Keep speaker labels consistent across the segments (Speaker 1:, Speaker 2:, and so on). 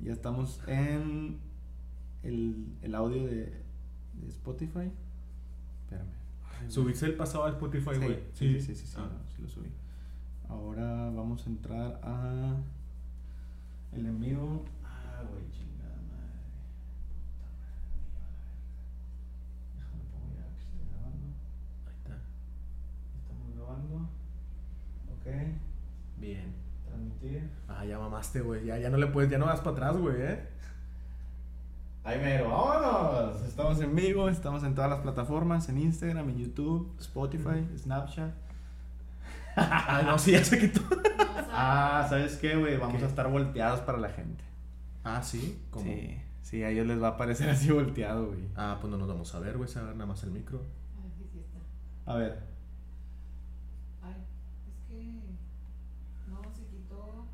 Speaker 1: Ya estamos en el, el audio de, de Spotify. Espérame. Ay, güey.
Speaker 2: Subiste el pasado a Spotify, güey.
Speaker 1: Sí, sí, sí, sí, sí,
Speaker 2: Ah.
Speaker 1: no, sí lo subí. Ahora vamos a entrar a el en vivo. Ah, güey, chingada madre. Puta madre, me lleva la verga. Déjame pongo ya que estoy grabando.
Speaker 2: Ahí está.
Speaker 1: Estamos grabando. Ok.
Speaker 2: Bien.
Speaker 1: Transmitir.
Speaker 2: Ah, ya mamaste, güey. Ya, ya no le puedes, ya no vas para atrás, güey, ¿eh?
Speaker 1: Ahí mero, vámonos. Estamos en vivo, estamos en todas las plataformas, en Instagram, en YouTube, Spotify, Snapchat.
Speaker 2: Ah, no, sí, ya se quitó.
Speaker 1: Ah, ¿sabes qué, güey? Vamos
Speaker 2: ¿Qué?
Speaker 1: a estar volteados para la gente.
Speaker 2: Ah, sí. ¿Cómo?
Speaker 1: Sí, sí, a ellos les va a aparecer así volteado, güey.
Speaker 2: Ah, pues no nos vamos a ver, güey. Se agarra nada más el micro.
Speaker 3: Ay, sí, sí está.
Speaker 1: A ver,
Speaker 3: Ay, es que no se quitó.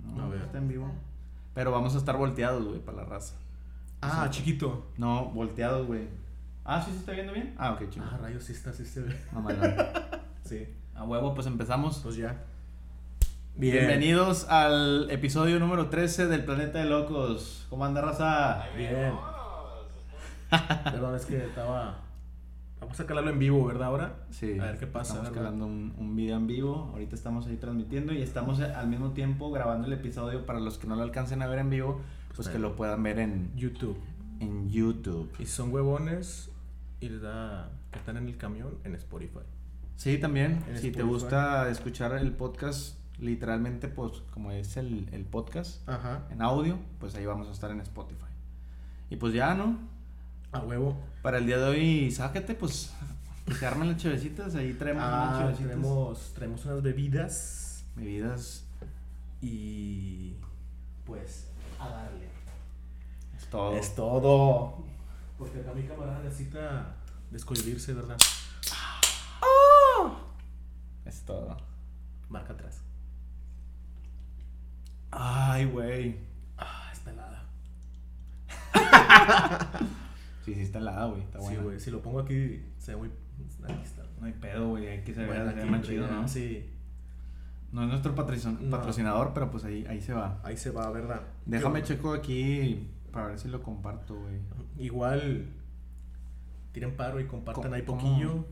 Speaker 1: no,
Speaker 2: A ver.
Speaker 1: está en vivo. Pero vamos a estar volteados, güey, para la raza.
Speaker 2: Ah,
Speaker 1: Exacto.
Speaker 2: chiquito.
Speaker 1: No, volteados, güey. Ah, sí se está viendo bien. Ah, ok, chido.
Speaker 2: Ah, rayos, sí está, sí se ve.
Speaker 1: Mamalón.
Speaker 2: Sí.
Speaker 1: A huevo, pues empezamos.
Speaker 2: Pues ya.
Speaker 1: Bienvenidos al episodio número 13 del Planeta de Locos. ¿Cómo anda, raza?
Speaker 2: Bien. Perdón, es que estaba. Vamos a calarlo en vivo, ¿verdad? Ahora.
Speaker 1: Sí.
Speaker 2: A ver qué pasa,
Speaker 1: Estamos
Speaker 2: ¿verdad?
Speaker 1: grabando un, un video en vivo. Ahorita estamos ahí transmitiendo y estamos eh, al mismo tiempo grabando el episodio para los que no lo alcancen a ver en vivo, pues
Speaker 2: Está
Speaker 1: que
Speaker 2: bien.
Speaker 1: lo puedan ver en,
Speaker 2: YouTube.
Speaker 1: en YouTube.
Speaker 2: Y son huevones y les da. que están en el camión en Spotify.
Speaker 1: Sí, también.
Speaker 2: En
Speaker 1: Si te
Speaker 2: Spotify.
Speaker 1: gusta escuchar el podcast, literalmente, pues como es el, el podcast
Speaker 2: Ajá.
Speaker 1: en audio, pues ahí vamos a estar en Spotify. Y pues ya, ¿no?
Speaker 2: A huevo.
Speaker 1: Para el día de hoy, sácate, pues, que se armen las chevecitas. Ahí traemos unas
Speaker 2: Ah,
Speaker 1: chevecitas.
Speaker 2: traemos, traemos unas bebidas
Speaker 1: Bebidas,
Speaker 2: y pues a darle.
Speaker 1: es todo.
Speaker 2: Es todo. Porque acá mi camarada necesita descolvirse, ¿verdad?
Speaker 1: Es todo.
Speaker 2: Marca atrás.
Speaker 1: Ay, güey.
Speaker 2: Ah, está helada.
Speaker 1: Sí, sí, está helada, güey. Está
Speaker 2: Sí,
Speaker 1: buena.
Speaker 2: güey. Si lo pongo aquí, se ve muy. Aquí está.
Speaker 1: No hay pedo, güey. Hay que saber
Speaker 2: Bueno,
Speaker 1: hacer
Speaker 2: aquí
Speaker 1: más chido,
Speaker 2: entrega,
Speaker 1: ¿no?
Speaker 2: Sí.
Speaker 1: No es nuestro patrocin-
Speaker 2: No.
Speaker 1: patrocinador, pero pues ahí, ahí se va.
Speaker 2: Ahí se va, ¿verdad?
Speaker 1: Déjame
Speaker 2: Yo-
Speaker 1: checo aquí para ver si lo comparto, güey.
Speaker 2: Igual. Tiren paro y compartan
Speaker 1: ¿Cómo-
Speaker 2: ahí
Speaker 1: cómo-
Speaker 2: poquillo.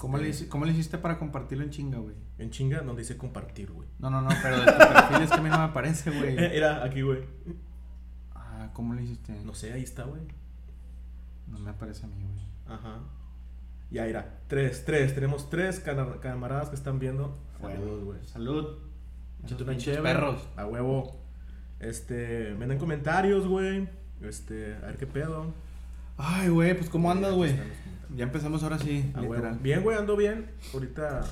Speaker 1: ¿Cómo, le,
Speaker 2: Este,
Speaker 1: hici- ¿Cómo le hiciste para compartirlo en chinga, güey?
Speaker 2: En chinga, donde dice compartir, güey.
Speaker 1: No, no, no, pero de tu perfil es que a mí no me aparece, güey.
Speaker 2: Era aquí, güey.
Speaker 1: Ah, ¿cómo le hiciste?
Speaker 2: Eh, No sé, ahí está, güey.
Speaker 1: No me aparece a mí, güey.
Speaker 2: Ajá. Ya era. Tres, tres. Tenemos tres cana- camaradas que están viendo. Saludos, güey.
Speaker 1: Salud.
Speaker 2: Échate
Speaker 1: Esos
Speaker 2: una
Speaker 1: pinches
Speaker 2: cheve.
Speaker 1: perros.
Speaker 2: A huevo. Este, me dan comentarios, güey. Este, a ver qué pedo.
Speaker 1: Ay, güey, pues ¿cómo andas,
Speaker 2: Aquí
Speaker 1: güey?
Speaker 2: están los comentarios.
Speaker 1: Ya empezamos ahora sí,
Speaker 2: A Ah, huevo.
Speaker 1: literal.
Speaker 2: Bien, güey, ando bien. Ahorita,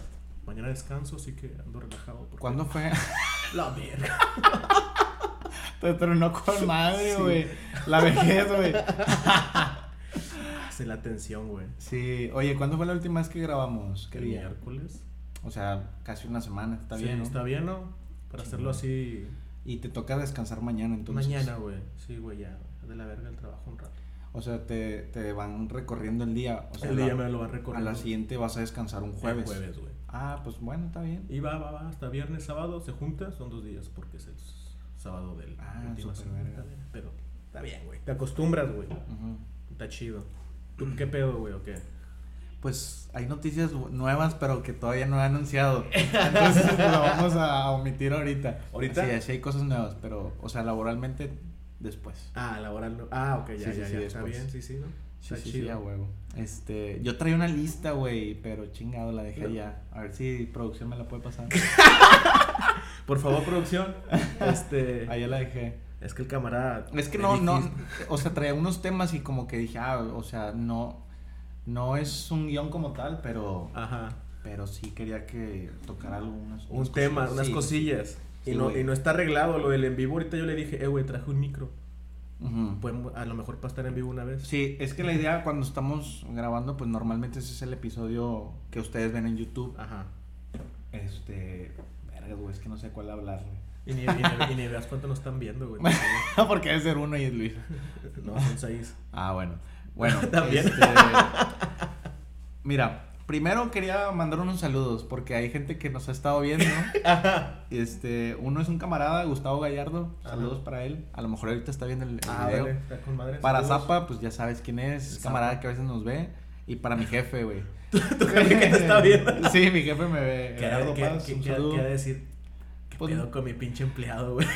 Speaker 2: mañana descanso, así que ando relajado. porque-
Speaker 1: ¿Cuándo fue?
Speaker 2: La verga.
Speaker 1: Te tronó con madre,
Speaker 2: Sí.
Speaker 1: güey. La vejez, güey.
Speaker 2: Hace la tensión, güey.
Speaker 1: Sí, oye, ¿cuándo fue la última vez que grabamos? ¿Qué
Speaker 2: El
Speaker 1: día?
Speaker 2: miércoles.
Speaker 1: O sea, casi una semana, está
Speaker 2: Sí,
Speaker 1: bien, ¿no?
Speaker 2: Está bien, ¿no? Para hacerlo así.
Speaker 1: Y te toca descansar mañana, entonces. pues,
Speaker 2: Mañana, güey. Sí, güey, ya. güey. De la verga el trabajo un rato.
Speaker 1: O sea, te, te van recorriendo el día. O sea,
Speaker 2: el
Speaker 1: la-
Speaker 2: día me lo va a
Speaker 1: a
Speaker 2: recordar.
Speaker 1: la siguiente vas a descansar un jueves.
Speaker 2: jueves, güey.
Speaker 1: Ah, pues bueno, está bien.
Speaker 2: Y va, va, va, hasta viernes, sábado, se junta, son dos días porque es el s- sábado del
Speaker 1: Ah,
Speaker 2: última
Speaker 1: súper
Speaker 2: semana,
Speaker 1: verga.
Speaker 2: Pero está bien, güey. Te acostumbras, güey.
Speaker 1: Ujú.
Speaker 2: Está chido. ¿Tú qué pedo, güey, o qué?
Speaker 1: Pues hay noticias bu- nuevas, pero que todavía no he anunciado. Entonces pues, lo vamos a omitir ahorita.
Speaker 2: ¿Ahorita?
Speaker 1: Sí, sí hay cosas nuevas, pero, o sea, laboralmente después.
Speaker 2: Ah, laboral. no- Ah, ok, ya,
Speaker 1: Sí,
Speaker 2: ya,
Speaker 1: sí,
Speaker 2: ya.
Speaker 1: sí,
Speaker 2: está
Speaker 1: después.
Speaker 2: bien, sí, sí, ¿no?
Speaker 1: Sí,
Speaker 2: Está
Speaker 1: sí, sí,
Speaker 2: chido.
Speaker 1: a huevo. Este, yo traía una lista, güey, pero chingado, la dejé
Speaker 2: No.
Speaker 1: ya. A ver si producción me la puede pasar.
Speaker 2: Por favor, producción. este.
Speaker 1: Ah, ya la dejé.
Speaker 2: Es que el camarada.
Speaker 1: Es que
Speaker 2: me
Speaker 1: no, no,
Speaker 2: dijiste-
Speaker 1: o sea, traía unos temas y como que dije, ah, o sea, no, no es un guión como tal, pero,
Speaker 2: Ajá.
Speaker 1: pero sí quería que tocar algunas.
Speaker 2: Un
Speaker 1: unas
Speaker 2: tema,
Speaker 1: cosillas. Sí, sí,
Speaker 2: unas
Speaker 1: sí.
Speaker 2: cosillas.
Speaker 1: Sí,
Speaker 2: y, no,
Speaker 1: güey.
Speaker 2: y no está arreglado lo del en vivo. Ahorita yo le dije, eh, güey, traje un micro.
Speaker 1: Ujú.
Speaker 2: Podemos, a lo mejor para estar en vivo una vez.
Speaker 1: Sí, es que la idea cuando estamos grabando, pues normalmente ese es el episodio que ustedes ven en YouTube.
Speaker 2: Ajá.
Speaker 1: Este, verga, güey, es que no sé cuál hablar, güey.
Speaker 2: Y ni, y ni- y ni veas cuánto nos están viendo, güey.
Speaker 1: Porque debe ser uno y es Luis.
Speaker 2: No, son seis.
Speaker 1: Ah, bueno. Bueno,
Speaker 2: También.
Speaker 1: este, mira, Primero quería mandar unos saludos porque hay gente que nos ha estado viendo. este, uno es un camarada, Gustavo Gallardo.
Speaker 2: Ajá.
Speaker 1: Saludos para él. A lo mejor ahorita está viendo el, el
Speaker 2: Ah,
Speaker 1: video.
Speaker 2: dale, está con madre.
Speaker 1: Para
Speaker 2: saludos.
Speaker 1: Zapa, pues ya sabes quién es,
Speaker 2: El
Speaker 1: camarada
Speaker 2: Zapa.
Speaker 1: que a veces nos ve. Y para mi jefe, güey.
Speaker 2: Tu jefe que te está viendo.
Speaker 1: Sí, mi jefe me ve.
Speaker 2: ¿Qué
Speaker 1: Gerardo
Speaker 2: qué-
Speaker 1: Paz,
Speaker 2: qué-
Speaker 1: un
Speaker 2: qué-
Speaker 1: saludo.
Speaker 2: qué ha de decir? ¿Qué
Speaker 1: Pues-
Speaker 2: pedo con mi pinche empleado, güey?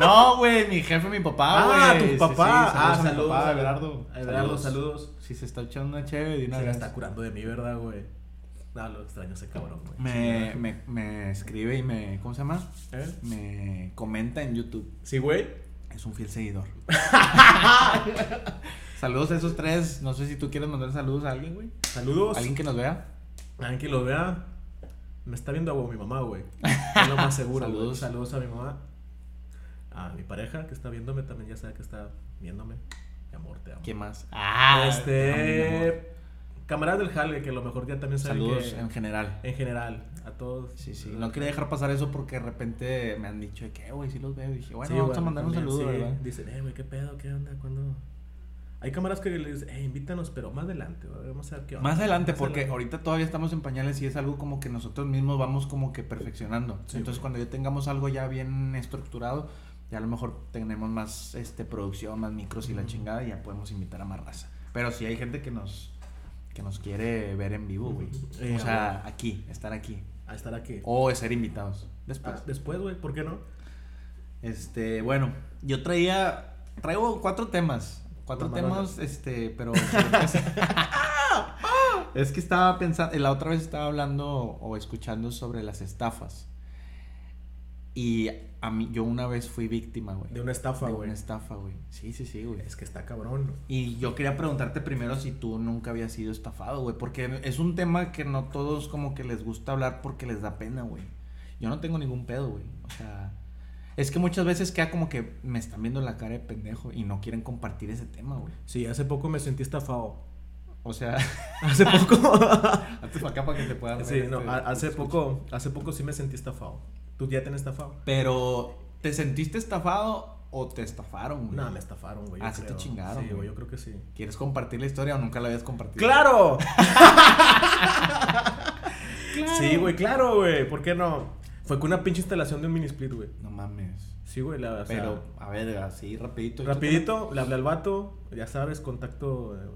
Speaker 1: No, güey, mi jefe, mi papá, güey.
Speaker 2: Ah,
Speaker 1: Sí,
Speaker 2: tu
Speaker 1: sí,
Speaker 2: papá. ah,
Speaker 1: saludos a mi
Speaker 2: saludos.
Speaker 1: papá,
Speaker 2: a
Speaker 1: Gerardo.
Speaker 2: Gerardo, saludos.
Speaker 1: Si se está echando una chévere, de una
Speaker 2: Se la
Speaker 1: vez.
Speaker 2: está curando de mí, ¿verdad, güey? No, lo extraño ese cabrón, güey.
Speaker 1: Me, me, me escribe y me. ¿Cómo se llama?
Speaker 2: ¿Eh?
Speaker 1: Me comenta en YouTube.
Speaker 2: Sí, güey.
Speaker 1: Es un fiel seguidor. saludos a esos tres. No sé si tú quieres mandar saludos a alguien, güey.
Speaker 2: Saludos.
Speaker 1: Alguien que nos vea.
Speaker 2: Alguien que lo vea. Me está viendo a mi mamá, güey. Es lo más seguro. güey.
Speaker 1: Saludos.
Speaker 2: Saludos a mi mamá. A mi pareja que está viéndome también, ya sabe que está viéndome. Mi amor, te amo.
Speaker 1: ¿Quién más? Ah, también,
Speaker 2: este. Camaradas del Jale, que a lo mejor ya
Speaker 1: amor.
Speaker 2: también saben
Speaker 1: Saludos
Speaker 2: que-
Speaker 1: en general.
Speaker 2: En general, a todos.
Speaker 1: Sí, sí. No quería dejar pasar eso porque de repente me han dicho de que, "Eh, güey, sí los veo. Y dije, bueno,
Speaker 2: Sí,
Speaker 1: vamos a
Speaker 2: bueno,
Speaker 1: mandar un
Speaker 2: también,
Speaker 1: saludo,
Speaker 2: sí.
Speaker 1: ¿verdad?
Speaker 2: Dicen, eh, güey, qué pedo, qué onda, cuándo. Hay cámaras que le dicen, eh, invítanos, pero más adelante, güey, vamos a ver qué onda.
Speaker 1: Más adelante,
Speaker 2: Más
Speaker 1: porque
Speaker 2: adelante.
Speaker 1: ahorita todavía estamos en pañales y es algo como que nosotros mismos vamos como que perfeccionando.
Speaker 2: Sí,
Speaker 1: Entonces,
Speaker 2: güey.
Speaker 1: cuando ya tengamos algo ya bien estructurado, ya a lo mejor tenemos más este producción, más micros y la
Speaker 2: Ujú.
Speaker 1: chingada y ya podemos invitar a más raza. Pero sí hay gente que nos que nos quiere ver en vivo, güey.
Speaker 2: Ujú. Eh,
Speaker 1: o sea, aquí, estar aquí
Speaker 2: A estar aquí.
Speaker 1: o ser invitados.
Speaker 2: Ah,
Speaker 1: Después.
Speaker 2: después, güey, ¿por qué no?
Speaker 1: Este, bueno, yo traía traigo cuatro temas, cuatro
Speaker 2: La marona.
Speaker 1: temas, este, pero es que estaba pensando, eh, la otra vez estaba hablando o escuchando sobre las estafas. Y a mí yo una vez fui víctima, güey.
Speaker 2: De una estafa,
Speaker 1: de
Speaker 2: güey.
Speaker 1: una estafa, güey. Sí, sí, sí, güey.
Speaker 2: Es que está cabrón. güey.
Speaker 1: Y yo quería preguntarte primero si tú nunca habías sido estafado, güey, porque es un tema que no todos como que les gusta hablar porque les da pena, güey. Yo no tengo ningún pedo, güey. O sea, es que muchas veces queda como que me están viendo la cara de pendejo y no quieren compartir ese tema, güey.
Speaker 2: Sí, hace poco me sentí estafado.
Speaker 1: O sea,
Speaker 2: Hace poco.
Speaker 1: hazte para acá para que te puedan ver,
Speaker 2: sí, no,
Speaker 1: este,
Speaker 2: a- hace
Speaker 1: escucha.
Speaker 2: poco, hace poco sí me sentí estafado. ¿Tú ya te han estafado?
Speaker 1: Pero, ¿te sentiste estafado o te estafaron, güey?
Speaker 2: No, me estafaron, güey. yo
Speaker 1: Ah, sí te
Speaker 2: creo.
Speaker 1: chingaron,
Speaker 2: Sí, güey,
Speaker 1: güey.
Speaker 2: yo creo que sí.
Speaker 1: ¿Quieres compartir la historia o nunca la habías compartido?
Speaker 2: ¡Claro! Sí, güey, claro, güey. ¿Por qué no? Fue con una pinche instalación de un mini split, güey.
Speaker 1: No mames.
Speaker 2: Sí, güey, la o sea,
Speaker 1: Pero, a ver, así, rapidito.
Speaker 2: Rapidito, le hablé al vato, ya sabes, contacto. eh,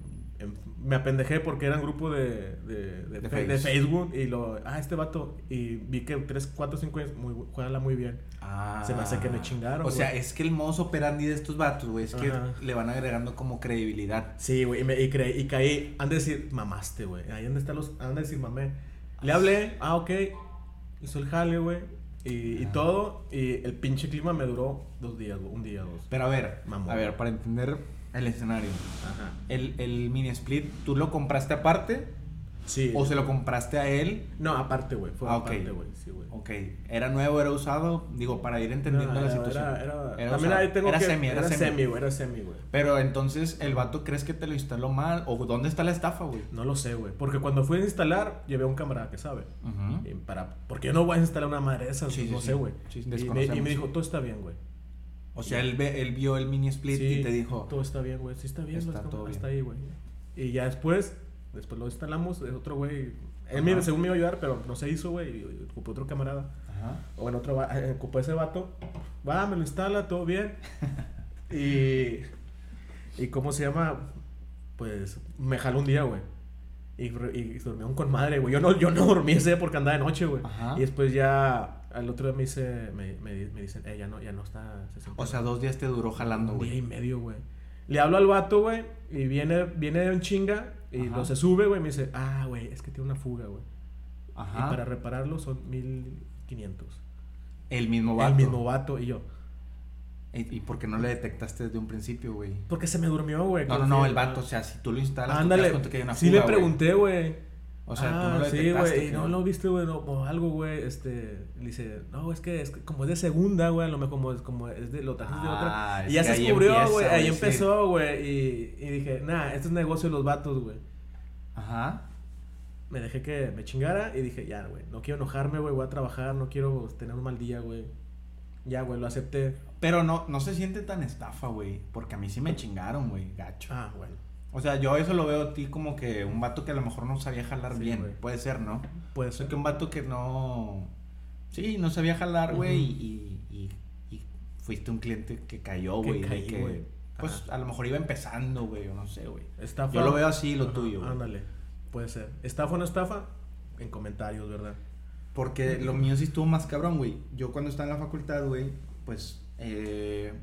Speaker 2: en- me apendejé porque era un grupo de, de, de
Speaker 1: De
Speaker 2: fe-
Speaker 1: Face.
Speaker 2: de Facebook y lo. Ah, este vato. Y vi que 3, 4, 5 es muy, bu- juégala muy bien.
Speaker 1: Ah.
Speaker 2: Se me hace que me chingaron,
Speaker 1: O sea,
Speaker 2: güey.
Speaker 1: es que el modus operandi de estos vatos, güey, es que
Speaker 2: Ajá.
Speaker 1: le van agregando como credibilidad.
Speaker 2: Sí, güey, y, me- y creí, y caí. Han de decir, mamaste, güey. Ahí han de estar los. Han de decir, mamé. Le hablé, ah, ok. Hizo el jale, güey. Y, y
Speaker 1: Ah.
Speaker 2: todo. Y el pinche clima me duró dos días, güey. Un día, dos.
Speaker 1: Pero a ver,
Speaker 2: Mamón.
Speaker 1: a ver, para entender el escenario.
Speaker 2: Ajá.
Speaker 1: El, el mini split, ¿tú lo compraste aparte?
Speaker 2: Sí.
Speaker 1: ¿O se lo compraste a él?
Speaker 2: No, aparte, güey. Fue
Speaker 1: Ah, ok.
Speaker 2: aparte, güey. Sí, güey.
Speaker 1: Ok, ¿era nuevo, era usado? Digo, para ir entendiendo
Speaker 2: No,
Speaker 1: la
Speaker 2: era-
Speaker 1: situación.
Speaker 2: Era, era,
Speaker 1: Era
Speaker 2: también
Speaker 1: usado.
Speaker 2: ahí tengo
Speaker 1: Era
Speaker 2: que-
Speaker 1: semi, era
Speaker 2: era
Speaker 1: semi.
Speaker 2: semi, güey. Era semi, güey.
Speaker 1: Pero entonces, ¿el vato crees que te lo instaló mal? ¿O dónde está la estafa, güey?
Speaker 2: No lo sé, güey. Porque cuando fui a instalar, llevé a un camarada que sabe.
Speaker 1: Ujú.
Speaker 2: Y Para, porque yo no voy a instalar una madre de esas,
Speaker 1: Sí, sí,
Speaker 2: no
Speaker 1: sí.
Speaker 2: sé, güey.
Speaker 1: Sí,
Speaker 2: y, me, y
Speaker 1: desconocemos.
Speaker 2: me dijo, todo está bien, güey.
Speaker 1: O sea, él, ve- él vio el mini split
Speaker 2: Sí,
Speaker 1: y te dijo...
Speaker 2: Todo está bien, güey. Sí, está bien,
Speaker 1: Está
Speaker 2: güey,
Speaker 1: todo
Speaker 2: Hasta ahí, güey. Y ya después, después lo instalamos. Es otro güey. Él me,
Speaker 1: Ajá.
Speaker 2: según me iba a ayudar, pero no se hizo, güey. y Ocupó otro camarada.
Speaker 1: Ajá.
Speaker 2: O bueno, otro va- eh, ocupó ese vato. Va, me lo instala, todo bien. y. ¿Y cómo se llama? Pues me jaló un día, güey. Y, re- y dormí con madre, güey. Yo no, yo no dormí ese día porque andaba de noche, güey.
Speaker 1: Ajá.
Speaker 2: Y después ya al otro día me dice, me, me, di- me dicen, eh, ya no, ya no está. se siente
Speaker 1: O sea, dos días te duró jalando,
Speaker 2: un
Speaker 1: güey.
Speaker 2: día y medio, güey. Le hablo al vato, güey, y viene, viene de un chinga y
Speaker 1: Ajá.
Speaker 2: no se sube, güey. y Me dice, ah, güey, es que tiene una fuga, güey.
Speaker 1: Ajá.
Speaker 2: Y para repararlo son 1500.
Speaker 1: El mismo vato.
Speaker 2: El mismo vato y yo.
Speaker 1: ¿Y y por qué no le detectaste desde un principio, güey?
Speaker 2: Porque se me durmió, güey.
Speaker 1: No, no, no, el vato, o sea, si tú lo instalas, tú te das
Speaker 2: Ándale.
Speaker 1: cuenta que hay una
Speaker 2: sí le
Speaker 1: fuga, güey.
Speaker 2: pregunté, güey.
Speaker 1: O sea, tú
Speaker 2: Ah,
Speaker 1: no lo
Speaker 2: sí,
Speaker 1: detectaste.
Speaker 2: güey. y
Speaker 1: ¿qué?
Speaker 2: No lo viste, güey. No, o algo, güey. Este, le dice, no, es que, es que como es de segunda, güey. A lo mejor como es, como es de lo trajiste de otra.
Speaker 1: Ah, es
Speaker 2: Y ya
Speaker 1: que
Speaker 2: se
Speaker 1: ahí
Speaker 2: descubrió,
Speaker 1: empieza,
Speaker 2: güey. Ahí
Speaker 1: sí.
Speaker 2: empezó, güey. Y, y dije, nah, esto es negocio de los vatos, güey.
Speaker 1: Ajá.
Speaker 2: Me dejé que me chingara y dije, ya, güey. No quiero enojarme, güey. Voy a trabajar. No quiero tener un mal día, güey. Ya, güey, lo acepté.
Speaker 1: Pero no, no se siente tan estafa, güey. Porque a mí sí me chingaron, güey, gacho.
Speaker 2: Ah, bueno.
Speaker 1: o O sea, yo eso lo veo a ti como que un vato que a lo mejor no sabía jalar
Speaker 2: Sí,
Speaker 1: bien.
Speaker 2: güey.
Speaker 1: Puede ser, ¿no?
Speaker 2: Puede
Speaker 1: O sea,
Speaker 2: ser.
Speaker 1: que un vato que no. Sí, no sabía jalar, güey.
Speaker 2: Ujú.
Speaker 1: y, y- y fuiste un cliente que cayó,
Speaker 2: Que
Speaker 1: güey. de
Speaker 2: caí,
Speaker 1: que,
Speaker 2: güey.
Speaker 1: Pues a lo mejor iba empezando, güey. O no sé, güey.
Speaker 2: Estafa.
Speaker 1: Yo lo veo así, lo
Speaker 2: Ajá,
Speaker 1: tuyo, güey.
Speaker 2: Ándale, puede ser. ¿Estafa o no estafa? En comentarios, ¿verdad?
Speaker 1: Porque lo mío sí estuvo más cabrón, güey. Yo cuando estaba en la facultad, güey, pues eh,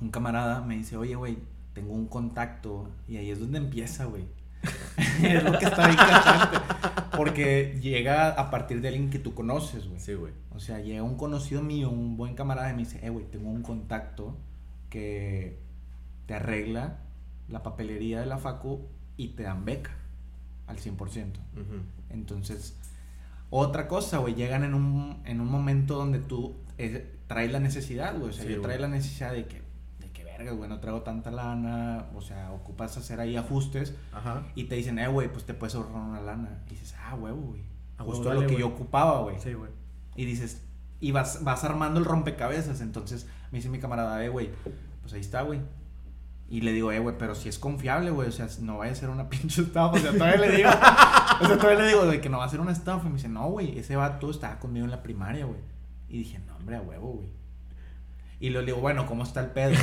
Speaker 1: un camarada me dice, oye, güey, tengo un contacto. Y ahí es donde empieza, güey. es lo que está bien cachante. Porque llega a partir de alguien que tú conoces, güey.
Speaker 2: güey.
Speaker 1: O sea, llega un conocido mío, un buen camarada, y me dice, eh, güey, tengo un contacto que te arregla la papelería de la facu y te dan beca al 100%. Entonces, otra cosa, güey, llegan en un, en un momento donde tú eh, traes la necesidad, güey. O sea,
Speaker 2: Sí,
Speaker 1: yo
Speaker 2: güey.
Speaker 1: traigo la necesidad de que, de que verga, güey, no traigo tanta lana. O sea, ocupas hacer ahí ajustes
Speaker 2: Ajá.
Speaker 1: y te dicen, eh, güey, pues te puedes ahorrar una lana. Y dices, ah, huevo, güey.
Speaker 2: Ah,
Speaker 1: Justo
Speaker 2: huevo, dale,
Speaker 1: lo que
Speaker 2: güey.
Speaker 1: yo ocupaba, güey.
Speaker 2: Sí, güey.
Speaker 1: Y dices, y vas, vas armando el rompecabezas. Entonces me dice mi camarada, eh, güey, pues ahí está, güey. Y le digo, eh, güey, pero si es confiable, güey, o sea, no vaya a ser una pinche estafa. O sea, todavía le digo, o sea, todavía le digo, de que no va a ser una estafa. Y me dice, no, güey, ese vato estaba conmigo en la primaria, güey. Y dije, no, hombre, a huevo, güey. Y le digo, bueno, ¿cómo está el pedo?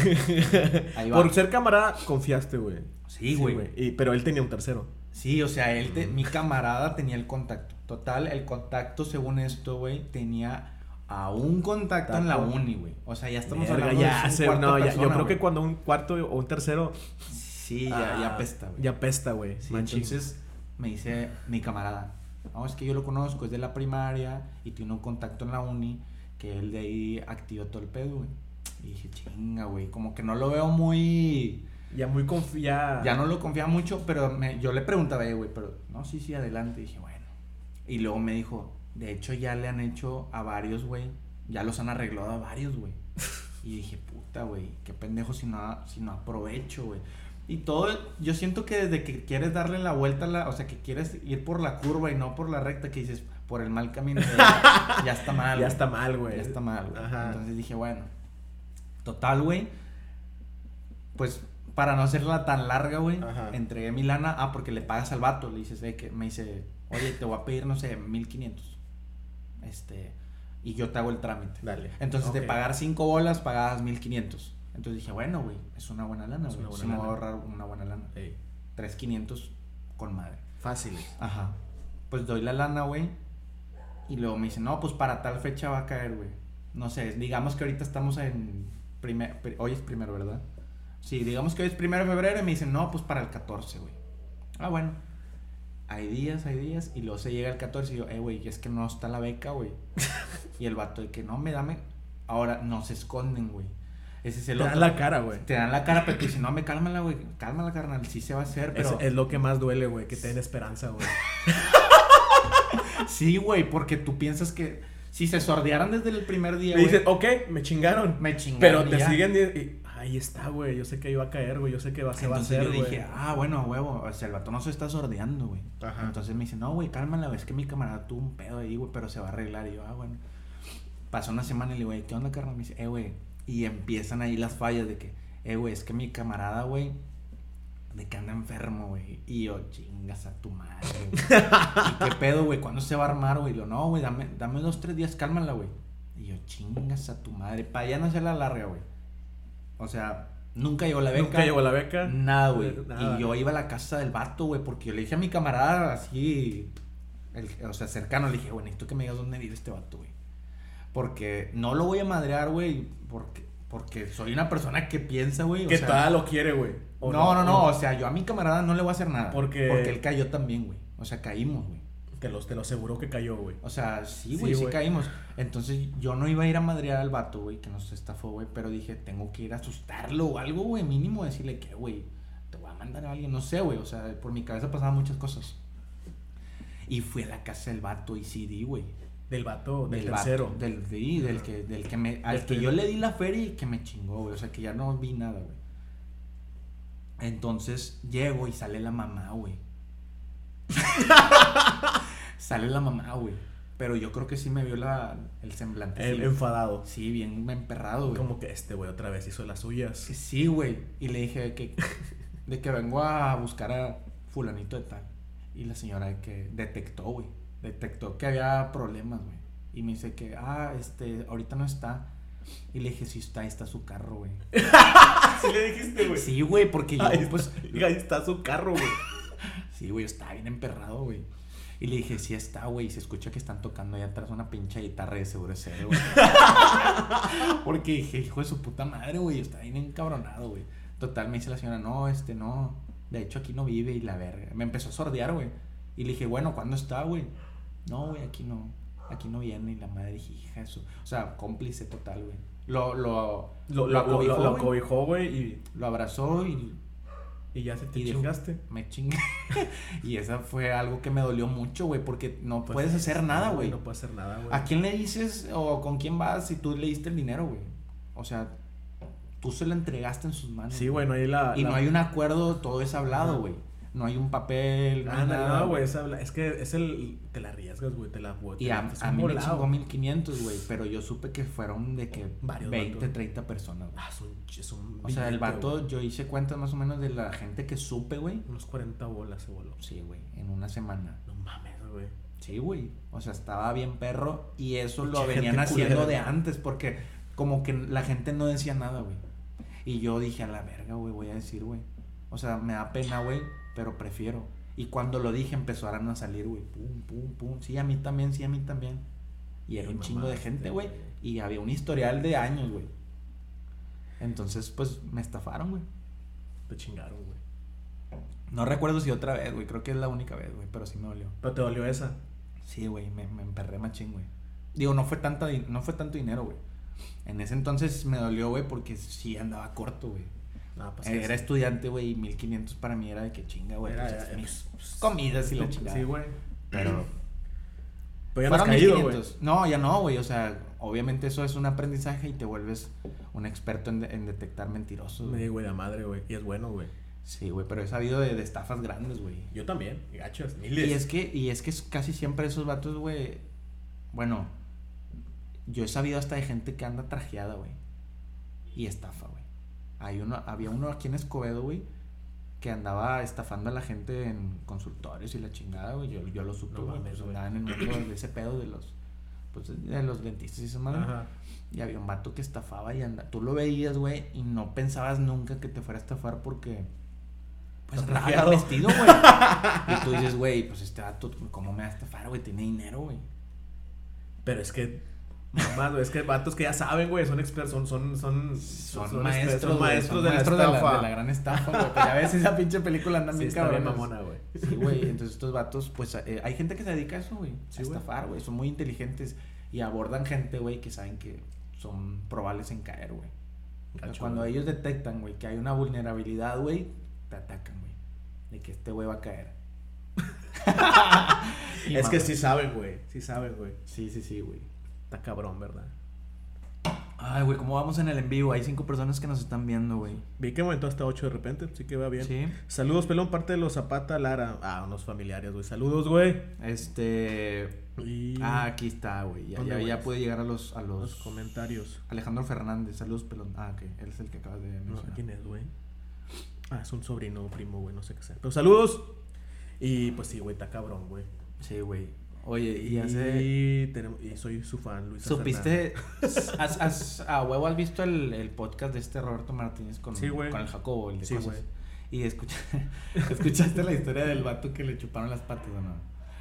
Speaker 1: Ahí va.
Speaker 2: Por ser camarada, confiaste, güey.
Speaker 1: Sí, güey.
Speaker 2: Y- Pero él tenía un tercero.
Speaker 1: Sí, o sea, él te-
Speaker 2: Mm.
Speaker 1: mi camarada tenía el contacto. Total, el contacto, según esto, güey, tenía a un contacto en la
Speaker 2: Taco.
Speaker 1: uni, güey. O sea, ya estamos
Speaker 2: Verga,
Speaker 1: hablando
Speaker 2: ya
Speaker 1: de un
Speaker 2: sé,
Speaker 1: cuarto
Speaker 2: no, ya-
Speaker 1: persona,
Speaker 2: Yo creo
Speaker 1: güey.
Speaker 2: que cuando un cuarto o un tercero.
Speaker 1: Sí, ya, ya
Speaker 2: ah,
Speaker 1: pesta, güey.
Speaker 2: Ya pesta, güey.
Speaker 1: Sí,
Speaker 2: Machín.
Speaker 1: entonces me dice mi camarada, no, es que yo lo conozco, es de la primaria y tiene un contacto en la uni que él de ahí activó todo el pedo, güey. Y dije, chinga, güey, como que no lo veo muy...
Speaker 2: Ya muy confiada.
Speaker 1: Ya no lo confiaba mucho, pero me- yo le preguntaba, "Eh, güey, pero no, sí, sí, adelante. Y dije, bueno. Y luego me dijo, de hecho ya le han hecho a varios, güey. Ya los han arreglado a varios, güey. Y dije, puta, güey, qué pendejo si no, si no aprovecho, güey. Y todo, yo siento que desde que quieres darle la vuelta, a la, o sea, que quieres ir por la curva y no por la recta, que dices, por el mal camino, ya, ya está mal.
Speaker 2: Ya
Speaker 1: güey.
Speaker 2: está mal, güey.
Speaker 1: Ya está mal, güey.
Speaker 2: Pues, Ajá.
Speaker 1: Entonces dije, bueno. Total, güey. Pues para no hacerla tan larga, güey,
Speaker 2: Ajá.
Speaker 1: entregué mi lana. Ah, porque le pagas al vato. Le dices, eh, que me dice, oye, te voy a pedir, no sé, 1500. Este, y yo te hago el trámite.
Speaker 2: Dale.
Speaker 1: Entonces,
Speaker 2: Ok.
Speaker 1: de pagar cinco bolas, pagabas 1500. Entonces dije, bueno, güey, es una buena lana,
Speaker 2: Es una
Speaker 1: güey.
Speaker 2: buena
Speaker 1: Sí me voy a
Speaker 2: lana.
Speaker 1: ahorrar una buena lana.
Speaker 2: Ey,
Speaker 1: 3500 con madre.
Speaker 2: Fácil.
Speaker 1: Ajá. Pues doy la lana, güey. Y luego me dicen, no, pues para tal fecha va a caer, güey. No sé, digamos que ahorita estamos en. primer- pri- hoy es primero, ¿verdad? Sí, digamos que hoy es primero de febrero y me dicen, no, pues para el 14, güey. Ah, bueno. Hay días, hay días. Y luego se llega el 14 y yo, eh, güey, es que no está la beca, güey. y el vato de que no, me dame. Ahora nos esconden, güey. Ese es
Speaker 2: Te
Speaker 1: el
Speaker 2: dan
Speaker 1: otro.
Speaker 2: la cara, güey.
Speaker 1: Te dan la cara, pero te dicen, no, me cálmala, güey. Cálmala, carnal. Sí se va a hacer,
Speaker 2: Es,
Speaker 1: pero.
Speaker 2: es lo que más duele, güey. Que te den esperanza, güey.
Speaker 1: Sí, güey, porque tú piensas que si se sordearan desde el primer día,
Speaker 2: Me
Speaker 1: güey,
Speaker 2: dicen, ok, me chingaron.
Speaker 1: me chingaron.
Speaker 2: Pero
Speaker 1: y
Speaker 2: te
Speaker 1: ya.
Speaker 2: siguen y, y- ahí está, güey. Yo sé que iba a caer, güey. Yo sé que va, se va a
Speaker 1: Entonces
Speaker 2: hacer,
Speaker 1: yo
Speaker 2: güey.
Speaker 1: dije, ah, bueno, huevo, o sea, el vato no se está sordeando, güey.
Speaker 2: Ajá.
Speaker 1: Entonces me dice, no, güey, cálmala, es que mi camarada tuvo un pedo ahí, güey, pero se va a arreglar. Y yo, ah, bueno. Pasó una semana y le digo, "Ey, ¿qué onda, carnal? Me dice, eh, güey. Y empiezan ahí las fallas de que, eh, güey, es que mi camarada, güey, de que anda enfermo, güey. Y yo, chingas a tu madre, güey. ¿Y qué pedo, güey? ¿Cuándo se va a armar, güey? Y Lo, no, güey, dame, dame dos, tres días, cálmala, güey. Y yo, chingas a tu madre. Para ya no hacer la larga, güey. O sea, nunca llegó la beca.
Speaker 2: Nunca llegó la beca.
Speaker 1: Nada, güey.
Speaker 2: Eh, Nada.
Speaker 1: Y yo iba a la casa del vato, güey, porque yo le dije a mi camarada así, el- o sea, cercano, le dije, güey, necesito que me digas dónde vive este vato, güey. Porque no lo voy a madrear, güey, porque, porque soy una persona que piensa, güey. o
Speaker 2: Que
Speaker 1: sea,
Speaker 2: todavía lo quiere, güey. ¿O
Speaker 1: No, no, no, o sea, yo a mi camarada no le voy a hacer nada.
Speaker 2: Porque-
Speaker 1: Porque él cayó también, güey. O sea, caímos, güey.
Speaker 2: Te lo, te lo aseguro que cayó, güey.
Speaker 1: O sea, sí,
Speaker 2: Sí,
Speaker 1: güey, sí,
Speaker 2: güey.
Speaker 1: caímos. Entonces yo no iba a ir a madrear al vato, güey, que nos estafó, güey, pero dije, tengo que ir a asustarlo o algo, güey, mínimo decirle que, güey, te voy a mandar a alguien, no sé, güey, o sea, por mi cabeza pasaban muchas cosas. Y fui a la casa del vato y sí di, güey.
Speaker 2: Del vato, del,
Speaker 1: vato,
Speaker 2: tercero.
Speaker 1: del, sí, del que, del que me, al
Speaker 2: Del
Speaker 1: que
Speaker 2: que-
Speaker 1: yo le di la feria y que me chingó, güey, o sea, que ya no vi nada, güey. Entonces llego y sale la mamá, güey. sale la mamá, güey. Pero yo creo que sí me vio la, el semblante.
Speaker 2: El
Speaker 1: sí.
Speaker 2: eh, enfadado.
Speaker 1: Sí, bien emperrado, güey.
Speaker 2: Como que este güey otra vez hizo las suyas.
Speaker 1: Sí, güey. Y le dije que. De que vengo a buscar a fulanito de tal. Y la señora de que detectó, güey. Detectó que había problemas, güey. Y me dice que, ah, este, ahorita no está. Y le dije, sí está, ahí está su carro, güey.
Speaker 2: Sí le dijiste, güey.
Speaker 1: Sí, güey, porque yo,
Speaker 2: Ahí
Speaker 1: pues,
Speaker 2: está, ahí está su carro, güey.
Speaker 1: sí, güey, está bien emperrado, güey. Y le dije, sí está, güey. Y se escucha que están tocando allá atrás una pinche guitarra de seguro es él, güey. Porque dije, hijo de su puta madre, güey. Está bien encabronado, güey. Total, me dice la señora, no, este, no. De hecho, aquí no vive y la verga. Me empezó a sordear, güey. Y le dije, bueno, ¿cuándo está, güey? No, güey, aquí no. Aquí no viene. Y la madre dije, hija, eso. O sea, cómplice total, güey. Lo, lo, Lo
Speaker 2: Lo, lo, lo,
Speaker 1: acobijó,
Speaker 2: lo
Speaker 1: güey.
Speaker 2: acobijó, güey, y,
Speaker 1: lo abrazó y
Speaker 2: y ya se te
Speaker 1: Y dejó-
Speaker 2: chingaste.
Speaker 1: me chingué. y esa fue algo que me dolió mucho, güey, porque no
Speaker 2: Pues,
Speaker 1: puedes hacer nada, güey.
Speaker 2: No puedes hacer nada, güey.
Speaker 1: ¿A quién le dices o con quién vas si tú le diste el dinero, güey? O sea, tú se lo entregaste en sus manos.
Speaker 2: Sí, güey, no hay la.
Speaker 1: Y
Speaker 2: la-
Speaker 1: no hay un acuerdo, todo es hablado,
Speaker 2: Ajá.
Speaker 1: güey. No hay un papel, no hay
Speaker 2: Ah, no,
Speaker 1: nada,
Speaker 2: no, güey. Es, habla- es que es el. Te la arriesgas, güey. Te la botas.
Speaker 1: Y a,
Speaker 2: es
Speaker 1: a
Speaker 2: un
Speaker 1: mí me
Speaker 2: volado.
Speaker 1: chingó 1500, güey, pero yo supe que fueron de que
Speaker 2: Varios
Speaker 1: 20,
Speaker 2: vatos.
Speaker 1: 30 personas, güey.
Speaker 2: Ah, es un. Es un
Speaker 1: O sea, el
Speaker 2: billete, güey.
Speaker 1: vato, yo hice cuentas más o menos de la gente que supe, güey.
Speaker 2: Unos 40 bolas se voló.
Speaker 1: Sí, güey, en una semana.
Speaker 2: No mames, güey.
Speaker 1: Sí, güey. O sea, estaba bien perro y eso lo
Speaker 2: Mucha gente
Speaker 1: venían haciendo
Speaker 2: culera,
Speaker 1: de
Speaker 2: ¿no?
Speaker 1: antes porque como que la gente no decía nada, güey. Y yo dije, a la verga, güey, voy a decir, güey. O sea, me da pena, güey, pero prefiero. Y cuando lo dije empezaron a salir, güey. Pum, pum, pum. Sí, a mí también, sí, a mí también. Y era
Speaker 2: Y
Speaker 1: un chingo de
Speaker 2: mamaste,
Speaker 1: gente, güey.
Speaker 2: güey.
Speaker 1: Y había un historial de años, güey. Entonces, pues, me estafaron, güey.
Speaker 2: Te chingaron, güey.
Speaker 1: No recuerdo si otra vez, güey. Creo que es la única vez, güey, pero sí me dolió.
Speaker 2: Pero te dolió esa.
Speaker 1: Sí, güey, me, me emperré machín, güey. Digo, no fue, tanta, di- no fue tanto dinero, güey. En ese entonces me dolió, güey, porque sí andaba corto, güey.
Speaker 2: No, pues.
Speaker 1: era
Speaker 2: es-
Speaker 1: estudiante, güey, y 1500 para mí era de que chinga, güey.
Speaker 2: Era-
Speaker 1: pues,
Speaker 2: era-
Speaker 1: mis comidas y la chingada.
Speaker 2: Sí, güey.
Speaker 1: Pero
Speaker 2: Pero ya no has
Speaker 1: fueron
Speaker 2: caído, güey.
Speaker 1: 1500. No, ya no, güey. O sea, obviamente eso es un aprendizaje y te vuelves un experto en, de- en detectar mentirosos.
Speaker 2: Me
Speaker 1: güey.
Speaker 2: digo, güey, la madre, güey. Y es bueno, güey.
Speaker 1: Sí, güey, pero he sabido de, de estafas grandes, güey.
Speaker 2: Yo también. Gachas, miles.
Speaker 1: Y es que, y es que es casi siempre esos vatos, güey. Bueno, yo he sabido hasta de gente que anda trajeada, güey. Y estafa, güey. Hay uno, había uno aquí en Escobedo, güey, que andaba estafando a la gente en consultorios y la chingada, güey. Yo, yo lo supe,
Speaker 2: No
Speaker 1: güey.
Speaker 2: mames,
Speaker 1: pues,
Speaker 2: güey.
Speaker 1: andaban en el mundo de ese pedo de los. Pues de los dentistas y esa madre.
Speaker 2: Ajá.
Speaker 1: Y había un vato que estafaba y anda. Tú lo veías, güey, y no pensabas nunca que te fuera a estafar porque. Pues
Speaker 2: Está
Speaker 1: andaba
Speaker 2: trajeado.
Speaker 1: bien vestido, güey. y tú dices, güey, pues este vato, ¿cómo me va a estafar, güey? Tiene dinero, güey.
Speaker 2: Pero es que. Mamás, güey. Es que vatos que ya saben, güey. Son expertos. Son, son, son,
Speaker 1: Son,
Speaker 2: son
Speaker 1: maestros,
Speaker 2: expertos, son
Speaker 1: güey,
Speaker 2: maestros
Speaker 1: son
Speaker 2: de,
Speaker 1: maestros
Speaker 2: la
Speaker 1: de, la,
Speaker 2: estafa.
Speaker 1: de la gran estafa, güey. Pero a veces esa pinche película anda
Speaker 2: Sí,
Speaker 1: bien
Speaker 2: está bien
Speaker 1: cabrón.
Speaker 2: mamona, güey.
Speaker 1: Sí, güey. Entonces estos vatos, pues eh, hay gente que se dedica a eso, güey.
Speaker 2: Sí,
Speaker 1: a
Speaker 2: güey.
Speaker 1: estafar, güey. Son muy inteligentes y abordan gente, güey, que saben que son probables en caer, güey.
Speaker 2: Gacho,
Speaker 1: Cuando
Speaker 2: güey.
Speaker 1: ellos detectan, güey, que hay una vulnerabilidad, güey, te atacan, güey. De que este güey va a caer. Y
Speaker 2: Es que
Speaker 1: mamá.
Speaker 2: sí saben, güey. Sí saben, güey.
Speaker 1: Sí, sí, sí, güey.
Speaker 2: Está cabrón, ¿verdad?
Speaker 1: Ay, güey, ¿cómo vamos en el en vivo? Hay cinco personas que nos están viendo, güey.
Speaker 2: Vi que aumentó hasta 8 de repente, sí que va bien.
Speaker 1: Sí.
Speaker 2: Saludos, pelón, parte de los Zapata Lara. Ah, unos familiares, güey. Saludos, güey.
Speaker 1: Este.
Speaker 2: Y
Speaker 1: Ah, aquí está, güey. Ya,
Speaker 2: ¿Dónde,
Speaker 1: ya,
Speaker 2: güey?
Speaker 1: ya puede llegar a los. A
Speaker 2: los
Speaker 1: los...
Speaker 2: comentarios.
Speaker 1: Alejandro Fernández, saludos, pelón. Ah, ok. Él es el que acabas de
Speaker 2: No sé
Speaker 1: mencionar.
Speaker 2: quién es, güey. Ah, es un sobrino o primo, güey, no sé qué sea. Pero saludos. Y pues sí, güey, está cabrón, güey.
Speaker 1: sí, güey. Oye, y
Speaker 2: Y,
Speaker 1: hace.
Speaker 2: tenemos, y soy su fan, Luis.
Speaker 1: ¿Supiste? has- has- a huevo has visto el, el podcast de este Roberto Martínez con,
Speaker 2: Sí, güey.
Speaker 1: con el Jacobo, el de
Speaker 2: Sí,
Speaker 1: cosas?
Speaker 2: güey.
Speaker 1: Y escucha, escuchaste la historia del vato que le chuparon las patas o no.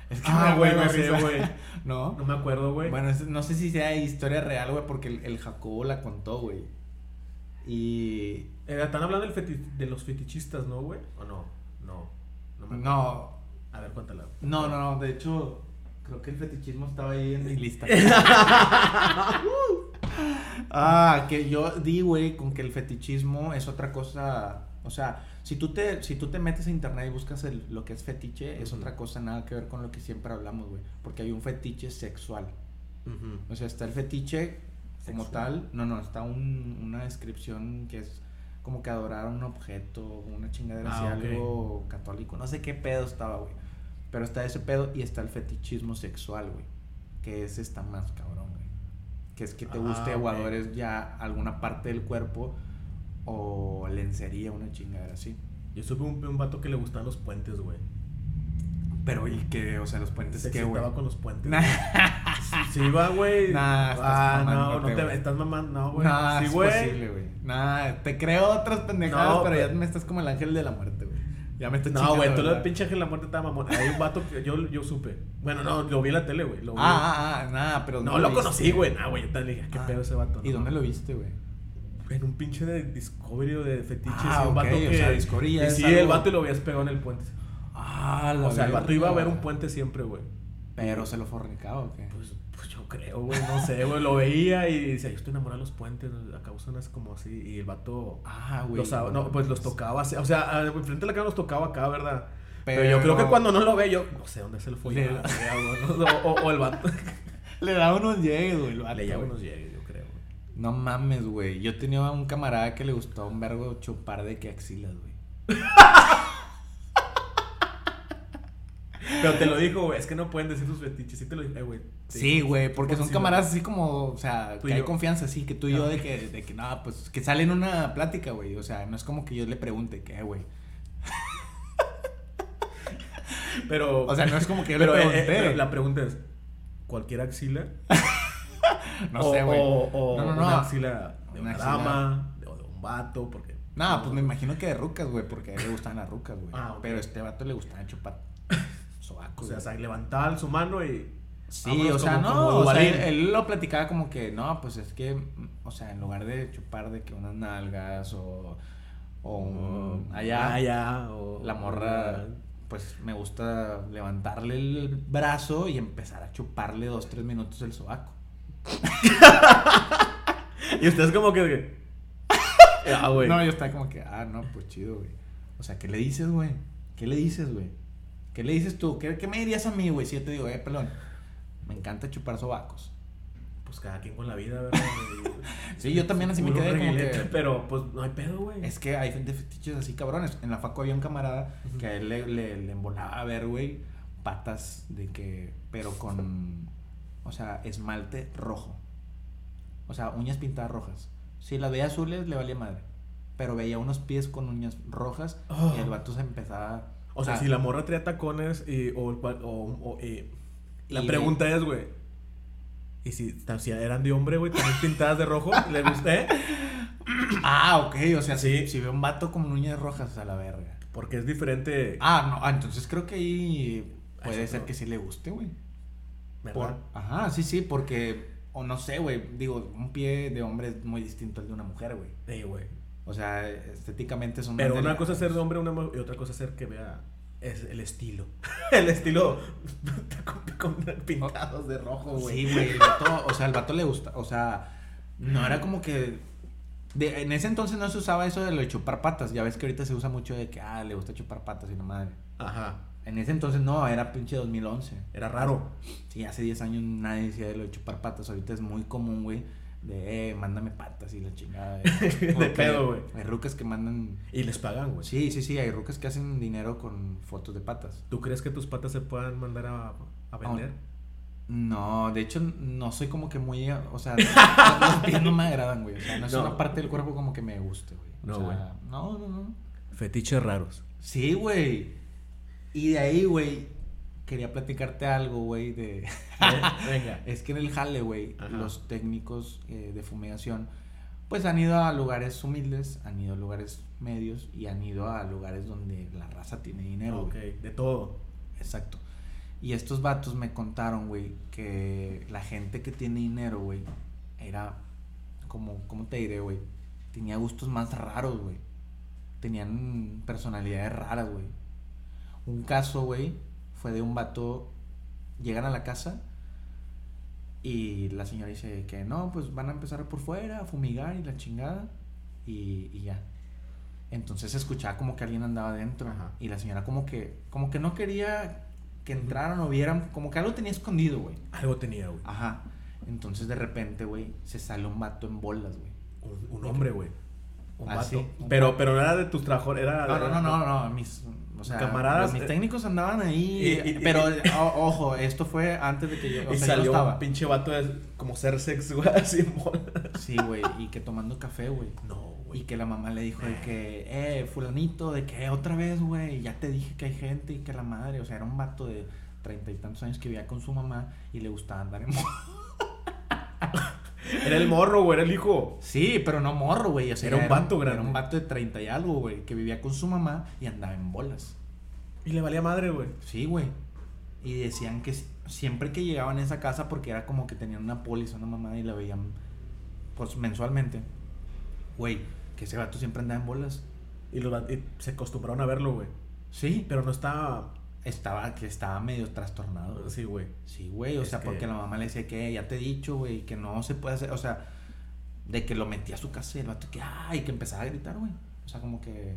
Speaker 1: Es que
Speaker 2: Ah,
Speaker 1: me
Speaker 2: güey,
Speaker 1: da
Speaker 2: no sé,
Speaker 1: risa.
Speaker 2: güey.
Speaker 1: ¿No?
Speaker 2: No me acuerdo, güey.
Speaker 1: Bueno, es- no sé si sea historia real, güey, porque el, el Jacobo la contó, güey. Y.
Speaker 2: Eh, están hablando del feti- de los fetichistas, ¿no, güey? ¿O no? No. No. me acuerdo.
Speaker 1: No,
Speaker 2: A ver, cuéntala.
Speaker 1: no, no, no. De hecho, creo que el fetichismo estaba ahí en mi lista. ah, que yo di, güey, con que el fetichismo es otra cosa. O sea, si tú te, si tú te metes a internet y buscas el- lo que es fetiche, es
Speaker 2: Ujú.
Speaker 1: otra cosa, nada que ver con lo que siempre hablamos, güey. Porque hay un fetiche sexual.
Speaker 2: Ujú.
Speaker 1: O sea, está el fetiche como
Speaker 2: Sexual.
Speaker 1: tal. No, no, está un- una descripción que es como que adorar un objeto, una chingadera,
Speaker 2: Ah,
Speaker 1: así,
Speaker 2: ok.
Speaker 1: algo católico. No sé qué pedo estaba, güey. Pero está ese pedo y está el fetichismo sexual, güey. Que ese está más cabrón, güey. Que es que te
Speaker 2: Ah,
Speaker 1: guste
Speaker 2: ok.
Speaker 1: o adores ya alguna parte del cuerpo o lencería, una chingadera así.
Speaker 2: Yo supe un, un vato que le gustaban los puentes, güey.
Speaker 1: Pero, ¿y qué? O sea, los puentes,
Speaker 2: Se
Speaker 1: ¿qué, güey?
Speaker 2: excitaba con los puentes.
Speaker 1: Nah.
Speaker 2: Sí, va, güey.
Speaker 1: Nah, estás
Speaker 2: ah, no,
Speaker 1: mamándote,
Speaker 2: no te
Speaker 1: güey.
Speaker 2: estás mamando, no, güey.
Speaker 1: Nah,
Speaker 2: sí,
Speaker 1: es
Speaker 2: güey.
Speaker 1: posible, güey. Nah, te creo otras pendejadas,
Speaker 2: No,
Speaker 1: pero ya
Speaker 2: güey.
Speaker 1: me estás como el ángel de la muerte, güey. Ya me estás
Speaker 2: No,
Speaker 1: chingando,
Speaker 2: güey, tú lo
Speaker 1: ¿verdad?
Speaker 2: pinche que la muerte estaba mamón. Hay un vato que yo, yo supe. Bueno, no, lo vi en la tele, güey. Lo vi.
Speaker 1: Ah, ah, ah, nada, pero.
Speaker 2: no, lo
Speaker 1: viste.
Speaker 2: conocí, güey. No, güey, yo también dije, qué
Speaker 1: Ah,
Speaker 2: pedo ese vato.
Speaker 1: ¿Y
Speaker 2: no,
Speaker 1: dónde
Speaker 2: no.
Speaker 1: lo viste, güey?
Speaker 2: En un pinche de Discovery o de fetiches.
Speaker 1: Ah,
Speaker 2: y un vato
Speaker 1: ok, o
Speaker 2: que.
Speaker 1: sea, Discovery ya
Speaker 2: y
Speaker 1: es
Speaker 2: sí,
Speaker 1: algo-
Speaker 2: el vato y lo habías pegado en el puente.
Speaker 1: Ah, la
Speaker 2: O sea, el vato
Speaker 1: verga.
Speaker 2: iba a ver un puente siempre, güey.
Speaker 1: Pero se lo fornicaba, ¿o qué?
Speaker 2: Pues, pues yo creo, güey, no sé, güey. Lo veía y decía, yo estoy enamorado de los puentes. Acá usan así como así. Y el vato.
Speaker 1: Ah, güey.
Speaker 2: Los, ab- no, pues los tocaba así. O sea, a- enfrente de la cara los tocaba acá, ¿verdad?
Speaker 1: Pero-
Speaker 2: Pero, yo creo que cuando no lo ve, yo no sé dónde se lo fue.
Speaker 1: Le-
Speaker 2: o, o- o el vato.
Speaker 1: Le da unos llegues, güey. el vato,
Speaker 2: Le lleva
Speaker 1: güey.
Speaker 2: unos llegues, yo creo. güey.
Speaker 1: No mames, güey. Yo tenía un camarada que le gustaba un vergo chupar de que axilas, güey.
Speaker 2: Pero te lo dijo, güey, es que no pueden decir sus fetiches. Sí te lo dije, eh, güey. te
Speaker 1: Sí,
Speaker 2: dije.
Speaker 1: güey, porque son
Speaker 2: Sí,
Speaker 1: camaradas así como, o sea,
Speaker 2: Tú
Speaker 1: que
Speaker 2: y
Speaker 1: hay
Speaker 2: yo.
Speaker 1: confianza, sí, que tú y yo
Speaker 2: Ah.
Speaker 1: de que, de que no, pues que salen una plática, güey. O sea, no es como que yo le pregunte, ¿qué, güey?
Speaker 2: güey. Pero.
Speaker 1: O sea, no es como que yo le
Speaker 2: pero, eh, eh,
Speaker 1: pregunté.
Speaker 2: pero la pregunta es: ¿cualquier axila?
Speaker 1: no
Speaker 2: O-
Speaker 1: sé, güey.
Speaker 2: O, o
Speaker 1: No, no, no.
Speaker 2: una axila de
Speaker 1: Una
Speaker 2: una,
Speaker 1: axila.
Speaker 2: dama, de, o de un vato, porque.
Speaker 1: No, pues me imagino que de rucas, güey, porque a él le gustaban las rucas, güey.
Speaker 2: Ah, ok.
Speaker 1: Pero a este vato le gustaban chupar
Speaker 2: O
Speaker 1: sobacos.
Speaker 2: sea,
Speaker 1: güey.
Speaker 2: sa- levantar su mano y.
Speaker 1: Sí,
Speaker 2: vámonos
Speaker 1: o sea,
Speaker 2: como-
Speaker 1: no,
Speaker 2: como
Speaker 1: o sea,
Speaker 2: Duvalín.
Speaker 1: él, él lo platicaba como que, no, pues es que, mm, o sea, en lugar de chupar de que unas nalgas o, o un-
Speaker 2: Ah,
Speaker 1: allá,
Speaker 2: allá, o.
Speaker 1: la morra, pues me gusta levantarle el brazo y empezar a chuparle dos, tres minutos el sobaco.
Speaker 2: Y ustedes como que... ah, güey.
Speaker 1: No, yo estaba como que, ah, no, pues chido, güey. O sea, ¿qué le dices, güey? ¿Qué le dices, güey? ¿Qué le dices tú? ¿Qué, qué me dirías a mí, güey? Si yo te digo, eh, pelón, me encanta chupar sobacos.
Speaker 2: Pues cada quien con la vida, ¿verdad?
Speaker 1: Sí, yo también así me
Speaker 2: Puro
Speaker 1: quedé como
Speaker 2: reguilete,
Speaker 1: que-
Speaker 2: Pero, pues, no hay pedo, güey.
Speaker 1: Es que hay gente fetiches así cabrones. En la facu había un camarada que a él le, le, le embolaba a ver, güey, patas de que. Pero con. O sea, esmalte rojo. O sea, uñas pintadas rojas. Si las veía azules, le valía madre. Pero veía unos pies con uñas rojas
Speaker 2: Oh.
Speaker 1: y el vato se empezaba.
Speaker 2: O sea,
Speaker 1: a-
Speaker 2: si la morra trae tacones y... O, el cual- o, o- eh, la
Speaker 1: Y-
Speaker 2: pregunta es, güey... Y si, ta- si eran de hombre, güey, también pintadas de rojo, ¿le ¿Eh? gusté?
Speaker 1: Ah, ok, o sea, si,
Speaker 2: Sí.
Speaker 1: si ve un vato con uñas rojas a la verga.
Speaker 2: Porque es diferente,
Speaker 1: Ah, no, ah, entonces creo que ahí puede
Speaker 2: Eso
Speaker 1: ser
Speaker 2: no.
Speaker 1: que sí le guste, güey. Por-
Speaker 2: ¿verdad?
Speaker 1: ajá, sí, sí, porque, o no sé, güey, digo, un pie de hombre es muy distinto al de una mujer, güey.
Speaker 2: Sí, güey.
Speaker 1: O sea, estéticamente son...
Speaker 2: Pero
Speaker 1: más
Speaker 2: una
Speaker 1: delicados.
Speaker 2: cosa es ser de hombre una mu- y otra cosa es ser que vea... Es el estilo. El estilo con, con pintados de rojo, güey.
Speaker 1: Oh. Sí, güey, el vato, o sea, el vato le gusta, o sea, no era como que... de- en ese entonces no se usaba eso de lo de chupar patas, ya ves que ahorita se usa mucho de que, ah, le gusta chupar patas y la madre.
Speaker 2: Ajá.
Speaker 1: En ese entonces no, era pinche 2011.
Speaker 2: Era raro.
Speaker 1: Sí, hace 10 años nadie decía de lo de chupar patas, ahorita es muy común, güey. De, eh, mándame patas y la chingada. eh. Porque
Speaker 2: pedo, güey.
Speaker 1: Hay rucas que mandan
Speaker 2: Y les pagan, güey.
Speaker 1: Pues Sí, sí, sí, hay rucas que hacen dinero con fotos de patas.
Speaker 2: ¿Tú crees que tus patas se puedan mandar a, a vender?
Speaker 1: No, de hecho, no soy como que muy. O sea, los pies no me agradan, güey. O sea, no es
Speaker 2: No.
Speaker 1: una parte del cuerpo como que me guste, güey. O
Speaker 2: No,
Speaker 1: sea,
Speaker 2: güey.
Speaker 1: No, no, no.
Speaker 2: Fetiches raros.
Speaker 1: Sí, güey. Y de ahí, güey, quería platicarte algo, güey, de.
Speaker 2: Venga.
Speaker 1: Es que en el jale, güey,
Speaker 2: Ajá.
Speaker 1: los técnicos eh, de fumigación, pues han ido a lugares humildes, han ido a lugares medios y han ido a lugares donde la raza tiene dinero,
Speaker 2: Ok,
Speaker 1: güey.
Speaker 2: de todo.
Speaker 1: Exacto. Y estos vatos me contaron, güey, que la gente que tiene dinero, güey, era como, ¿cómo te diré, güey? Tenía gustos más raros, güey. Tenían personalidades raras, güey. Un caso, güey, fue de un vato, llegan a la casa y la señora dice que no, pues van a empezar por fuera, a fumigar y la chingada y, y ya. Entonces se escuchaba como que alguien andaba adentro
Speaker 2: Ajá.
Speaker 1: y la señora como que, como que no quería que entraran o vieran, como que algo tenía escondido, güey.
Speaker 2: Algo tenía, güey.
Speaker 1: Ajá. Entonces de repente, güey, se sale un vato en bolas, güey.
Speaker 2: Un, un hombre, güey. Un
Speaker 1: Ah,
Speaker 2: vato.
Speaker 1: sí.
Speaker 2: Pero, pero no era de tus trabajos, era...
Speaker 1: No, no,
Speaker 2: era-
Speaker 1: no, no, no, mis o sea,
Speaker 2: Camaradas,
Speaker 1: los- mis
Speaker 2: eh,
Speaker 1: técnicos andaban ahí, eh,
Speaker 2: y- y-
Speaker 1: pero o- ojo, esto fue antes de que yo, o
Speaker 2: Y
Speaker 1: sea, yo
Speaker 2: salió un
Speaker 1: estaba.
Speaker 2: pinche vato de, como ser sexual, así. en bola.
Speaker 1: Sí, güey, y que tomando café, güey.
Speaker 2: No,
Speaker 1: Y que la mamá le dijo de que, eh, fulanito, de que otra vez, güey, ya te dije que hay gente y que la madre, o sea, era un vato de treinta y tantos años que vivía con su mamá y le gustaba andar en... mo-
Speaker 2: Era el morro, güey, era el hijo.
Speaker 1: Sí, pero no morro, güey, o sea,
Speaker 2: Era un vato
Speaker 1: Era
Speaker 2: grande.
Speaker 1: un vato de treinta y algo, güey, que vivía con su mamá y andaba en bolas.
Speaker 2: Y le valía madre, güey.
Speaker 1: Sí, güey. Y decían que s- siempre que llegaban a esa casa, porque era como que tenían una póliza, una mamá, y la veían, pues, mensualmente. Güey, que ese vato siempre andaba en bolas.
Speaker 2: Y, los va- y se acostumbraron a verlo, güey.
Speaker 1: Sí, pero
Speaker 2: Pero no estaba
Speaker 1: estaba, que estaba medio trastornado.
Speaker 2: así, güey.
Speaker 1: Sí, güey, o
Speaker 2: Es
Speaker 1: sea,
Speaker 2: que-
Speaker 1: porque la mamá le decía que "Eh, ya te he dicho, güey, que no se puede hacer, o sea, de que lo metía a su casa y el vato que, ay, que empezaba a gritar, güey. O sea, como que...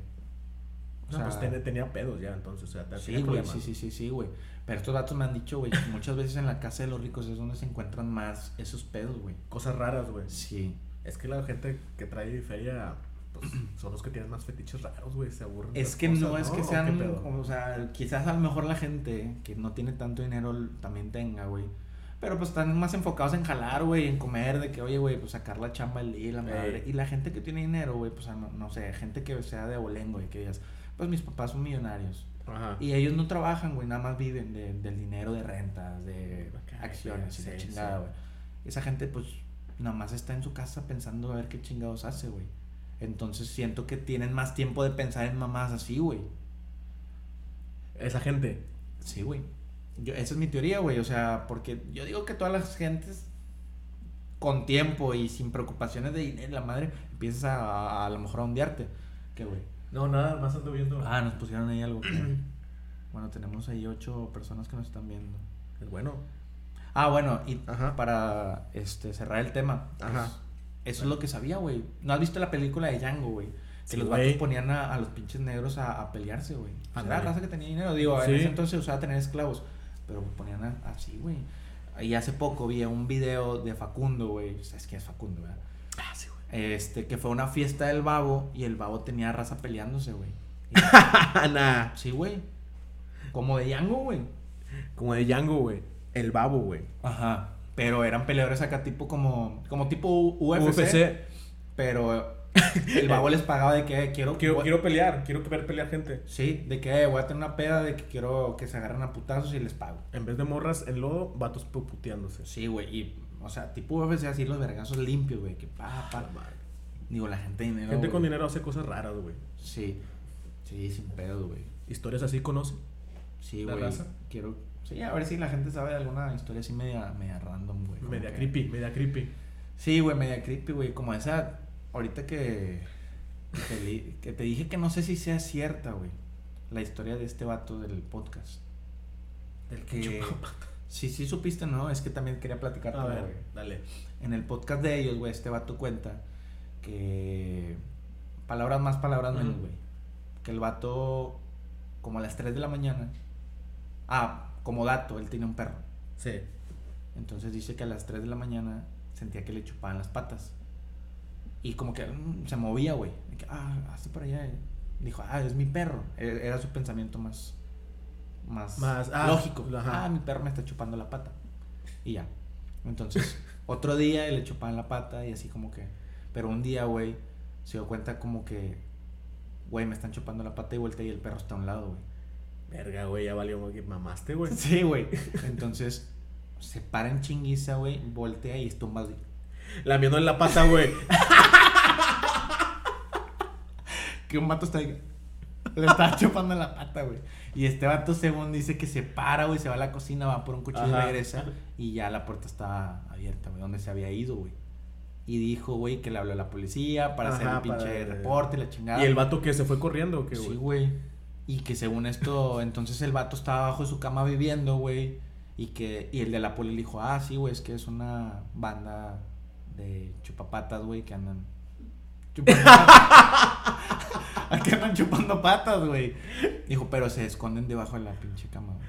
Speaker 2: No, pues ten- tenía pedos ya, entonces, o sea, te-
Speaker 1: Ah. Sí,
Speaker 2: tenía
Speaker 1: güey,
Speaker 2: problemas.
Speaker 1: sí, sí, sí, sí, güey. Pero estos datos me han dicho, güey, que muchas veces en la casa de los ricos es donde se encuentran más esos pedos, güey.
Speaker 2: Cosas raras, güey.
Speaker 1: Sí.
Speaker 2: Es que la gente que trae feria pues, son los que tienen más fetiches raros, güey. Se aburren. de
Speaker 1: Es
Speaker 2: las
Speaker 1: que
Speaker 2: cosas,
Speaker 1: no es que
Speaker 2: ¿O
Speaker 1: sean,
Speaker 2: qué pedo?
Speaker 1: o sea, quizás a lo mejor la gente que no tiene tanto dinero l- también tenga, güey. Pero pues están más enfocados en jalar, güey, en comer, de que, oye, güey, pues sacar la chamba el día y la madre.
Speaker 2: Ey.
Speaker 1: Y la gente que tiene dinero, güey, pues a no, no sé, gente que sea de abolengo y que digas, pues mis papás son millonarios.
Speaker 2: Ajá.
Speaker 1: Y ellos no trabajan, güey, nada más viven de- del dinero de rentas, de
Speaker 2: Acá,
Speaker 1: acciones y
Speaker 2: sí,
Speaker 1: la
Speaker 2: sí.
Speaker 1: chingada, güey. Esa gente, pues, nada más está en su casa pensando a ver qué chingados hace, güey. Entonces siento que tienen más tiempo de pensar en mamás así, güey.
Speaker 2: Esa gente.
Speaker 1: Sí, güey. Yo, esa es mi teoría, güey. O sea, porque yo digo que todas las gentes con tiempo y sin preocupaciones de dinero, la madre, empiezas a, a, a lo mejor a ondearte. ¿Qué, güey?
Speaker 2: No, nada más ando viendo.
Speaker 1: Ah, nos pusieron ahí algo. que- bueno, tenemos ahí ocho personas que nos están viendo.
Speaker 2: Es bueno.
Speaker 1: Ah, bueno, y
Speaker 2: Ajá.
Speaker 1: para este, cerrar el tema. pues,
Speaker 2: Ajá.
Speaker 1: Eso es lo que sabía, güey. ¿No has visto la película de Django, güey? Que
Speaker 2: Sí,
Speaker 1: los
Speaker 2: güey.
Speaker 1: vatos ponían a, a los pinches negros a, a pelearse, güey. O sea, Era la
Speaker 2: Ándale.
Speaker 1: raza que tenía dinero. Digo,
Speaker 2: Sí.
Speaker 1: en ese entonces usaba tener esclavos. Pero ponían a- así, güey. Y hace poco vi un video de Facundo, güey. ¿Sabes quién es Facundo, verdad?
Speaker 2: Ah, sí, güey.
Speaker 1: Este, que fue a una fiesta del babo y el babo tenía a raza peleándose, güey.
Speaker 2: Ana.
Speaker 1: Sí, güey. Como de Django, güey.
Speaker 2: Como de Django, güey. El babo, güey.
Speaker 1: Ajá. Pero eran peleadores acá tipo como, como tipo U- UFC, Pero el babo les pagaba de que quiero,
Speaker 2: Quiero,
Speaker 1: voy-
Speaker 2: quiero pelear, quiero ver pelear gente.
Speaker 1: Sí, de que eh, voy a tener una peda de que quiero que se agarren a putazos y les pago.
Speaker 2: En vez de morras en lodo, vatos pu- puteándose.
Speaker 1: Sí, güey. Y, o sea, tipo UFC así los vergazos limpios, güey. Que pa,
Speaker 2: Ah,
Speaker 1: pa.
Speaker 2: madre.
Speaker 1: Digo, la gente de dinero.
Speaker 2: gente
Speaker 1: güey.
Speaker 2: con dinero hace cosas raras, güey.
Speaker 1: Sí. Sí, sin pedo, güey.
Speaker 2: Historias así conoce.
Speaker 1: Sí,
Speaker 2: ¿La
Speaker 1: güey.
Speaker 2: raza?
Speaker 1: Quiero. Sí, a ver si la gente sabe de alguna historia así media, media random, güey. como
Speaker 2: Media
Speaker 1: que-
Speaker 2: creepy, media creepy.
Speaker 1: Sí, güey, media creepy, güey. Como esa. Ahorita que. Que te, li- que te dije que no sé si sea cierta, güey. La historia de este vato del podcast.
Speaker 2: El
Speaker 1: Que. Sí, sí supiste, ¿no? Es que también quería platicarte,
Speaker 2: A
Speaker 1: güey.
Speaker 2: ver, dale.
Speaker 1: En el podcast de ellos, güey, este vato cuenta que. Palabras más, palabras menos,
Speaker 2: Ujú.
Speaker 1: güey. Que el vato, como a las 3 de la mañana. Ah, como dato, él tiene un perro.
Speaker 2: Sí.
Speaker 1: Entonces dice que a las 3 de la mañana sentía que le chupaban las patas. Y como que mm, se movía, güey. De que, Ah, hazte para allá. eh. Dijo, ah, es mi perro. E- Era su pensamiento más, más,
Speaker 2: Más, ah,
Speaker 1: lógico.
Speaker 2: ajá.
Speaker 1: Ah, mi perro me está chupando la pata. Y ya. Entonces, otro día le chupaban la pata y así como que... Pero un día, güey, se dio cuenta como que... Güey, me están chupando la pata y vuelta y el perro está a un lado, güey.
Speaker 2: Verga, güey, ya valió güey, que mamaste, güey.
Speaker 1: Sí, güey. Entonces, se para en chinguiza, güey, voltea y estumba así.
Speaker 2: Lamiendo en la pata, güey.
Speaker 1: Que un vato está ahí, Le está chupando la pata, güey. Y este vato, según dice que se para, güey, se va a la cocina, va por un cuchillo y
Speaker 2: Ajá.
Speaker 1: regresa. Y ya la puerta está abierta, güey, donde se había ido, güey. Y dijo, güey, que le habló a la policía para hacer
Speaker 2: Ajá,
Speaker 1: el pinche
Speaker 2: para-
Speaker 1: reporte, la chingada.
Speaker 2: Y el vato que se fue corriendo, que
Speaker 1: Sí,
Speaker 2: güey.
Speaker 1: güey. Y que según esto, entonces el vato estaba abajo de su cama viviendo, güey. Y que y el de la poli le dijo, ah, sí, güey, es que es una banda de chupapatas, güey, que andan chupando patas. que andan chupando patas, güey. Dijo, pero se esconden debajo de la pinche cama, güey.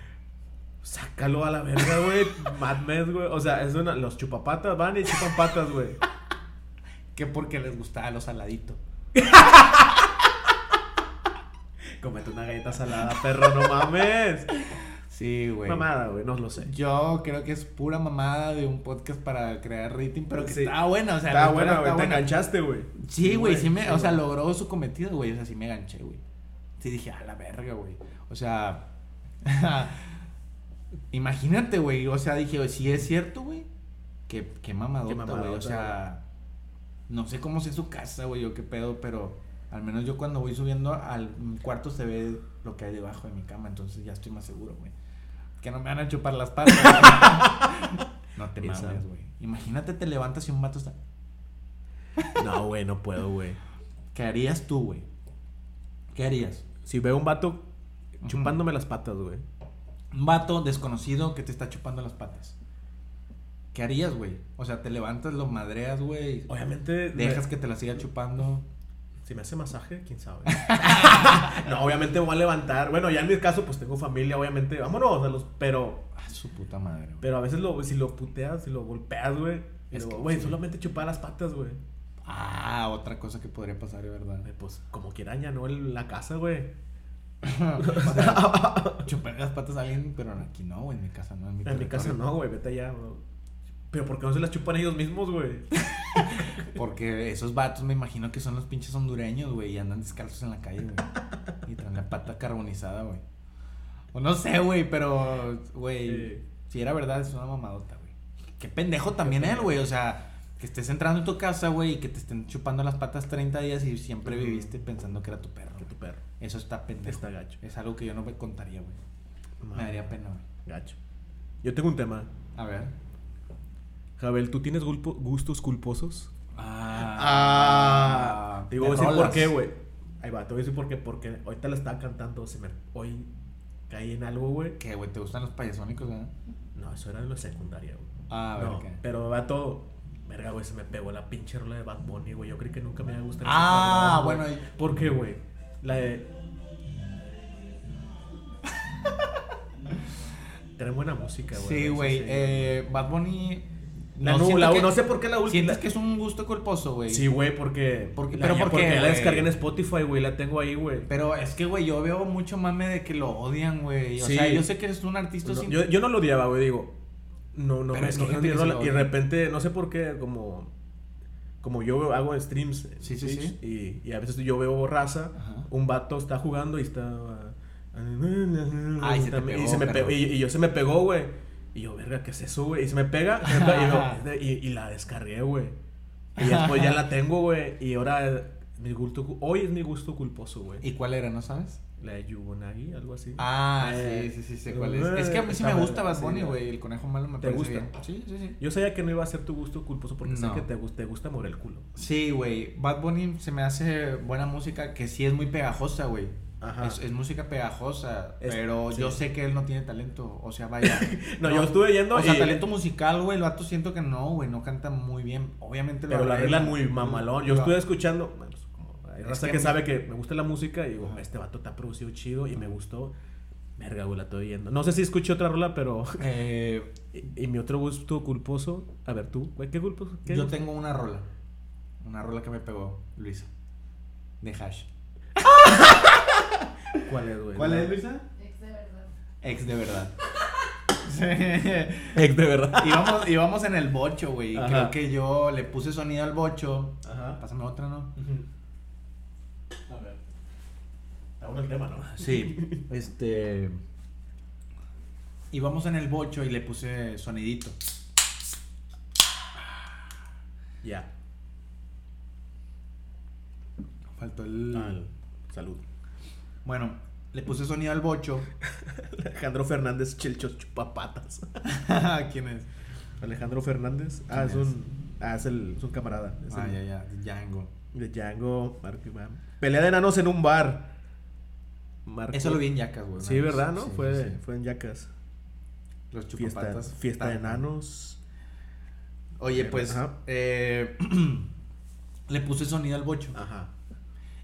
Speaker 2: Sácalo a la verga, güey. Mad Men, güey. O sea, es una. Los chupapatas van y chupan patas, güey.
Speaker 1: Que porque les gustaba lo saladito.
Speaker 2: Comete una galleta salada, perro, no mames.
Speaker 1: Sí, güey.
Speaker 2: Mamada, güey, no lo sé.
Speaker 1: Yo creo que es pura mamada de un podcast para crear rating, pero que
Speaker 2: Sí.
Speaker 1: está buena, o sea,
Speaker 2: Está
Speaker 1: la
Speaker 2: buena,
Speaker 1: historia
Speaker 2: güey, te
Speaker 1: buena.
Speaker 2: enganchaste, güey.
Speaker 1: Sí, güey, sí me,
Speaker 2: sí,
Speaker 1: o sea,
Speaker 2: güey.
Speaker 1: logró su cometido, güey, o sea, sí me ganché, güey. Sí dije, a la verga, güey. O sea, imagínate, güey, o sea, dije, si es cierto, güey, qué, qué
Speaker 2: Qué
Speaker 1: mamadota,
Speaker 2: mamadota,
Speaker 1: güey, o sea, no sé cómo sea su casa, güey, o qué pedo, pero al menos yo cuando voy subiendo al cuarto se ve lo que hay debajo de mi cama, entonces ya estoy más seguro, güey. Que no me van a chupar las patas. güey. no te
Speaker 2: Esa.
Speaker 1: mames, güey. Imagínate, te levantas y un vato está...
Speaker 2: No, güey, no puedo, güey.
Speaker 1: ¿Qué harías tú, güey? ¿Qué harías?
Speaker 2: Si veo un vato
Speaker 1: Ujú.
Speaker 2: chupándome las patas, güey.
Speaker 1: Un vato desconocido que te está chupando las patas. ¿Qué harías, güey? O sea, te levantas, lo madreas, güey.
Speaker 2: Obviamente.
Speaker 1: Dejas que te la siga chupando.
Speaker 2: Si me hace masaje, quién sabe. no, obviamente me voy a levantar. Bueno, ya en mi caso, pues tengo familia, obviamente. Vámonos a los. Pero.
Speaker 1: Ah, su puta madre, güey.
Speaker 2: Pero a veces lo, si lo puteas, si lo golpeas, güey. y
Speaker 1: Es
Speaker 2: luego,
Speaker 1: que
Speaker 2: Güey,
Speaker 1: sí.
Speaker 2: solamente chupar las patas, güey.
Speaker 1: Ah, otra cosa que podría pasar, de verdad.
Speaker 2: Ay, Pues como quiera, ya no el- la casa, güey.
Speaker 1: O sea, chupar las patas a alguien, pero aquí no, güey. En mi casa no. En mi,
Speaker 2: En mi casa
Speaker 1: territorio.
Speaker 2: no, güey, vete allá, güey. Pero ¿por qué no se las chupan ellos mismos, güey?
Speaker 1: Porque esos vatos me imagino que son los pinches hondureños, güey, y andan descalzos en la calle, güey. Y traen la pata carbonizada, güey. O no sé, güey, pero, güey,
Speaker 2: Eh.
Speaker 1: si era verdad, es una mamadota, güey. Qué pendejo también él, güey. O sea, que estés entrando en tu casa, güey, y que te estén chupando las patas 30 días y siempre
Speaker 2: Ujú.
Speaker 1: viviste pensando que era tu perro.
Speaker 2: Que tu perro.
Speaker 1: Eso está pendejo.
Speaker 2: Está gacho.
Speaker 1: Es algo que yo no me contaría, güey. Me daría pena, güey.
Speaker 2: Gacho. Yo tengo un tema.
Speaker 1: A ver.
Speaker 2: Javel, ¿tú tienes gulpo- gustos culposos?
Speaker 1: Ah.
Speaker 2: Te voy a
Speaker 1: de
Speaker 2: decir por
Speaker 1: rolas.
Speaker 2: qué, güey. Ahí va, te voy a decir por qué. Porque ahorita la estaba cantando. Se me... Hoy caí en algo, güey.
Speaker 1: ¿Qué, güey? ¿Te gustan los payasónicos, eh?
Speaker 2: No, eso era en la secundaria, güey.
Speaker 1: Ah, a ver
Speaker 2: no,
Speaker 1: qué.
Speaker 2: pero vato, verga, güey, se me pegó la pinche rola de Bad Bunny, güey. Yo creí que nunca me iba a gustar. esa
Speaker 1: Ah,
Speaker 2: rola, güey.
Speaker 1: bueno,
Speaker 2: ¿Por qué, güey? La de. Tenemos buena música, güey.
Speaker 1: Sí,
Speaker 2: eso
Speaker 1: güey.
Speaker 2: sí.
Speaker 1: eh, Bad Bunny.
Speaker 2: La
Speaker 1: no,
Speaker 2: nu-
Speaker 1: siento
Speaker 2: la-
Speaker 1: que-
Speaker 2: no sé por qué la última.
Speaker 1: Sientes que es un gusto culposo, güey.
Speaker 2: Sí, güey, porque.
Speaker 1: Porque-
Speaker 2: la-
Speaker 1: pero ¿por
Speaker 2: porque
Speaker 1: qué,
Speaker 2: la
Speaker 1: güey?
Speaker 2: descargué en Spotify, güey. La tengo ahí, güey.
Speaker 1: Pero es que, güey, yo veo mucho mame de que lo odian, güey. O
Speaker 2: Sí.
Speaker 1: sea, yo sé que eres un artista
Speaker 2: Pues No,
Speaker 1: sin.
Speaker 2: yo, yo no lo odiaba, güey, digo. No, no,
Speaker 1: Pero
Speaker 2: me-
Speaker 1: es
Speaker 2: no
Speaker 1: que hay
Speaker 2: me
Speaker 1: gente
Speaker 2: dio
Speaker 1: que sí
Speaker 2: rola,
Speaker 1: lo
Speaker 2: Y de
Speaker 1: odia.
Speaker 2: repente, no sé por qué, como. Como yo hago streams. en
Speaker 1: Sí, sí,
Speaker 2: Twitch,
Speaker 1: sí.
Speaker 2: Y, y a veces yo veo raza.
Speaker 1: Ajá.
Speaker 2: Un vato está jugando y está.
Speaker 1: Ay, se te pegó,
Speaker 2: y, se me
Speaker 1: perro.
Speaker 2: pe- y, y yo se me pegó, güey. Y yo, verga, ¿qué es eso, güey? Y se me pega. se me pega, y, yo- y- y la descargué, güey. Y después ya la tengo, güey. Y ahora, eh, mi gusto, cu- hoy es mi gusto culposo, güey.
Speaker 1: ¿Y cuál era, no sabes?
Speaker 2: La de Yubonagi, algo así.
Speaker 1: Ah,
Speaker 2: Eh,
Speaker 1: sí, sí, sí, sé
Speaker 2: no,
Speaker 1: cuál es. Es que a mí sí me
Speaker 2: está-
Speaker 1: gusta Bad
Speaker 2: sí,
Speaker 1: Bunny,
Speaker 2: no.
Speaker 1: güey. El conejo malo me
Speaker 2: ¿Te
Speaker 1: parece
Speaker 2: gusta?
Speaker 1: bien. Sí, sí, sí.
Speaker 2: Yo sabía que no iba a ser tu gusto culposo porque sé
Speaker 1: No.
Speaker 2: que te, gus- te gusta mover el culo.
Speaker 1: Sí, güey. Bad Bunny se me hace buena música que sí es muy pegajosa, güey.
Speaker 2: Ajá.
Speaker 1: Es, es música pegajosa,
Speaker 2: Es-
Speaker 1: pero
Speaker 2: sí.
Speaker 1: yo sé que él no tiene talento. O sea, vaya.
Speaker 2: No, yo estuve yendo
Speaker 1: O sea,
Speaker 2: y-
Speaker 1: talento musical, güey, el vato siento que no, güey, no canta muy bien. Obviamente
Speaker 2: Pero la
Speaker 1: arregla
Speaker 2: regla es muy mamalón. Yo
Speaker 1: Lo-
Speaker 2: estuve escuchando. bueno, pues, como hay
Speaker 1: eh, Es
Speaker 2: raza
Speaker 1: que
Speaker 2: que,
Speaker 1: a mí-
Speaker 2: sabe que me gusta la música y digo,
Speaker 1: Ajá.
Speaker 2: este vato te ha producido chido y me gustó. Verga, güey, la estoy yendo. No sé si escuché otra rola, pero.
Speaker 1: Eh,
Speaker 2: Y, y mi otro gusto culposo. A ver, tú, güey, ¿qué culposo? ¿Qué
Speaker 1: yo
Speaker 2: gusto?
Speaker 1: tengo una rola. Una rola que me pegó, Luisa. De hash.
Speaker 2: ¿Cuál es, güey?
Speaker 1: Luisa?
Speaker 3: Ex de verdad.
Speaker 1: Ex de verdad. Sí.
Speaker 2: Ex de verdad.
Speaker 1: íbamos, íbamos en el bocho, güey. y Creo
Speaker 2: Ajá.
Speaker 1: que yo le puse sonido al bocho.
Speaker 2: Ajá.
Speaker 1: Pásame otra, ¿no?
Speaker 2: A ver. Está bueno el tema, ¿no?
Speaker 1: Sí. Este. Íbamos en el bocho y le puse sonidito.
Speaker 2: Ya.
Speaker 1: Faltó el.
Speaker 2: Al- Salud.
Speaker 1: Bueno, le puse sonido al bocho.
Speaker 2: Alejandro Fernández Chelchos Chupapatas.
Speaker 1: ¿Quién es?
Speaker 2: Alejandro Fernández. Ah, es
Speaker 1: ¿Quién es?
Speaker 2: un, ah, es el, es un camarada. Es
Speaker 1: ah,
Speaker 2: el-
Speaker 1: ya, ya. Django.
Speaker 2: De Django, Marco Iván. Pelea de enanos en un bar. Marco-
Speaker 1: Eso lo vi en Yacas, güey.
Speaker 2: Ah, Sí, ¿verdad? ¿No?
Speaker 1: Sí,
Speaker 2: fue,
Speaker 1: sí, sí.
Speaker 2: fue en Yacas.
Speaker 1: Los
Speaker 2: Fiesta,
Speaker 1: chupapatas. Ah,
Speaker 2: fiesta de
Speaker 1: Está-
Speaker 2: enanos.
Speaker 1: Oye, pues.
Speaker 2: Ajá.
Speaker 1: eh, le puse sonido al bocho.
Speaker 2: Ajá.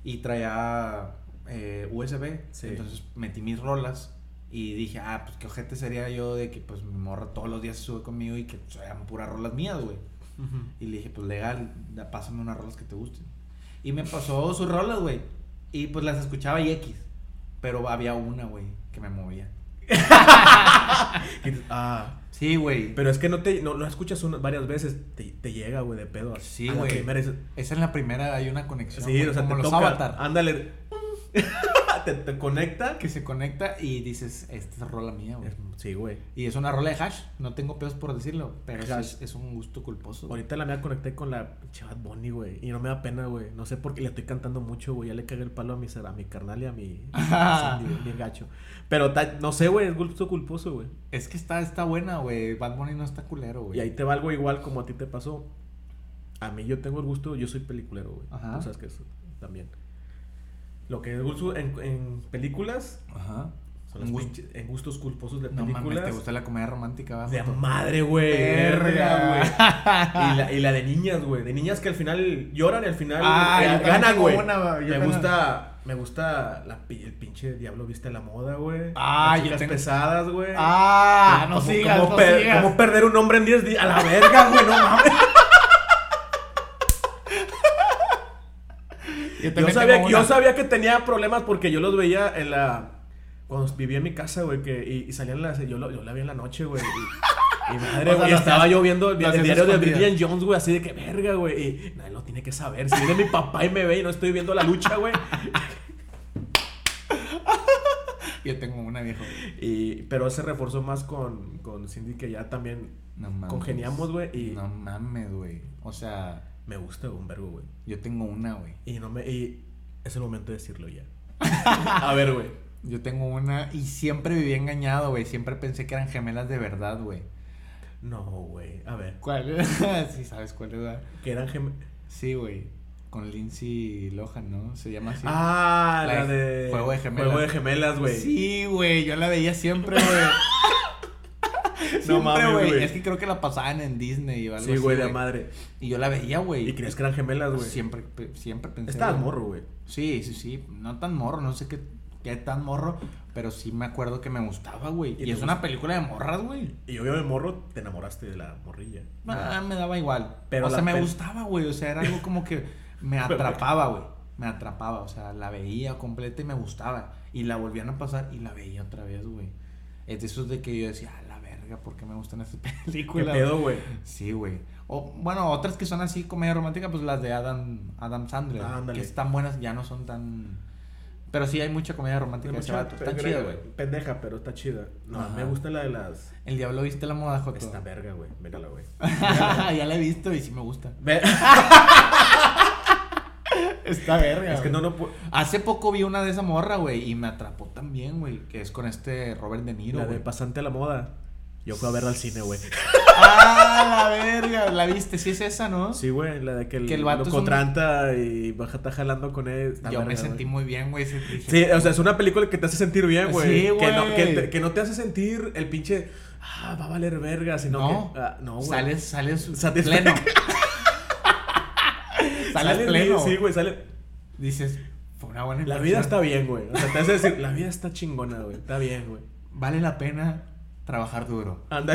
Speaker 1: Y traía eh, USB.
Speaker 2: Sí.
Speaker 1: Entonces metí mis rolas. Y dije, ah, pues qué ojete sería yo de que pues mi morra todos los días se sube conmigo y que sean puras rolas mías, güey. Y le dije, pues legal, da- pásame unas rolas que te gusten. Y me pasó sus rolas, güey. Y pues las escuchaba y X. Pero había una, güey, que me movía.
Speaker 2: Y dices, ah.
Speaker 1: Sí, güey.
Speaker 2: Pero es que no te no lo escuchas una- varias veces, te, te llega, güey, de pedo.
Speaker 1: Sí,
Speaker 2: A la
Speaker 1: güey.
Speaker 2: primera dices,
Speaker 1: Esa es la primera, hay una conexión.
Speaker 2: Sí,
Speaker 1: güey,
Speaker 2: o sea,
Speaker 1: como
Speaker 2: te
Speaker 1: los
Speaker 2: toca. Ah.
Speaker 1: Avatar.
Speaker 2: Ándale. te, te conecta.
Speaker 1: Que se conecta y dices, esta es rola mía, güey.
Speaker 2: Es- Sí, güey.
Speaker 1: Y es una rola de hash, no tengo pedos por decirlo, pero sí
Speaker 2: Hash.
Speaker 1: es, es un gusto culposo. güey.
Speaker 2: Ahorita la mía conecté con la pinche Bad Bunny, güey. Y no me da pena, güey. No sé por qué le estoy cantando mucho, güey. Ya le cagué el palo a mi, a mi carnal y a mi, a mi- mi gacho. Pero ta- no sé, güey. Es gusto culposo, güey.
Speaker 1: Es que está, está buena, güey. Bad Bunny no está culero, güey.
Speaker 2: Y ahí te va algo igual como a ti te pasó. A mí yo tengo el gusto, yo soy peliculero, güey.
Speaker 1: Ajá.
Speaker 2: Tú sabes que eso también. Lo que es gusto en, en películas
Speaker 1: Ajá.
Speaker 2: son las
Speaker 1: Un gus-
Speaker 2: pinches- en gustos culposos de
Speaker 1: No
Speaker 2: películas.
Speaker 1: mames, te gusta la comedia romántica, va.
Speaker 2: De
Speaker 1: Joto?
Speaker 2: madre, güey.
Speaker 1: Verga.
Speaker 2: güey. Y la, y la de niñas, güey. De niñas que al final lloran y al final
Speaker 1: Ah,
Speaker 2: eh,
Speaker 1: yo también
Speaker 2: ganan,
Speaker 1: tengo
Speaker 2: güey.
Speaker 1: una, va, yo
Speaker 2: Me
Speaker 1: también-
Speaker 2: gusta, me gusta la pi- el pinche diablo viste la moda, güey.
Speaker 1: Ah,
Speaker 2: Las
Speaker 1: yo
Speaker 2: chicas
Speaker 1: tengo-
Speaker 2: pesadas, güey.
Speaker 1: Ah, no
Speaker 2: Como-
Speaker 1: sigas,
Speaker 2: como
Speaker 1: no
Speaker 2: per-
Speaker 1: sigas.
Speaker 2: como perder un hombre en 10 días? A la verga, güey, no mames. Yo
Speaker 1: también
Speaker 2: sabía,
Speaker 1: tengo
Speaker 2: que- yo
Speaker 1: una.
Speaker 2: sabía que tenía problemas porque yo los veía en la. Cuando vivía en mi casa, güey, que, y, y salían las. Yo, lo- yo la vi en la noche, güey. Y, y
Speaker 1: O
Speaker 2: madre,
Speaker 1: sea,
Speaker 2: güey.
Speaker 1: lo
Speaker 2: estaba
Speaker 1: hacías-
Speaker 2: yo viendo el,
Speaker 1: lo
Speaker 2: el
Speaker 1: hacías
Speaker 2: diario de
Speaker 1: escondidas.
Speaker 2: Bridget Jones, güey, así de que verga, güey. Y nadie lo tiene que saber. Si viene mi papá y me ve y no estoy viendo la lucha, güey.
Speaker 1: Yo tengo una, viejo.
Speaker 2: Y, pero se reforzó más con, con Cindy, que ya también
Speaker 1: No mames.
Speaker 2: Congeniamos, güey, y-
Speaker 1: No mames, güey. O sea,
Speaker 2: me gusta un vergo, güey.
Speaker 1: yo tengo una, güey.
Speaker 2: Y no me. Y es el momento de decirlo ya. A ver, güey.
Speaker 1: Yo tengo una y siempre viví engañado, güey. Siempre pensé que eran gemelas de verdad, güey.
Speaker 2: No, güey. A ver.
Speaker 1: ¿Cuál? sí, sabes cuál es, ¿verdad?
Speaker 2: Que eran gem...
Speaker 1: Sí, güey. Con Lindsay Lohan, ¿no? Se llama así.
Speaker 2: Ah, la,
Speaker 1: La de
Speaker 2: de.
Speaker 1: Juego de Gemelas.
Speaker 2: Juego de gemelas, güey.
Speaker 1: Sí, güey. Yo la veía siempre, güey.
Speaker 2: No
Speaker 1: Siempre,
Speaker 2: mames, güey.
Speaker 1: Es que creo que la pasaban en Disney o algo
Speaker 2: Sí,
Speaker 1: así,
Speaker 2: güey, de la madre.
Speaker 1: Y yo la veía, güey.
Speaker 2: Y crees que eran gemelas, güey.
Speaker 1: Siempre, pe- siempre pensé.
Speaker 2: Estabas
Speaker 1: güey.
Speaker 2: morro, güey.
Speaker 1: Sí, sí, sí. No tan morro, no sé qué, qué tan morro, pero sí me acuerdo que me gustaba, güey.
Speaker 2: ¿Y
Speaker 1: Y,
Speaker 2: te
Speaker 1: es una
Speaker 2: gusta?
Speaker 1: película de morras, güey.
Speaker 2: Y yo de morro te enamoraste de la morrilla.
Speaker 1: Ah, me daba igual. Pero
Speaker 2: Pero
Speaker 1: o sea,
Speaker 2: la
Speaker 1: me
Speaker 2: pel-
Speaker 1: gustaba, güey. O sea, era algo como que me atrapaba, güey. Me atrapaba. O sea, la veía completa y me gustaba. Y la volvían a pasar y la veía otra vez, güey. Es de esos de que yo decía, a la verga, ¿por qué me gustan estas
Speaker 2: ¿Qué
Speaker 1: películas?
Speaker 2: pedo, güey?
Speaker 1: Sí, güey. O, bueno, otras que son así comedia romántica, pues las de Adam, Adam Sandler.
Speaker 2: Ah, ándale.
Speaker 1: que están buenas, ya no son tan. Pero sí hay mucha comedia romántica de ese vato. Está chida, güey.
Speaker 2: Pendeja, pero está chida. No,
Speaker 1: Ajá.
Speaker 2: me gusta la de las.
Speaker 1: El diablo viste la moda, Joto.
Speaker 2: Esta verga, güey. Mírala, güey.
Speaker 1: ya la he visto y sí me gusta.
Speaker 2: Ve-
Speaker 1: Está verga.
Speaker 2: es que no, no puedo.
Speaker 1: Hace poco vi una de esa morra, güey, y me atrapó también, güey, que es con este Robert De Niro,
Speaker 2: La de
Speaker 1: güey.
Speaker 2: pasante a la moda. Yo fui a verla al cine, güey.
Speaker 1: ¡Ah, la verga! ¿La viste? Sí es esa, ¿no?
Speaker 2: Sí, güey, la de que el,
Speaker 1: Que el vato
Speaker 2: lo
Speaker 1: es un-
Speaker 2: contrata y baja, está jalando con él. Está
Speaker 1: Yo me
Speaker 2: verga,
Speaker 1: sentí
Speaker 2: güey.
Speaker 1: muy bien, güey. ese- dije,
Speaker 2: Sí, o sea, es una película que te hace sentir bien, güey.
Speaker 1: Sí,
Speaker 2: Que no,
Speaker 1: güey.
Speaker 2: que, te- que no te hace sentir el pinche. Ah, va a valer verga, sino
Speaker 1: No.
Speaker 2: que. ah, no, güey.
Speaker 1: Sales, sales
Speaker 2: Satisfecho.
Speaker 1: pleno. sales
Speaker 2: Sales
Speaker 1: pleno.
Speaker 2: Sí, güey, sale.
Speaker 1: Dices, fue una buena
Speaker 2: La
Speaker 1: inversión.
Speaker 2: vida está bien, güey. O sea, te hace decir, la vida está chingona, güey. Está bien, güey.
Speaker 1: Vale la pena trabajar duro.
Speaker 2: Anda.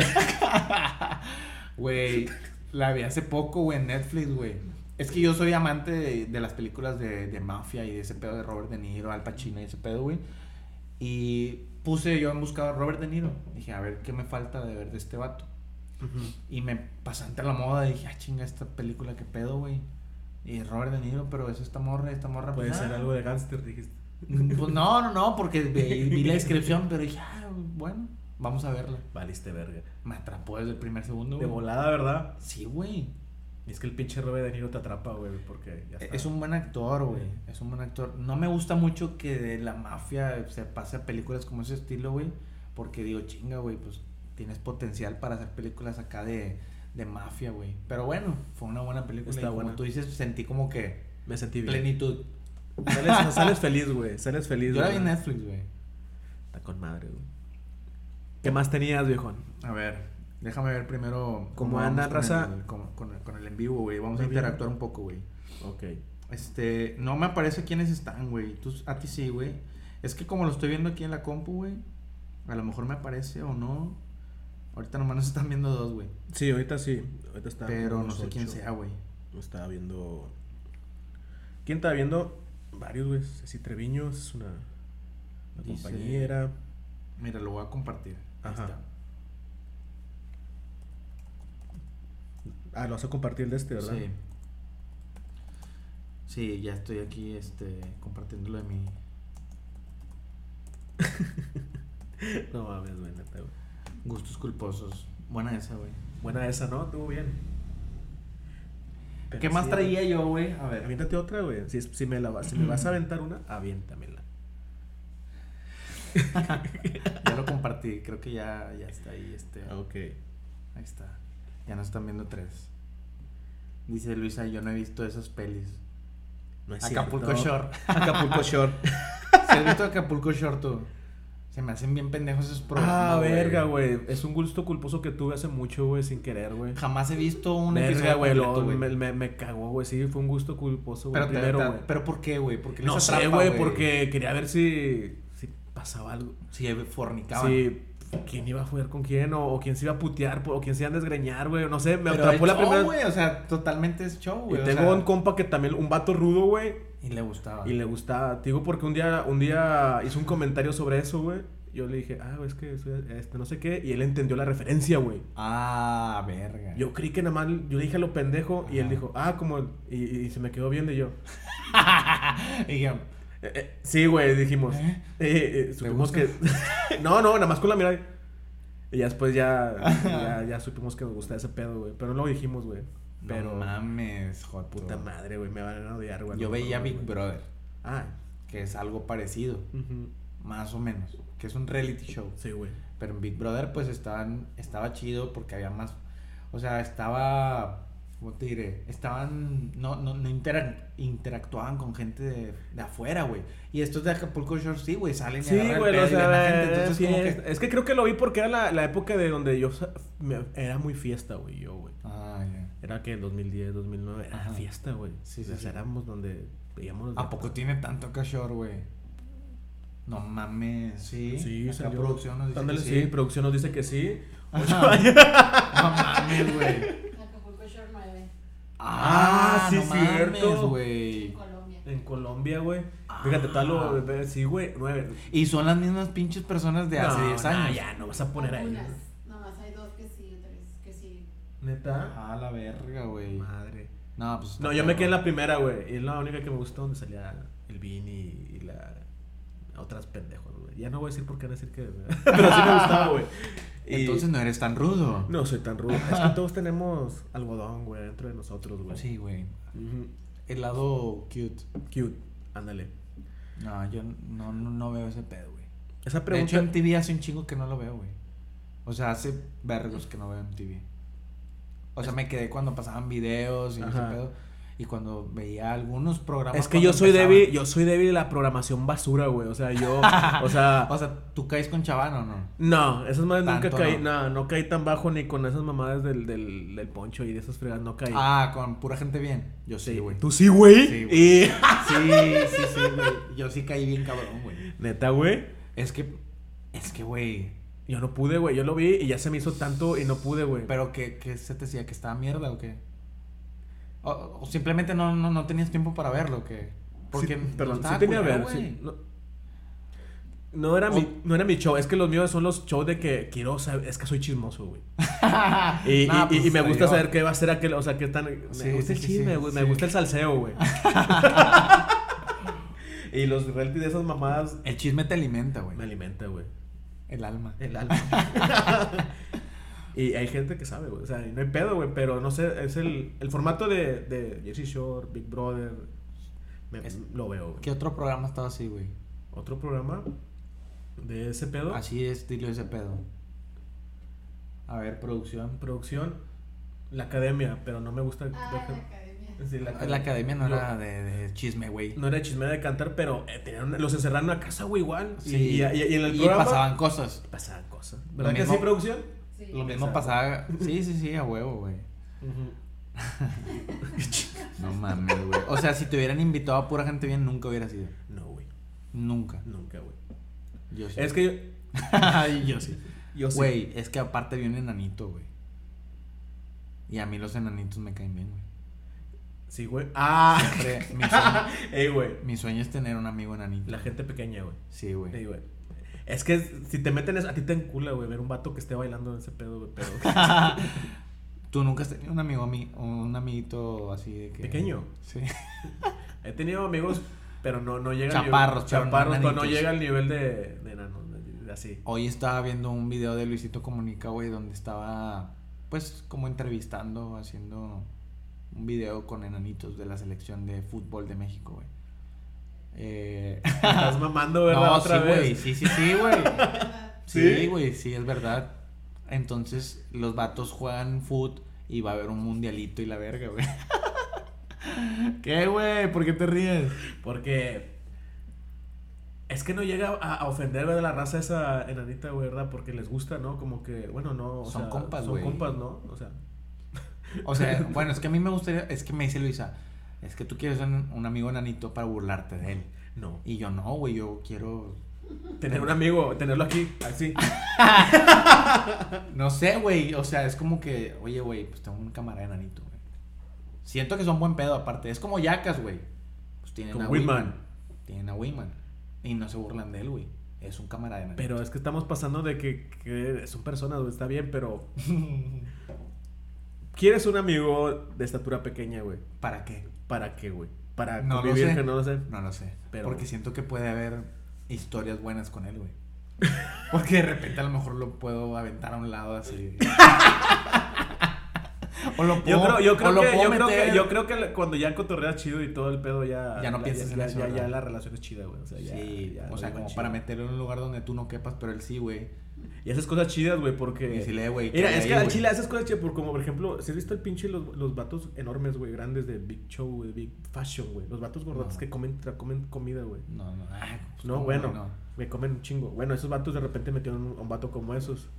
Speaker 1: Güey, la vi hace poco, güey, en Netflix, güey. Es que yo soy amante de, de las películas de, de mafia y de ese pedo de Robert De Niro, Al Pacino y ese pedo, güey. Y puse yo en busca de Robert De Niro. Dije, a ver, ¿qué me falta de ver de este vato? Y me pasé ante la moda y dije, ah, chinga, esta película, qué pedo, güey. Y Robert De Niro, pero es esta morra, esta morra.
Speaker 2: Puede
Speaker 1: pues,
Speaker 2: ser
Speaker 1: ah,
Speaker 2: algo de gángster, dijiste.
Speaker 1: Pues no, no, no, porque vi, vi la descripción, pero dije, ah, bueno, vamos a verla.
Speaker 2: Valiste verga.
Speaker 1: Me atrapó desde el primer segundo,
Speaker 2: De
Speaker 1: güey.
Speaker 2: volada, ¿verdad?
Speaker 1: Sí, güey.
Speaker 2: Y es que el pinche Robert De Niro te atrapa, güey, porque ya está.
Speaker 1: E, Es un buen actor, güey. Es un buen actor. No me gusta mucho que de la mafia se pase a películas como ese estilo, güey. Porque digo, chinga, güey, pues tienes potencial para hacer películas acá de, de mafia, güey. Pero bueno, fue una buena película.
Speaker 2: Está
Speaker 1: y como
Speaker 2: buena.
Speaker 1: tú dices, pues, sentí como que
Speaker 2: Me sentí bien.
Speaker 1: plenitud.
Speaker 2: Sales, sales feliz, güey. Sales feliz.
Speaker 1: Yo la vi
Speaker 2: güey.
Speaker 1: en Netflix, güey.
Speaker 2: Está con madre, güey. ¿Qué más tenías, viejón?
Speaker 1: A ver, déjame ver primero.
Speaker 2: ¿Cómo
Speaker 1: vamos
Speaker 2: anda,
Speaker 1: con
Speaker 2: raza?
Speaker 1: el- con, con- con el en vivo, güey. Vamos a
Speaker 2: Muy bien.
Speaker 1: interactuar un poco, güey.
Speaker 2: Ok.
Speaker 1: Este, no me aparece quiénes están, güey. Tú- A ti sí, güey. Es que como lo estoy viendo aquí en la compu, güey. A lo mejor me aparece o no. Ahorita nomás nos están viendo dos, güey.
Speaker 2: Sí, ahorita sí. Ahorita está.
Speaker 1: Pero
Speaker 2: como
Speaker 1: no
Speaker 2: unos
Speaker 1: sé quién
Speaker 2: ocho.
Speaker 1: sea, güey.
Speaker 2: Estaba viendo. ¿Quién estaba viendo? Varios, güey. Ceci Treviño es una, una
Speaker 1: Dice-
Speaker 2: compañera.
Speaker 1: Mira, lo voy a compartir. Ahí
Speaker 2: Ajá.
Speaker 1: está.
Speaker 2: Ah, lo vas a compartir el de este, ¿verdad?
Speaker 1: Sí. Sí, ya estoy aquí este, compartiéndolo de mi.
Speaker 2: No mames, güey, neta, güey.
Speaker 1: Gustos culposos. Buena esa, güey.
Speaker 2: Buena esa, ¿no? Estuvo bien. Pero
Speaker 1: ¿Qué más
Speaker 2: sí,
Speaker 1: traía yo, güey? A
Speaker 2: güey.
Speaker 1: ver.
Speaker 2: Aviéntate otra, güey. Si, si me la, va- si me vas a aventar una, aviéntamela.
Speaker 1: Ya lo compartí. Creo que ya, ya está ahí. Este,
Speaker 2: Ok.
Speaker 1: Ahí está. Ya nos están viendo tres. Dice Luisa, yo no he visto esas pelis.
Speaker 2: No es
Speaker 1: Acapulco
Speaker 2: cierto.
Speaker 1: Shore.
Speaker 2: Acapulco Shore.
Speaker 1: ¿Sí has visto Acapulco Shore tú? Se me hacen bien pendejos esos programas.
Speaker 2: ah, verga, güey. Es un gusto culposo que tuve hace mucho, güey, sin querer, güey.
Speaker 1: Jamás he visto un
Speaker 2: Verga,
Speaker 1: episodio
Speaker 2: güey. lo-
Speaker 1: completo, güey.
Speaker 2: Me, me, me cagó, güey. Sí, fue un gusto culposo, güey.
Speaker 1: Pero, te-
Speaker 2: Primero,
Speaker 1: te-
Speaker 2: güey.
Speaker 1: pero ¿por qué, güey? Porque
Speaker 2: No sé, güey, porque quería ver si, si pasaba algo.
Speaker 1: Si fornicaban.
Speaker 2: Si quién iba a jugar con quién, o, o quién se iba a putear, o quién se iba a desgreñar, güey. No sé, me
Speaker 1: Pero
Speaker 2: atrapó
Speaker 1: es
Speaker 2: la
Speaker 1: show,
Speaker 2: primera.
Speaker 1: güey, o sea, totalmente es show,
Speaker 2: y
Speaker 1: güey. o
Speaker 2: tengo
Speaker 1: sea,
Speaker 2: un compa que también, un vato rudo, güey,
Speaker 1: Y le gustaba.
Speaker 2: y le gustaba. Te digo porque un día, un día hizo un comentario sobre eso, güey. Yo le dije, ah, güey, es que soy este, no sé qué, y él entendió la referencia, güey.
Speaker 1: Ah, verga.
Speaker 2: Yo creí que nada más, yo le dije a lo pendejo, y él
Speaker 1: Ajá.
Speaker 2: dijo, ah, como, el- y, y se me quedó viendo y yo.
Speaker 1: Y yo,
Speaker 2: "Eh, eh, sí, güey, dijimos.
Speaker 1: ¿Eh?
Speaker 2: Eh, eh, supimos
Speaker 1: gusta?
Speaker 2: que. no, no, nada más con la mirada. Y ya después ya, ya, ya supimos que nos gusta ese pedo, güey. Pero no lo dijimos, güey. Pero.
Speaker 1: no mames, joto.
Speaker 2: puta madre, güey. Me van a odiar, güey.
Speaker 1: Yo
Speaker 2: No,
Speaker 1: veía
Speaker 2: no,
Speaker 1: Big
Speaker 2: güey.
Speaker 1: Brother,
Speaker 2: Ah.
Speaker 1: que es algo parecido,
Speaker 2: ujú,
Speaker 1: más o menos, que es un reality show.
Speaker 2: Sí, güey.
Speaker 1: Pero en Big Brother, pues estaban, estaba chido porque había más. O sea, estaba. ¿Cómo te diré? Estaban. No, no, no interac- interactuaban con gente de, de afuera, güey. Y estos de Acapulco Shore, sí, güey, salen y
Speaker 2: Sí,
Speaker 1: agarran el
Speaker 2: güey.
Speaker 1: pedo
Speaker 2: O
Speaker 1: y ven a
Speaker 2: sea,
Speaker 1: gente. Entonces,
Speaker 2: sí,
Speaker 1: como
Speaker 2: es,
Speaker 1: que.
Speaker 2: es que creo que lo vi porque era la, la época de donde yo. sa- me- era muy fiesta, güey. Yo, güey.
Speaker 1: Ah, ya.
Speaker 2: Era que el 2010, 2009. Era
Speaker 1: Ajá.
Speaker 2: fiesta, güey.
Speaker 1: Sí,
Speaker 2: O
Speaker 1: sí,
Speaker 2: sea,
Speaker 1: sí.
Speaker 2: éramos donde veíamos.
Speaker 1: ¿A poco tiene tanto Cashore, güey? No mames, sí.
Speaker 2: Sí,
Speaker 1: Acá
Speaker 2: salió.
Speaker 1: producción nos dice
Speaker 2: Ándale,
Speaker 1: que
Speaker 2: sí. producción nos dice que sí.
Speaker 1: Ajá. No mames, güey.
Speaker 3: Acapulco Shore 9,
Speaker 2: Ah, sí,
Speaker 1: no mames,
Speaker 2: cierto.
Speaker 3: en
Speaker 1: güey.
Speaker 3: Colombia.
Speaker 2: En Colombia, güey.
Speaker 1: Ah.
Speaker 2: Fíjate, tal lo. ve- Sí, güey. Nueve.
Speaker 1: Y son las mismas pinches personas de hace
Speaker 2: No,
Speaker 1: 10
Speaker 2: no,
Speaker 1: años.
Speaker 2: ya, no vas a poner ahí.
Speaker 3: Algunas, nomás hay dos que sí, tres que sí.
Speaker 2: Neta.
Speaker 1: Ah, la verga, güey.
Speaker 2: Madre.
Speaker 1: No, pues.
Speaker 2: No, yo me quedé en la primera, güey. Y es la única que me gustó donde salía el Vini y, y la. Otras pendejos, güey. Ya no voy a decir por qué no decir que. Pero sí me gustaba, güey. Y-
Speaker 1: Entonces no eres tan rudo.
Speaker 2: No soy tan rudo. Es que todos tenemos algodón, güey, dentro de nosotros, güey.
Speaker 1: Sí, güey.
Speaker 2: Ujú.
Speaker 1: El lado cute.
Speaker 2: Cute. Ándale.
Speaker 1: No, yo no, no, no veo ese pedo, güey.
Speaker 2: Esa
Speaker 1: De
Speaker 2: pregunta.
Speaker 1: hecho, en TV hace un chingo que no lo veo, güey. O sea, hace vergos que no veo en TV. O sea, me quedé cuando pasaban videos y ese
Speaker 2: Ajá.
Speaker 1: pedo. Y cuando veía algunos programas.
Speaker 2: Es que
Speaker 1: cuando
Speaker 2: yo soy
Speaker 1: empezaban.
Speaker 2: débil, yo soy débil de la programación basura, güey. O sea, yo, o sea,
Speaker 1: O sea, ¿tú caes con chavano o no?
Speaker 2: no, esas madres nunca
Speaker 1: Tanto
Speaker 2: caí,
Speaker 1: no.
Speaker 2: no. no caí tan bajo ni con esas mamadas del, del, del poncho y de esas fregadas, no caí.
Speaker 1: Ah, con pura gente bien. Yo sí, güey.
Speaker 2: Tú sí, Ah. güey.
Speaker 1: Sí, güey.
Speaker 2: y
Speaker 1: Sí, sí, sí, güey. Yo sí caí bien cabrón, güey.
Speaker 2: neta, güey.
Speaker 1: Es que, es que, güey.
Speaker 2: Yo no pude, güey. Yo lo vi y ya se me hizo tanto y no pude, güey.
Speaker 1: Pero que, que se te decía que estaba mierda o qué? O, o simplemente no, no, no tenías tiempo para verlo o qué? Porque
Speaker 2: Sí,
Speaker 1: no
Speaker 2: perdón, sí
Speaker 1: estaba
Speaker 2: tenía
Speaker 1: culero,
Speaker 2: ver,
Speaker 1: güey.
Speaker 2: sí, no, no era
Speaker 1: O-
Speaker 2: mi no era mi show, es que los míos son los shows de que quiero saber, es que soy chismoso, güey. Y,
Speaker 1: Nah,
Speaker 2: y-
Speaker 1: pues,
Speaker 2: y me
Speaker 1: te
Speaker 2: gusta
Speaker 1: digo.
Speaker 2: saber qué va a hacer aquel, o sea, qué tan... Me
Speaker 1: Sí,
Speaker 2: gusta
Speaker 1: sí,
Speaker 2: el
Speaker 1: sí,
Speaker 2: chisme,
Speaker 1: sí,
Speaker 2: güey, me
Speaker 1: sí.
Speaker 2: gusta el salseo, güey. y los reality de esas mamadas
Speaker 1: El chisme te alimenta, güey.
Speaker 2: me Eh. alimenta, güey.
Speaker 1: El alma.
Speaker 2: El alma. y hay gente que sabe, güey. O sea, y no hay pedo, güey, pero no sé, es el, el formato de, de Jersey Shore, Big Brother, me-
Speaker 1: Es-
Speaker 2: lo veo, güey.
Speaker 1: ¿Qué otro programa estaba así, güey?
Speaker 2: Otro programa de ese pedo,
Speaker 1: Así estilo ese pedo. A ver, producción.
Speaker 2: producción, la academia, pero no me gusta...
Speaker 3: Ah, la academia.
Speaker 2: Sí, la
Speaker 1: La academia no
Speaker 2: Yo-
Speaker 1: era de, de chisme, güey.
Speaker 2: No era chismera de cantar, pero eh, tenían- los encerraron a casa, güey, igual. Y-
Speaker 1: Sí.
Speaker 2: Y, y- y en el programa
Speaker 1: pasaban cosas.
Speaker 2: pasaban cosas. ¿Verdad
Speaker 1: Lo
Speaker 2: que
Speaker 1: mismo-
Speaker 2: sí, producción?
Speaker 3: Sí.
Speaker 1: Lo mismo pasaba. Sí, sí, sí, a huevo, güey. No mames, güey. O sea, si te hubieran invitado a pura gente bien, nunca hubiera sido.
Speaker 2: No, güey.
Speaker 1: Nunca.
Speaker 2: Nunca, güey.
Speaker 1: Yo sí.
Speaker 2: Es que yo.
Speaker 1: Ay, yo sí.
Speaker 2: Yo sí.
Speaker 1: Güey, es que aparte vi un enanito, güey. Y a mí los enanitos me caen bien, güey.
Speaker 2: Sí, güey.
Speaker 1: Ah, siempre, mi, sueño,
Speaker 2: Ey, güey.
Speaker 1: mi sueño es tener un amigo enanito.
Speaker 2: La gente pequeña, güey.
Speaker 1: Sí, güey.
Speaker 2: Ey, güey. Es que si te meten eso, a ti te encula, güey, ver un vato que esté bailando en ese pedo, güey, pero
Speaker 1: ¿Tú nunca has tenido un amigo, ami- un amiguito así de que...
Speaker 2: pequeño.
Speaker 1: Sí.
Speaker 2: He tenido amigos, pero no, no llega
Speaker 1: Chaparros, pero
Speaker 2: al
Speaker 1: no
Speaker 2: nivel, chaparros, pero no
Speaker 1: enanitos.
Speaker 2: llega al nivel de, de enanos, de- de- así.
Speaker 1: Hoy estaba viendo un video de Luisito Comunica, güey, donde estaba, pues, como entrevistando, haciendo un video con enanitos de la selección de fútbol de México, güey. Eh...
Speaker 2: Estás mamando, ¿verdad?
Speaker 1: No,
Speaker 2: Otra
Speaker 1: sí,
Speaker 2: vez.
Speaker 1: güey, sí, sí, sí, güey.
Speaker 3: ¿verdad?
Speaker 1: Sí, güey, ¿Sí? es verdad. Entonces, los vatos juegan foot y va a haber un mundialito y la verga, güey. ¿Qué, güey? ¿Por qué te ríes?
Speaker 2: Porque es que no llega a, a ofender ¿verdad? la raza esa enanita, güey, ¿verdad? Porque les gusta, ¿no? Como que, bueno, no. o
Speaker 1: Son
Speaker 2: sea,
Speaker 1: compas,
Speaker 2: Son
Speaker 1: güey.
Speaker 2: compas, ¿no? O sea,
Speaker 1: O sea, bueno, es que a mí me gustaría, es que me dice Luisa, es que tú quieres un, un amigo enanito para burlarte de él.
Speaker 2: no.
Speaker 1: Y yo no, güey, yo quiero...
Speaker 2: Tener un amigo, tenerlo aquí, así.
Speaker 1: No sé, güey, o sea, es como que, oye, güey, pues tengo un camarada enanito, güey. Siento que son buen pedo aparte, es como yacas, güey. Pues tienen
Speaker 2: Como
Speaker 1: a
Speaker 2: Whitman.
Speaker 1: Whitman. Tienen a Wayman. Y no se burlan de él, güey. Es un camarada enanito.
Speaker 2: Pero es que estamos pasando de que, que son personas, güey, está bien, pero. ¿Quieres un amigo de estatura pequeña, güey?
Speaker 1: ¿Para qué?
Speaker 2: ¿Para qué, güey? Para
Speaker 1: No lo
Speaker 2: convivir,
Speaker 1: sé.
Speaker 2: que no lo sé.
Speaker 1: No lo sé.
Speaker 2: Pero-
Speaker 1: Porque siento que puede haber historias buenas con él, güey. Porque de repente a lo mejor lo puedo aventar a un lado así. o lo
Speaker 2: Yo
Speaker 1: puedo,
Speaker 2: creo, yo
Speaker 1: o
Speaker 2: creo,
Speaker 1: lo
Speaker 2: que,
Speaker 1: puedo
Speaker 2: yo, creo
Speaker 1: meter-
Speaker 2: que, yo creo que la- cuando ya cotorreas chido y todo el pedo, ya.
Speaker 1: Ya no
Speaker 2: la-
Speaker 1: piensas en
Speaker 2: ya,
Speaker 1: eso,
Speaker 2: ya,
Speaker 1: ¿verdad?
Speaker 2: ya la relación es chida, güey. O sea, ya,
Speaker 1: sí,
Speaker 2: ya
Speaker 1: o
Speaker 2: lo
Speaker 1: sea,
Speaker 2: llevan
Speaker 1: como
Speaker 2: chido.
Speaker 1: para meterlo en un lugar donde tú no quepas, pero él sí, güey.
Speaker 2: Y haces cosas chidas, güey, porque.
Speaker 1: Y si le, güey.
Speaker 2: Mira,
Speaker 1: queda
Speaker 2: es que
Speaker 1: ahí,
Speaker 2: al
Speaker 1: güey.
Speaker 2: chile haces cosas chidas, por como por ejemplo, si has visto el pinche los, los vatos enormes, güey, grandes de Big Show, güey, Big Fashion, güey. Los vatos gordotes
Speaker 1: No.
Speaker 2: que comen, tra- comen comida, güey.
Speaker 1: No, no. ah, pues,
Speaker 2: No,
Speaker 1: ¿cómo,
Speaker 2: bueno.
Speaker 1: güey? No.
Speaker 2: Me comen un chingo. Bueno, esos vatos de repente metieron un, un vato como esos.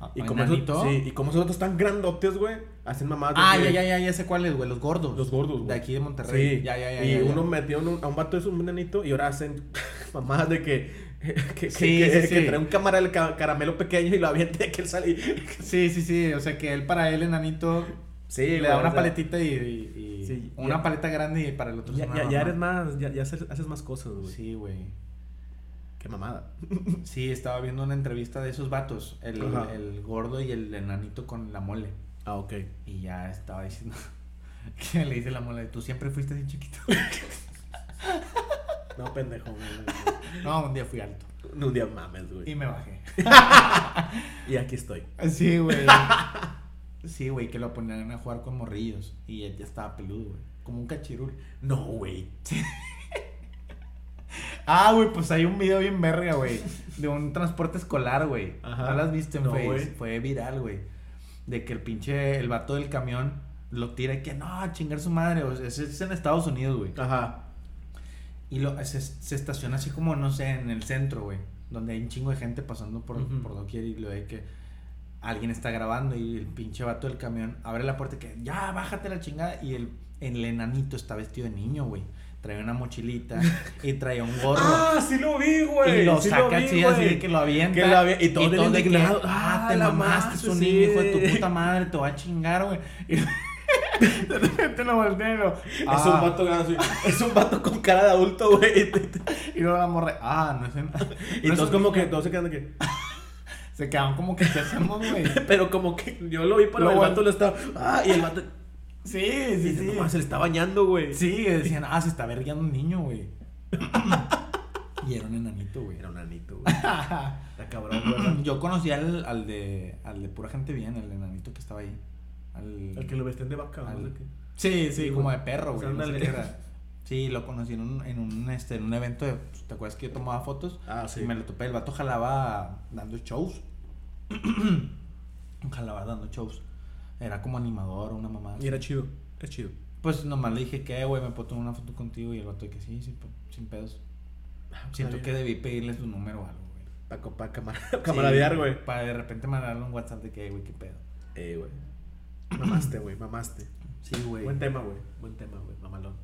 Speaker 1: Ah,
Speaker 2: Y
Speaker 1: ¿un
Speaker 2: como,
Speaker 1: enanito?
Speaker 2: esos, sí, y como esos vatos tan grandotes, güey, hacen mamadas.
Speaker 1: Ah,
Speaker 2: de
Speaker 1: ya,
Speaker 2: que-
Speaker 1: ya, ya, ya sé cuáles, güey. Los gordos.
Speaker 2: Los gordos, güey.
Speaker 1: De aquí de Monterrey.
Speaker 2: Sí.
Speaker 1: Ya, ya, ya.
Speaker 2: Y
Speaker 1: ya, ya.
Speaker 2: uno metió un- a un vato es un enanito y ahora hacen mamadas de que. Que, que,
Speaker 1: Sí,
Speaker 2: que-
Speaker 1: sí,
Speaker 2: que
Speaker 1: sí.
Speaker 2: trae un cámara el ca- caramelo pequeño y lo avienta que él sale. y-
Speaker 1: Sí, sí, sí. O sea, que él para él, enanito,
Speaker 2: Sí,
Speaker 1: le
Speaker 2: güey,
Speaker 1: da
Speaker 2: o
Speaker 1: una
Speaker 2: sea,
Speaker 1: paletita y, y- y
Speaker 2: Sí,
Speaker 1: una
Speaker 2: ya-
Speaker 1: paleta grande y para el otro es
Speaker 2: Ya,
Speaker 1: una
Speaker 2: ya, ya
Speaker 1: mamá.
Speaker 2: eres más, ya, ya haces, haces más cosas, güey.
Speaker 1: Sí, güey.
Speaker 2: Qué mamada.
Speaker 1: Sí, estaba viendo una entrevista de esos vatos, el,
Speaker 2: Ajá.
Speaker 1: el gordo y el enanito con la mole.
Speaker 2: Ah, ok.
Speaker 1: Y ya estaba diciendo que le dice la mole, tú siempre fuiste así chiquito.
Speaker 2: No, pendejo, güey.
Speaker 1: no, un día fui alto.
Speaker 2: No, Un día mames, güey.
Speaker 1: Y me bajé.
Speaker 2: Y aquí estoy.
Speaker 1: Sí, güey. Sí, güey, que lo ponían a jugar con morrillos. Y él ya estaba peludo, güey. Como un cachirul.
Speaker 2: No, güey.
Speaker 1: Ah, güey, pues hay un video bien verga, güey. De un transporte escolar, güey.
Speaker 2: Ajá.
Speaker 1: ¿No lo has visto en
Speaker 2: No,
Speaker 1: Face?
Speaker 2: güey.
Speaker 1: Fue viral, güey. De que el pinche, el vato del camión lo tira y que no, a chingar su madre. O sea, es, es en Estados Unidos, güey.
Speaker 2: Ajá.
Speaker 1: Y lo, se, se estaciona así como, no sé, en el centro, güey. Donde hay un chingo de gente pasando por,
Speaker 2: Ujú.
Speaker 1: por doquier y lo de que alguien está grabando y el pinche vato del camión abre la puerta y que ya, bájate la chingada. Y el, el enanito está vestido de niño, güey. Trae una mochilita y trae un gorro.
Speaker 2: Ah, sí lo vi, güey.
Speaker 1: Y lo
Speaker 2: sí
Speaker 1: saca
Speaker 2: vi,
Speaker 1: así,
Speaker 2: güey.
Speaker 1: así de que lo avienta.
Speaker 2: Que lo avie- y todos
Speaker 1: todo
Speaker 2: bien
Speaker 1: de que,
Speaker 2: indignados.
Speaker 1: ah,
Speaker 2: Ah,
Speaker 1: te
Speaker 2: la
Speaker 1: mamaste, es
Speaker 2: mamaste,
Speaker 1: un
Speaker 2: sí.
Speaker 1: hijo de tu puta madre, te va a chingar, güey. Y de repente lo voltean y lo.
Speaker 2: Es un
Speaker 1: "Ah".
Speaker 2: vato grande, así. Es un vato con cara de adulto, güey.
Speaker 1: Y luego la morra, ah, no es en-
Speaker 2: Y
Speaker 1: no es
Speaker 2: todos
Speaker 1: un
Speaker 2: como
Speaker 1: niño".
Speaker 2: que, todos se quedan de que.
Speaker 1: Se quedaron como que, ¿qué hacemos, güey?
Speaker 2: Pero como que yo lo vi, pero
Speaker 1: Lo
Speaker 2: el
Speaker 1: vol-
Speaker 2: vato lo estaba. Ah, y el vato.
Speaker 1: Sí,
Speaker 2: y
Speaker 1: sí,
Speaker 2: dice,
Speaker 1: sí.
Speaker 2: "No, se le está bañando, güey.
Speaker 1: Sí, decían, ah, se está vergueando un niño, güey. y era un enanito, güey.
Speaker 2: Era un anito, güey. Está cabrón, güey.
Speaker 1: Yo conocí al, al de al de pura gente bien, el enanito que estaba ahí. Al,
Speaker 2: El que lo vestían de vaca,
Speaker 1: Al-
Speaker 2: no sé qué.
Speaker 1: Sí, sí,
Speaker 2: Sí,
Speaker 1: como
Speaker 2: güey.
Speaker 1: de perro,
Speaker 2: O
Speaker 1: güey.
Speaker 2: sea,
Speaker 1: no sé
Speaker 2: ándale.
Speaker 1: qué era. Sí, lo conocí en un, en un, este, en un evento. de- ¿Te acuerdas que yo tomaba fotos?
Speaker 2: Ah, sí.
Speaker 1: Y me lo topé. El vato jalaba dando shows. jalaba dando shows. Era como animador, una mamá.
Speaker 2: Y era chido. Es chido.
Speaker 1: Pues nomás le dije que, güey, me puedo tomar una foto contigo. Y el vato de que sí, sí, po- sin pedos. Siento que debí pedirle su número o algo, güey.
Speaker 2: Para pa, camar- camaradear,
Speaker 1: Sí,
Speaker 2: güey.
Speaker 1: Para de repente mandarle un WhatsApp de que, güey, qué pedo.
Speaker 2: Eh, güey. Mamaste, güey, mamaste.
Speaker 1: Sí, güey.
Speaker 2: Buen tema, güey. Buen tema, güey. Mamalón.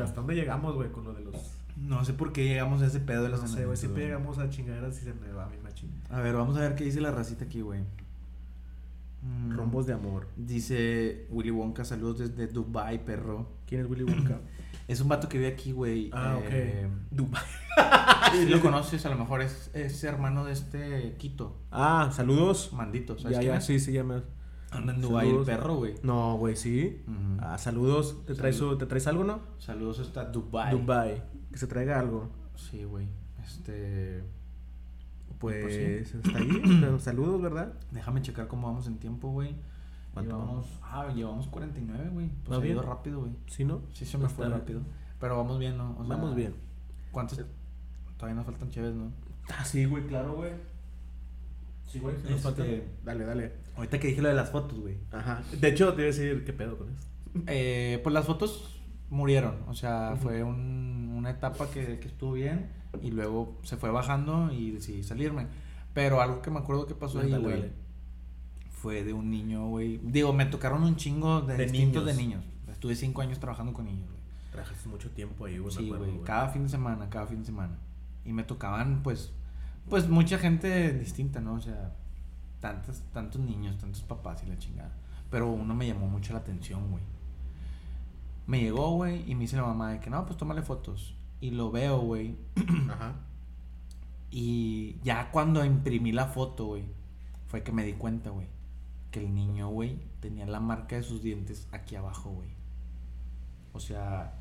Speaker 2: ¿Hasta dónde llegamos, güey, con lo de los.
Speaker 1: No sé por qué llegamos a ese pedo de los
Speaker 2: No sé, güey.
Speaker 1: enanitos,
Speaker 2: Siempre llegamos a chingaderas y se me va mi machín.
Speaker 1: A ver, vamos a ver qué dice la racita aquí, güey. Mm.
Speaker 2: Rombos de amor.
Speaker 1: Dice Willy Wonka, saludos desde Dubai, perro.
Speaker 2: ¿Quién es Willy Wonka?
Speaker 1: Es un vato que vive aquí, güey.
Speaker 2: Ah,
Speaker 1: eh,
Speaker 2: ok. Dubai.
Speaker 1: Si lo conoces, a lo mejor es, es hermano de este Quito,
Speaker 2: Ah, saludos.
Speaker 1: Mandito. ¿Sabes
Speaker 2: Ya,
Speaker 1: quién
Speaker 2: ya,
Speaker 1: es?
Speaker 2: sí, sí, ya me.
Speaker 1: Anda en Dubai
Speaker 2: Saludos.
Speaker 1: el perro, güey.
Speaker 2: No, güey, sí.
Speaker 1: Ujú.
Speaker 2: Ah, saludos. ¿Te traes,
Speaker 1: Saludos.
Speaker 2: ¿Te traes algo, no?
Speaker 1: Saludos hasta Dubai.
Speaker 2: Dubai. Que se traiga algo.
Speaker 1: Sí, güey. Este.
Speaker 2: Pues,
Speaker 1: Pues
Speaker 2: hasta ahí. pero Saludos, ¿verdad?
Speaker 1: Déjame checar cómo vamos en tiempo, güey.
Speaker 2: ¿Cuánto
Speaker 1: llevamos? Ah, llevamos 49, güey. Pues
Speaker 2: ¿Va
Speaker 1: ha ido
Speaker 2: bien?
Speaker 1: rápido, güey.
Speaker 2: ¿Sí, no?
Speaker 1: Sí, se me
Speaker 2: Está
Speaker 1: fue
Speaker 2: bien.
Speaker 1: rápido. Pero vamos bien, ¿no? O sea,
Speaker 2: Vamos bien.
Speaker 1: ¿Cuántos? Todavía nos faltan chéves, ¿no?
Speaker 2: Ah, sí, güey, claro, güey. Sí, güey.
Speaker 1: Este-
Speaker 2: Dale, dale.
Speaker 1: Ahorita que dije lo de las fotos, güey.
Speaker 2: Ajá. De hecho, te iba a decir, ¿qué pedo con eso?
Speaker 1: Eh, pues las fotos murieron, o sea, fue un- una etapa que, que estuvo bien y luego se fue bajando y decidí salirme. Pero algo que me acuerdo que pasó ahí,
Speaker 2: Dale,
Speaker 1: güey,
Speaker 2: dale.
Speaker 1: fue de un niño, güey. Digo, me tocaron un chingo de,
Speaker 2: De
Speaker 1: distintos de
Speaker 2: niños.
Speaker 1: niños. Estuve cinco años trabajando con niños, güey.
Speaker 2: Trabajaste mucho tiempo ahí, güey. Pues me
Speaker 1: Sí,
Speaker 2: acuerdo,
Speaker 1: güey, cada fin de semana, cada fin de semana. Y me tocaban, pues, pues mucha gente distinta, ¿no? O sea, tantos, tantos niños, tantos papás y la chingada. Pero uno me llamó mucho la atención, güey. Me llegó, güey, y me dice la mamá de que, no, pues tómale fotos. Y lo veo, güey.
Speaker 2: Ajá.
Speaker 1: Y ya cuando imprimí la foto, güey, fue que me di cuenta, güey, que el niño, güey, tenía la marca de sus dientes aquí abajo, güey. O sea,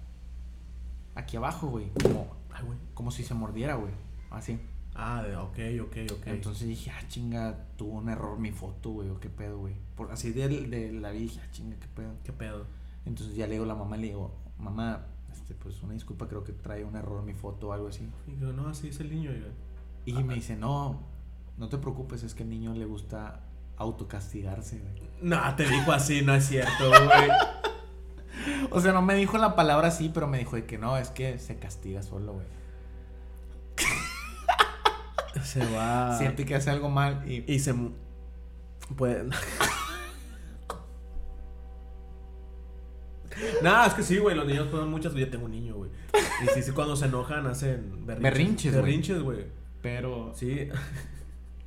Speaker 1: aquí abajo, güey, como
Speaker 2: Ay, güey.
Speaker 1: como si se mordiera, güey. Así.
Speaker 2: Ah, de- ok, ok, ok.
Speaker 1: Entonces dije, ah, chinga, tuvo un error mi foto, güey, o qué pedo, güey. Por, así de, de la vi, dije, ah, chinga, qué pedo.
Speaker 2: ¿Qué pedo?
Speaker 1: Entonces ya le digo a la mamá, le digo, mamá, este, pues una disculpa, creo que trae un error mi foto o algo así.
Speaker 2: Y digo, no, así es el niño, güey.
Speaker 1: Y me dice, no, no te preocupes, es que al niño le gusta autocastigarse, güey.
Speaker 2: No, te dijo así, no es cierto, güey.
Speaker 1: O sea, no me dijo la palabra así, pero me dijo de que no, es que se castiga solo, güey.
Speaker 2: Se va.
Speaker 1: Siente que hace algo mal y...
Speaker 2: Y se. mu- Pues. Nada, es que sí, güey. Los niños juegan muchas. Yo tengo un niño, güey. Y sí, sí, cuando se enojan hacen berrinches.
Speaker 1: Berrinches, güey. Ah,
Speaker 2: Berrinches, güey.
Speaker 1: Pero
Speaker 2: Sí.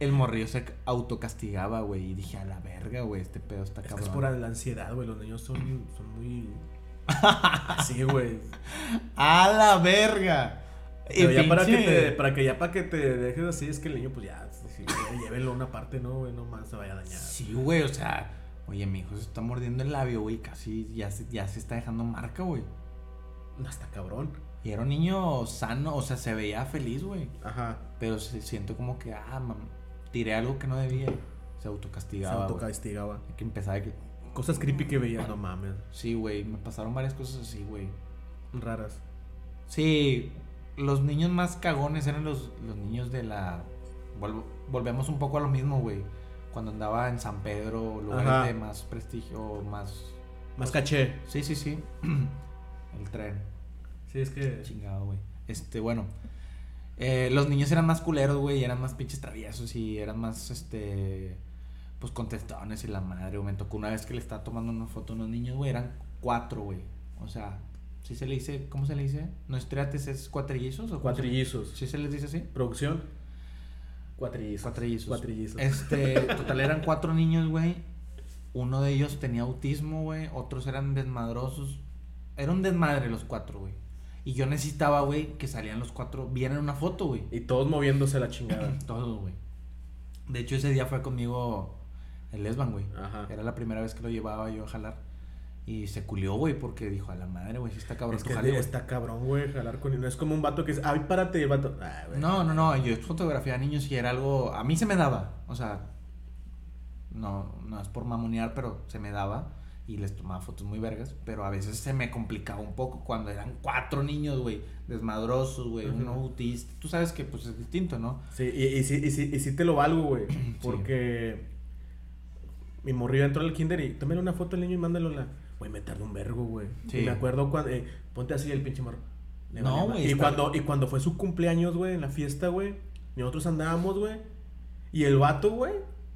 Speaker 1: El morrillo se autocastigaba, güey. Y dije, a la verga, güey, este pedo está
Speaker 2: Es que
Speaker 1: cabrón.
Speaker 2: es por la ansiedad, güey. Los niños son, son muy. Sí, güey.
Speaker 1: ¡A la verga! Y
Speaker 2: Pero ya para que,
Speaker 1: pinche-
Speaker 2: te, para que ya para que te dejes así, es que el niño, pues ya, sí, güey, llévenlo a una parte, ¿no, güey? No más se vaya a dañar.
Speaker 1: Sí, güey, o sea. Oye, mi hijo se está mordiendo el labio, güey. Casi ya se, ya se está dejando marca, güey.
Speaker 2: No, está cabrón.
Speaker 1: Y era un niño sano, o sea, se veía feliz, güey.
Speaker 2: Ajá.
Speaker 1: Pero se siento como que, ah, mam, tiré algo que no debía. Se
Speaker 2: Se
Speaker 1: autocastigaba. güey.
Speaker 2: autocastigaba.
Speaker 1: Hay que empezaba que.
Speaker 2: Cosas creepy que veía, no mames.
Speaker 1: Sí, güey, me pasaron varias cosas así, güey.
Speaker 2: Raras.
Speaker 1: Sí, los niños más cagones eran los, los niños de la... Volvo- volvemos un poco a lo mismo, güey. Cuando andaba en San Pedro, lugares
Speaker 2: Ajá.
Speaker 1: de más prestigio, más...
Speaker 2: Más caché.
Speaker 1: Sí, sí, sí. El tren.
Speaker 2: Sí, es que.
Speaker 1: Chingado, güey. Este, bueno. eh, los niños eran más culeros, güey. Eran más pinches traviesos y eran más, este. Pues contestones y la madre, güey. Me tocó una vez que le estaba tomando una foto a unos niños, güey. Eran cuatro, güey. O sea, si se le dice. ¿Cómo se le dice? ¿No es triates, es cuatrillizos? o cómo se-
Speaker 2: Cuatrillizos.
Speaker 1: ¿Sí se les dice así?
Speaker 2: Producción. Cuatrillizos.
Speaker 1: Cuatrillizos.
Speaker 2: Cuatrillizos.
Speaker 1: Este, total eran cuatro niños, güey. Uno de ellos tenía autismo, güey. Otros eran desmadrosos. Era un desmadre los cuatro, güey. Y yo necesitaba, güey, que salían los cuatro bien en una foto, güey.
Speaker 2: Y todos moviéndose la chingada.
Speaker 1: Todos, güey. De hecho, ese día fue conmigo el lesban, güey.
Speaker 2: Ajá.
Speaker 1: Era la primera vez que lo llevaba yo a jalar. Y se culió, güey, porque dijo, a la madre, güey, si está cabrón
Speaker 2: Es
Speaker 1: tu
Speaker 2: que
Speaker 1: jale, güey".
Speaker 2: está cabrón, güey, jalar con. No es como un vato que dice, ay, párate, y el vato. "Ah,
Speaker 1: Pues.
Speaker 2: güey".
Speaker 1: No, no, no, yo fotografía a niños y era algo, a mí se me daba, o sea, no, no es por mamonear, pero se me daba y les tomaba fotos muy vergas, pero a veces se me complicaba un poco cuando eran cuatro niños, güey, desmadrosos, güey,
Speaker 2: Ujú.
Speaker 1: uno autista, tú sabes que pues es distinto, ¿no?
Speaker 2: Sí, y, y, sí, y, sí, y sí te lo valgo, güey. Porque. Mi morrillo entró al kinder y tómale una foto al niño y mándalo la. Güey, me tardó un vergo, güey.
Speaker 1: Sí.
Speaker 2: Y me acuerdo cuando. eh, ponte así el pinche morro. Le
Speaker 1: No,
Speaker 2: valía madre.
Speaker 1: güey,
Speaker 2: Y
Speaker 1: está-
Speaker 2: cuando, y cuando fue su cumpleaños, güey, en la fiesta, güey. Nosotros andábamos, güey. Y el vato, güey.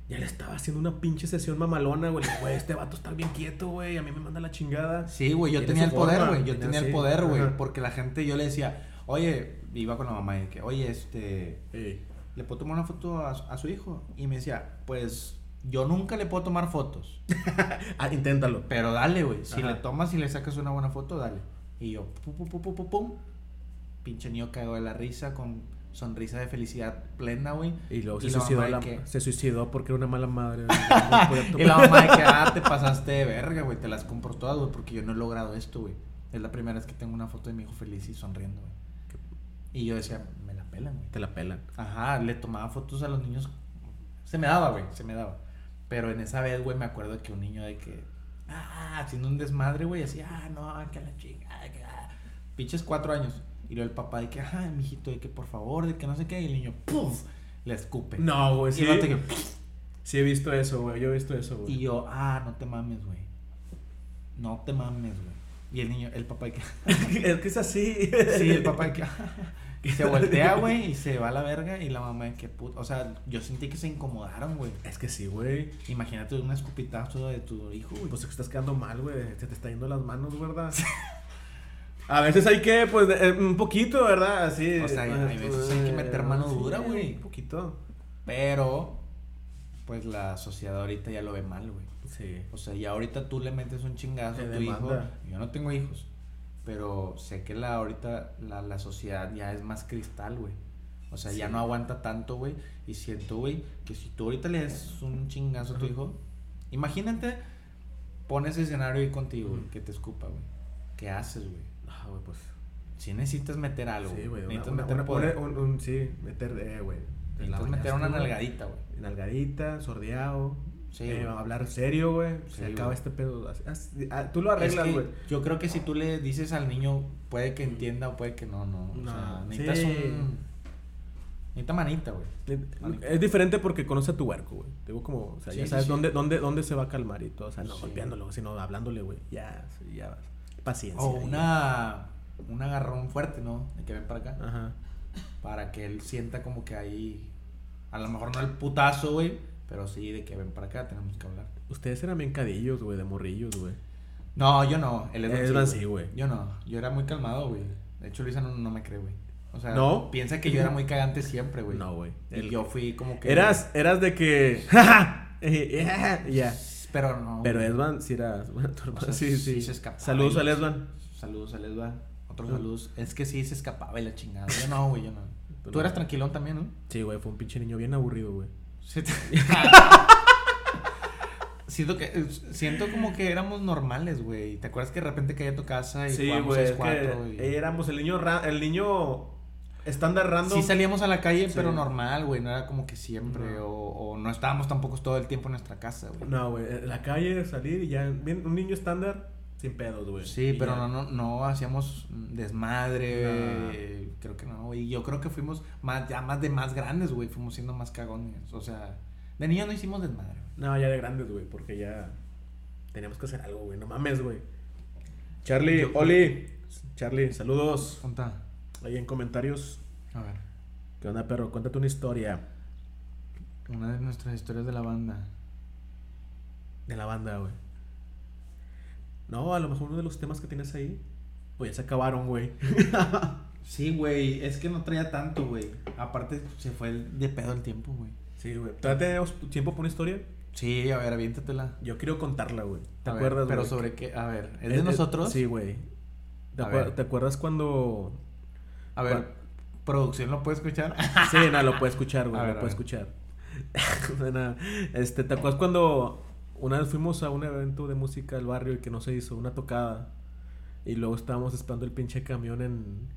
Speaker 2: Ya le estaba haciendo una pinche sesión mamalona, güey. Le digo, Güey, este vato está bien quieto, güey. A mí me manda la chingada.
Speaker 1: Sí, güey, yo
Speaker 2: Ah, Tiene
Speaker 1: tenía el
Speaker 2: su
Speaker 1: poder,
Speaker 2: forma,
Speaker 1: güey, yo
Speaker 2: tiene
Speaker 1: tenía el
Speaker 2: así,
Speaker 1: poder, güey,
Speaker 2: ajá.
Speaker 1: porque la gente, yo le decía, oye, iba con la mamá y de que, oye, este,
Speaker 2: Ey,
Speaker 1: le puedo tomar una foto a, a su hijo. Y me decía, pues Yo nunca le puedo tomar fotos.
Speaker 2: Ah, inténtalo.
Speaker 1: Pero dale, güey. Si
Speaker 2: Ajá.
Speaker 1: le tomas y le sacas una buena foto, dale. Y yo, pum, pum, pum, pum, pum, pum. Pinche niño cagó de la risa con sonrisa de felicidad plena, güey.
Speaker 2: Y luego se
Speaker 1: Y la
Speaker 2: suicidó,
Speaker 1: mamá de
Speaker 2: la-
Speaker 1: que-
Speaker 2: se suicidó porque era una mala madre. güey. No podía
Speaker 1: Y
Speaker 2: tomar-
Speaker 1: la mamá de que, ah, te pasaste de verga, güey. Te las compro todas, güey, porque yo no he logrado esto, güey. Es la primera vez que tengo una foto de mi hijo feliz y sonriendo, güey. Y yo decía, me la pelan, güey.
Speaker 2: Te la pelan.
Speaker 1: Ajá, le tomaba fotos a los niños. Se me daba, güey, se me daba. Pero en esa vez, güey, me acuerdo que un niño de que, ah, haciendo un desmadre, güey, así, ah, no, que a la chingada, que ah". Pinches cuatro años. Y luego el papá de que, ah, mijito, de que por favor, de que no sé qué. Y el niño, puf, le escupe.
Speaker 2: No, güey,
Speaker 1: Y
Speaker 2: sí.
Speaker 1: el vato que,
Speaker 2: Sí he visto eso, güey. Yo he visto eso, güey.
Speaker 1: y yo, ah, no te mames, güey. No te mames, güey. Y el niño, el papá de que,
Speaker 2: es que es así.
Speaker 1: sí, el papá de que, y se voltea, güey, y se va a la verga. Y la mamá de que, puta, o sea, yo sentí que se incomodaron, güey.
Speaker 2: Es que sí, güey.
Speaker 1: Imagínate un escupitazo de tu hijo, güey.
Speaker 2: Pues te estás quedando mal, güey. Se te está yendo las manos, ¿verdad? A veces hay que, pues, de- eh, un poquito, ¿verdad? Así.
Speaker 1: O sea, hay- hay veces hay que meter mano dura, güey.
Speaker 2: Un poquito.
Speaker 1: Pero, pues la sociedad ahorita ya lo ve mal, güey.
Speaker 2: Sí.
Speaker 1: O sea, ya ahorita tú le metes un chingazo a
Speaker 2: Te
Speaker 1: tu hijo.
Speaker 2: demanda.
Speaker 1: Yo no tengo hijos. Pero sé que la ahorita la, la sociedad ya es más cristal, güey. O sea, ya
Speaker 2: Sí.
Speaker 1: no aguanta tanto, güey. Y siento, güey, que si tú ahorita le das un chingazo a tu
Speaker 2: Ajá.
Speaker 1: hijo, imagínate, pones escenario ahí contigo, güey,
Speaker 2: Ujú.
Speaker 1: que te escupa, güey. ¿Qué haces, güey?
Speaker 2: No, güey, pues.
Speaker 1: Si necesitas meter algo,
Speaker 2: Sí, güey. Una,
Speaker 1: necesitas
Speaker 2: una,
Speaker 1: meter
Speaker 2: una-
Speaker 1: poder.
Speaker 2: un- un- sí, meter, eh, güey. Te la
Speaker 1: necesitas meter
Speaker 2: bañaste,
Speaker 1: una
Speaker 2: güey.
Speaker 1: nalgadita, güey.
Speaker 2: Nalgadita, sordeado.
Speaker 1: Sí,
Speaker 2: eh,
Speaker 1: güey.
Speaker 2: hablar serio, güey.
Speaker 1: Sí,
Speaker 2: Se acaba
Speaker 1: güey.
Speaker 2: este pedo. así- así- ah, tú lo
Speaker 1: Es
Speaker 2: arreglas,
Speaker 1: que
Speaker 2: güey.
Speaker 1: yo creo que si tú le dices al niño, puede que entienda o puede que no, no. O
Speaker 2: No,
Speaker 1: sea,
Speaker 2: sí.
Speaker 1: necesitas un. Necesitas manita, güey.
Speaker 2: Es diferente porque conoce a tu barco, güey. Digo, como, o sea,
Speaker 1: Sí,
Speaker 2: ya
Speaker 1: sí,
Speaker 2: sabes
Speaker 1: sí.
Speaker 2: dónde, dónde, dónde se va a calmar y todo. O sea, no
Speaker 1: Sí.
Speaker 2: golpeándolo, sino hablándole, güey. Ya, sí, ya vas. Paciencia.
Speaker 1: O
Speaker 2: ahí.
Speaker 1: una. Un agarrón fuerte, ¿no? De que ven para acá.
Speaker 2: Ajá.
Speaker 1: Para que él sienta como que ahí. A lo mejor no el putazo, güey. Pero sí, de que ven para acá, tenemos que hablar.
Speaker 2: Ustedes eran bien cadillos, güey, de morrillos, güey.
Speaker 1: No, yo no. Él
Speaker 2: Él es
Speaker 1: es
Speaker 2: Nancy, güey.
Speaker 1: Yo no. Yo era muy calmado, güey. De hecho, Luisa no, no me cree, güey. O sea,
Speaker 2: ¿No?
Speaker 1: piensa que yo era muy cagante siempre, güey.
Speaker 2: No, güey.
Speaker 1: Y
Speaker 2: El-
Speaker 1: yo fui como que.
Speaker 2: Eras, eras de que. ¡Ja, ja! Eh, eh, ja, Ya.
Speaker 1: Pero no.
Speaker 2: Pero e-
Speaker 1: güey.
Speaker 2: Esban, sí era. Bueno, tu hermano,
Speaker 1: sea,
Speaker 2: sí,
Speaker 1: sí
Speaker 2: sí.
Speaker 1: se escapaba
Speaker 2: Saludos
Speaker 1: y-
Speaker 2: al Esban.
Speaker 1: Saludos, les va. Otros
Speaker 2: Ah.
Speaker 1: saludos. Es que sí se escapaba y la chingada. Yo no, güey, yo no.
Speaker 2: Tú
Speaker 1: Tú,
Speaker 2: no.
Speaker 1: eras tranquilón también, ¿no?
Speaker 2: Sí, güey, fue un pinche niño bien aburrido, güey.
Speaker 1: Sí. siento que eh, siento como que éramos normales, güey. ¿Te acuerdas que de repente caía a tu casa y jugábamos 6-4 y-
Speaker 2: éramos el niño, ra- el niño estándar random.
Speaker 1: Sí salíamos a la calle,
Speaker 2: Sí.
Speaker 1: pero normal, güey. No era como que siempre.
Speaker 2: No.
Speaker 1: O, o no estábamos tampoco todo el tiempo en nuestra casa, güey.
Speaker 2: No, güey, en la calle salir y ya, bien, un niño estándar sin pedos, güey.
Speaker 1: Pues Sí,
Speaker 2: Y
Speaker 1: pero no,
Speaker 2: ya.
Speaker 1: no, no hacíamos desmadre,
Speaker 2: No.
Speaker 1: eh, creo que no, y yo creo que fuimos más, ya más de más grandes, güey, fuimos siendo más cagones, o sea, de niños no hicimos desmadre, güey.
Speaker 2: No, ya de grandes, güey, porque ya teníamos que hacer algo, güey, no mames, güey. Charlie,
Speaker 1: Yo-
Speaker 2: Oli, Charlie, saludos.
Speaker 1: Conta,
Speaker 2: Ahí en comentarios.
Speaker 1: a ver,
Speaker 2: ¿Qué onda, perro? Cuéntate una historia
Speaker 1: una de nuestras historias de la banda.
Speaker 2: de la banda, güey. No, a lo mejor uno de los temas que tienes ahí, pues ya se acabaron, güey.
Speaker 1: Sí, güey, es que no traía tanto, güey, aparte se fue el- de pedo el tiempo, güey.
Speaker 2: Sí, güey. ¿Todavía tenemos tiempo para una historia?
Speaker 1: Sí, a ver, aviéntatela.
Speaker 2: Yo quiero contarla, güey. ¿Te
Speaker 1: A ver,
Speaker 2: acuerdas,
Speaker 1: Pero
Speaker 2: güey?
Speaker 1: sobre qué, a ver, ¿es de nosotros?
Speaker 2: Sí, güey. ¿Te,
Speaker 1: A
Speaker 2: acuer-
Speaker 1: ver.
Speaker 2: te acuerdas cuando.?
Speaker 1: A ver, ¿producción lo puede escuchar?
Speaker 2: Sí, nada, lo puede escuchar, güey.
Speaker 1: A
Speaker 2: Lo
Speaker 1: ver,
Speaker 2: puede
Speaker 1: a ver.
Speaker 2: escuchar. De nada. Este, ¿te acuerdas cuando una vez fuimos a un evento de música del barrio y que no se hizo una tocada? Y luego estábamos esperando el pinche camión en.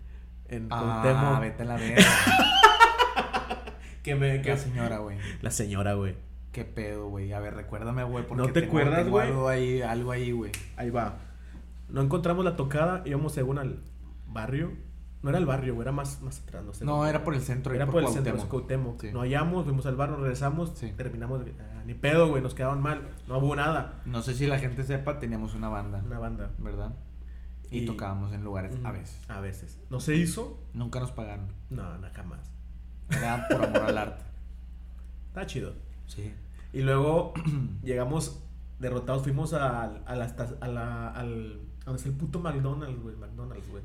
Speaker 2: En
Speaker 1: Ah,
Speaker 2: Cuauhtémoc.
Speaker 1: vete a la verga,
Speaker 2: Que me. que-
Speaker 1: la señora, güey.
Speaker 2: La señora, güey.
Speaker 1: ¿Qué pedo, güey? A ver, recuérdame, güey. porque
Speaker 2: ¿No te
Speaker 1: tengo-
Speaker 2: acuerdas,
Speaker 1: tengo
Speaker 2: güey?
Speaker 1: Algo ahí, algo ahí, güey.
Speaker 2: Ahí va. No encontramos la tocada, íbamos según al barrio. No era el barrio, güey, era más, más atrás, no sé.
Speaker 1: No, era por el centro.
Speaker 2: Era por el centro, es
Speaker 1: Cuauhtémoc.
Speaker 2: Cuauhtémoc.
Speaker 1: Sí.
Speaker 2: No hallamos, fuimos al bar, nos regresamos,
Speaker 1: Sí.
Speaker 2: terminamos. de- ah, ni pedo, güey, nos quedaban mal. No hubo nada.
Speaker 1: No sé si la gente sepa, teníamos una banda,
Speaker 2: Una banda.
Speaker 1: ¿verdad? Y,
Speaker 2: Y-
Speaker 1: tocábamos en lugares Pues, a veces.
Speaker 2: A veces. ¿No se hizo?
Speaker 1: Nunca nos pagaron.
Speaker 2: No, no, jamás.
Speaker 1: Era por amor al arte.
Speaker 2: Está chido.
Speaker 1: Sí.
Speaker 2: Y luego llegamos derrotados, fuimos al- a, la, esta- a la, al, a donde es el puto McDonald's, güey, McDonald's, güey.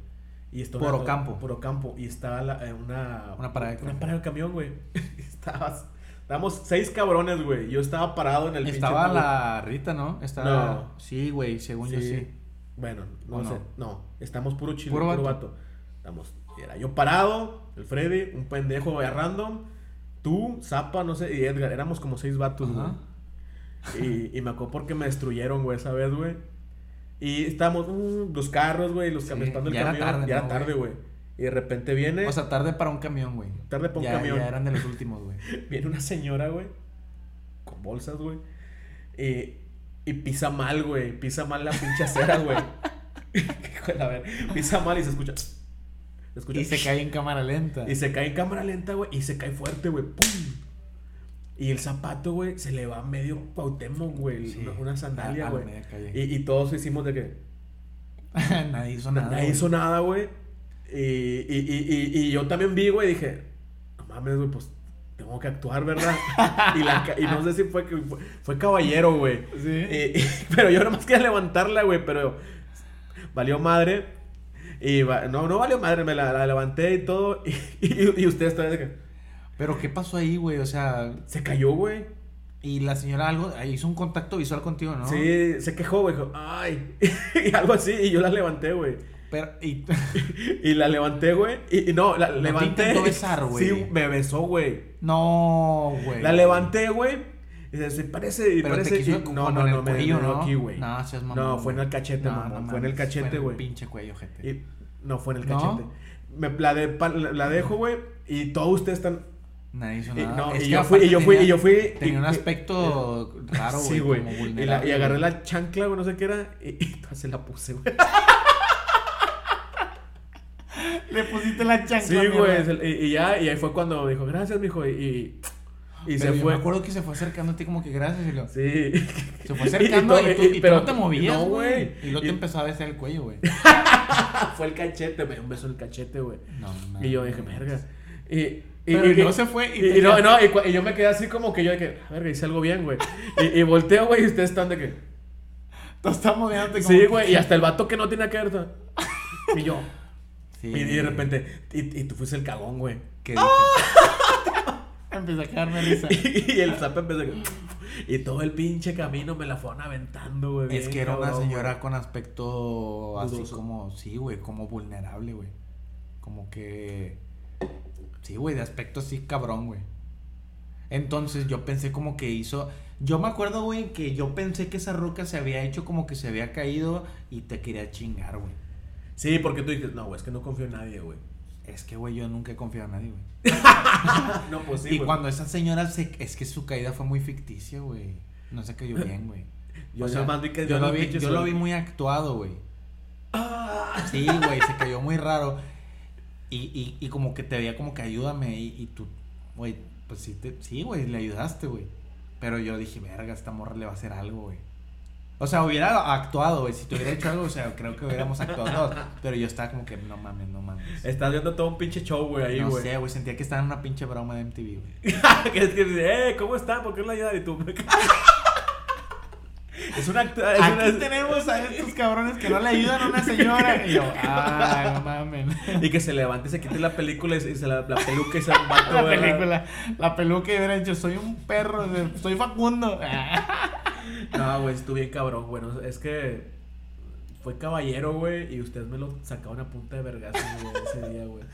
Speaker 2: Y esto
Speaker 1: Por Ocampo.
Speaker 2: Por Ocampo. Y estaba la- eh, una...
Speaker 1: Una parada de
Speaker 2: Una
Speaker 1: camión.
Speaker 2: parada de camión, güey. Estabas... Éramos seis cabrones, güey. Yo estaba parado en el pinche
Speaker 1: Estaba
Speaker 2: tubo.
Speaker 1: la Rita, ¿no? Estaba...
Speaker 2: No.
Speaker 1: Sí, güey, según yo
Speaker 2: Sí.
Speaker 1: sí.
Speaker 2: Bueno,
Speaker 1: ¿O
Speaker 2: no
Speaker 1: no?
Speaker 2: sé. No, estamos puro chile,
Speaker 1: Puro
Speaker 2: puro,
Speaker 1: vato.
Speaker 2: vato. Estamos, era yo parado, el Freddy, un pendejo a random, tú, Zapa, no sé, y Edgar. Éramos como seis vatos,
Speaker 1: Ajá.
Speaker 2: güey. Y, y me acuerdo porque me destruyeron, güey, esa vez, güey. Y estábamos, uh, los carros, güey, los
Speaker 1: Sí,
Speaker 2: camiones, el
Speaker 1: ya era
Speaker 2: camión.
Speaker 1: tarde,
Speaker 2: ya era
Speaker 1: ¿no,
Speaker 2: tarde, güey. Y de repente viene,
Speaker 1: O sea, tarde para un camión, güey.
Speaker 2: Tarde para un
Speaker 1: Ya-
Speaker 2: camión.
Speaker 1: Ya eran de los últimos, güey.
Speaker 2: viene una señora, güey, con bolsas, güey. Y, y pisa mal, güey. Pisa mal la pinche acera, güey. Hijo de la ver- Pisa mal y se escucha. Se escucha.
Speaker 1: Y se cae en cámara lenta.
Speaker 2: Y se cae en cámara lenta, güey. Y se cae fuerte, güey. ¡Pum! Y el zapato, güey, se le va a medio Cuauhtémoc, güey.
Speaker 1: Sí.
Speaker 2: Una, una sandalia,
Speaker 1: A- a la
Speaker 2: güey.
Speaker 1: media calle.
Speaker 2: Y, y todos hicimos de que.
Speaker 1: Nadie hizo nada.
Speaker 2: Nadie
Speaker 1: güey.
Speaker 2: hizo nada, güey. Y, y- y- y- y yo también vi, güey, y dije, no mames, güey, pues tengo que actuar, ¿verdad? y, la ca- y no sé si fue, que- fue, fue caballero, güey.
Speaker 1: Sí.
Speaker 2: Y- y- pero yo nomás quería levantarla, güey, pero valió madre. Y va- no, no valió madre, me la, la levanté y todo. Y, y- y ustedes todavía de que,
Speaker 1: Pero ¿qué pasó ahí, güey? O sea,
Speaker 2: se cayó, güey.
Speaker 1: y la señora algo hizo un contacto visual contigo, ¿no?
Speaker 2: Sí, se quejó, güey. dijo, Ay, y algo así. Y yo la levanté, güey.
Speaker 1: Pero, y,
Speaker 2: Y la levanté, güey. Y, y no, la
Speaker 1: te
Speaker 2: levanté.
Speaker 1: intentó besar, güey.
Speaker 2: Sí, me besó, güey.
Speaker 1: no, güey.
Speaker 2: La levanté, güey. Y se se parece, y
Speaker 1: Pero
Speaker 2: parece.
Speaker 1: te quiso
Speaker 2: y-
Speaker 1: como
Speaker 2: no,
Speaker 1: en
Speaker 2: no,
Speaker 1: el
Speaker 2: no, me
Speaker 1: cuello,
Speaker 2: me dio
Speaker 1: ¿no?
Speaker 2: aquí, güey.
Speaker 1: No, seas mamón,
Speaker 2: No, fue en el cachete,
Speaker 1: No,
Speaker 2: mamón.
Speaker 1: no
Speaker 2: fue en el
Speaker 1: mames, fue
Speaker 2: cachete,
Speaker 1: en
Speaker 2: güey.
Speaker 1: Pinche cuello, gente.
Speaker 2: Y- No, fue en el
Speaker 1: ¿No?
Speaker 2: cachete. Me, la, de- pa- la- la dejo, güey. Y todos ustedes están.
Speaker 1: Nadie hizo
Speaker 2: Y,
Speaker 1: nada.
Speaker 2: no,
Speaker 1: Es
Speaker 2: y
Speaker 1: que
Speaker 2: yo fui,
Speaker 1: aparte
Speaker 2: y yo fui,
Speaker 1: tenía-
Speaker 2: y yo fui.
Speaker 1: Tenía
Speaker 2: y-
Speaker 1: un
Speaker 2: y-
Speaker 1: aspecto raro, güey.
Speaker 2: Sí, güey.
Speaker 1: como
Speaker 2: Y, la-
Speaker 1: vulnerable,
Speaker 2: y agarré
Speaker 1: güey.
Speaker 2: la chancla, güey, no sé qué era. Y, y se la puse, güey.
Speaker 1: Le pusiste la chancla.
Speaker 2: Sí,
Speaker 1: mierda.
Speaker 2: güey. se- Y, y ya, y ahí fue cuando dijo, gracias, mijo. Y, y, y
Speaker 1: Pero
Speaker 2: se
Speaker 1: yo
Speaker 2: fue.
Speaker 1: Me acuerdo que se fue acercando a ti como que gracias. Y lo,
Speaker 2: Sí.
Speaker 1: Se fue
Speaker 2: Y- y
Speaker 1: acercando y,
Speaker 2: to-
Speaker 1: tú,
Speaker 2: y-
Speaker 1: y tú
Speaker 2: pero-
Speaker 1: no te movías,
Speaker 2: no,
Speaker 1: güey.
Speaker 2: güey.
Speaker 1: y luego te
Speaker 2: Y-
Speaker 1: empezó a besar el cuello, güey.
Speaker 2: fue el cachete, me dio un beso en el cachete, güey.
Speaker 1: No,
Speaker 2: Y yo
Speaker 1: mames.
Speaker 2: dije, verga. Y, y,
Speaker 1: Pero
Speaker 2: y-
Speaker 1: y luego
Speaker 2: y-
Speaker 1: se fue y,
Speaker 2: y- y
Speaker 1: tenía-
Speaker 2: no, no, y, cua- y yo me quedé así como que yo de que, "Ah, verga, hice algo bien, güey. Y, y volteo, güey, y ustedes están de que,
Speaker 1: Tú estás moviéndote como
Speaker 2: sí,
Speaker 1: que-
Speaker 2: güey, y hasta el vato que no tiene que ver. está- Y yo,
Speaker 1: Sí,
Speaker 2: y, y de repente, y, y tú fuiste el cagón, güey.
Speaker 1: ¿Qué dije? Empecé a quedarme risa.
Speaker 2: Y, el zap empezó a que- Y todo el pinche camino me la fueron aventando, güey.
Speaker 1: Es
Speaker 2: bien
Speaker 1: que era una
Speaker 2: cabrón, güey.
Speaker 1: señora con aspecto así
Speaker 2: Dudoso.
Speaker 1: como, sí, güey, como vulnerable, güey. Como que... Sí, güey, de aspecto así cabrón, güey. Entonces yo pensé como que hizo... Yo me acuerdo, güey, que yo pensé que esa roca se había hecho como que se había caído y te quería chingar, güey.
Speaker 2: Sí, porque tú dices, no, güey, es que no confío en nadie, güey.
Speaker 1: Es que, güey, yo nunca he confiado en nadie, güey.
Speaker 2: No, pues sí,
Speaker 1: y
Speaker 2: güey.
Speaker 1: cuando esa señora se... Es que su caída fue muy ficticia, güey. No se cayó bien, güey.
Speaker 2: Yo
Speaker 1: O sea,
Speaker 2: nomás vi que
Speaker 1: yo
Speaker 2: dio
Speaker 1: lo
Speaker 2: un
Speaker 1: vi,
Speaker 2: pinche
Speaker 1: yo lo
Speaker 2: sol.
Speaker 1: vi muy actuado, güey.
Speaker 2: Ah.
Speaker 1: Sí, güey, se cayó muy raro. Y, y, y como que te veía como que ayúdame y, y tú, güey, pues sí, te, sí, güey, le ayudaste, güey. Pero yo dije, verga, esta morra le va a hacer algo, güey. O sea, hubiera actuado, güey. Si te hubiera hecho algo, o sea, creo que hubiéramos actuado todos. Pero yo estaba como que, no mames, no mames.
Speaker 2: Estás viendo todo un pinche show, güey, ahí,
Speaker 1: no
Speaker 2: güey.
Speaker 1: sé, güey, sentía que estaba en una pinche broma de MTV, güey.
Speaker 2: que es que dice, eh, ¿cómo está? ¿Por qué no la ayuda de tú? es una actu- es
Speaker 1: Aquí
Speaker 2: una-
Speaker 1: tenemos a estos cabrones que no le ayudan a una señora. Y yo, ah, no mames.
Speaker 2: Y que se levante y se quite la película y se y se la, la peluca y se un vato,
Speaker 1: La
Speaker 2: ¿verdad?
Speaker 1: película, la peluca y hubiera dicho, soy un perro, de- soy Facundo.
Speaker 2: No, güey, estuve bien cabrón, güey. No, Es que fue caballero, güey, y ustedes me lo sacaban a punta de vergas güey, ese día, güey.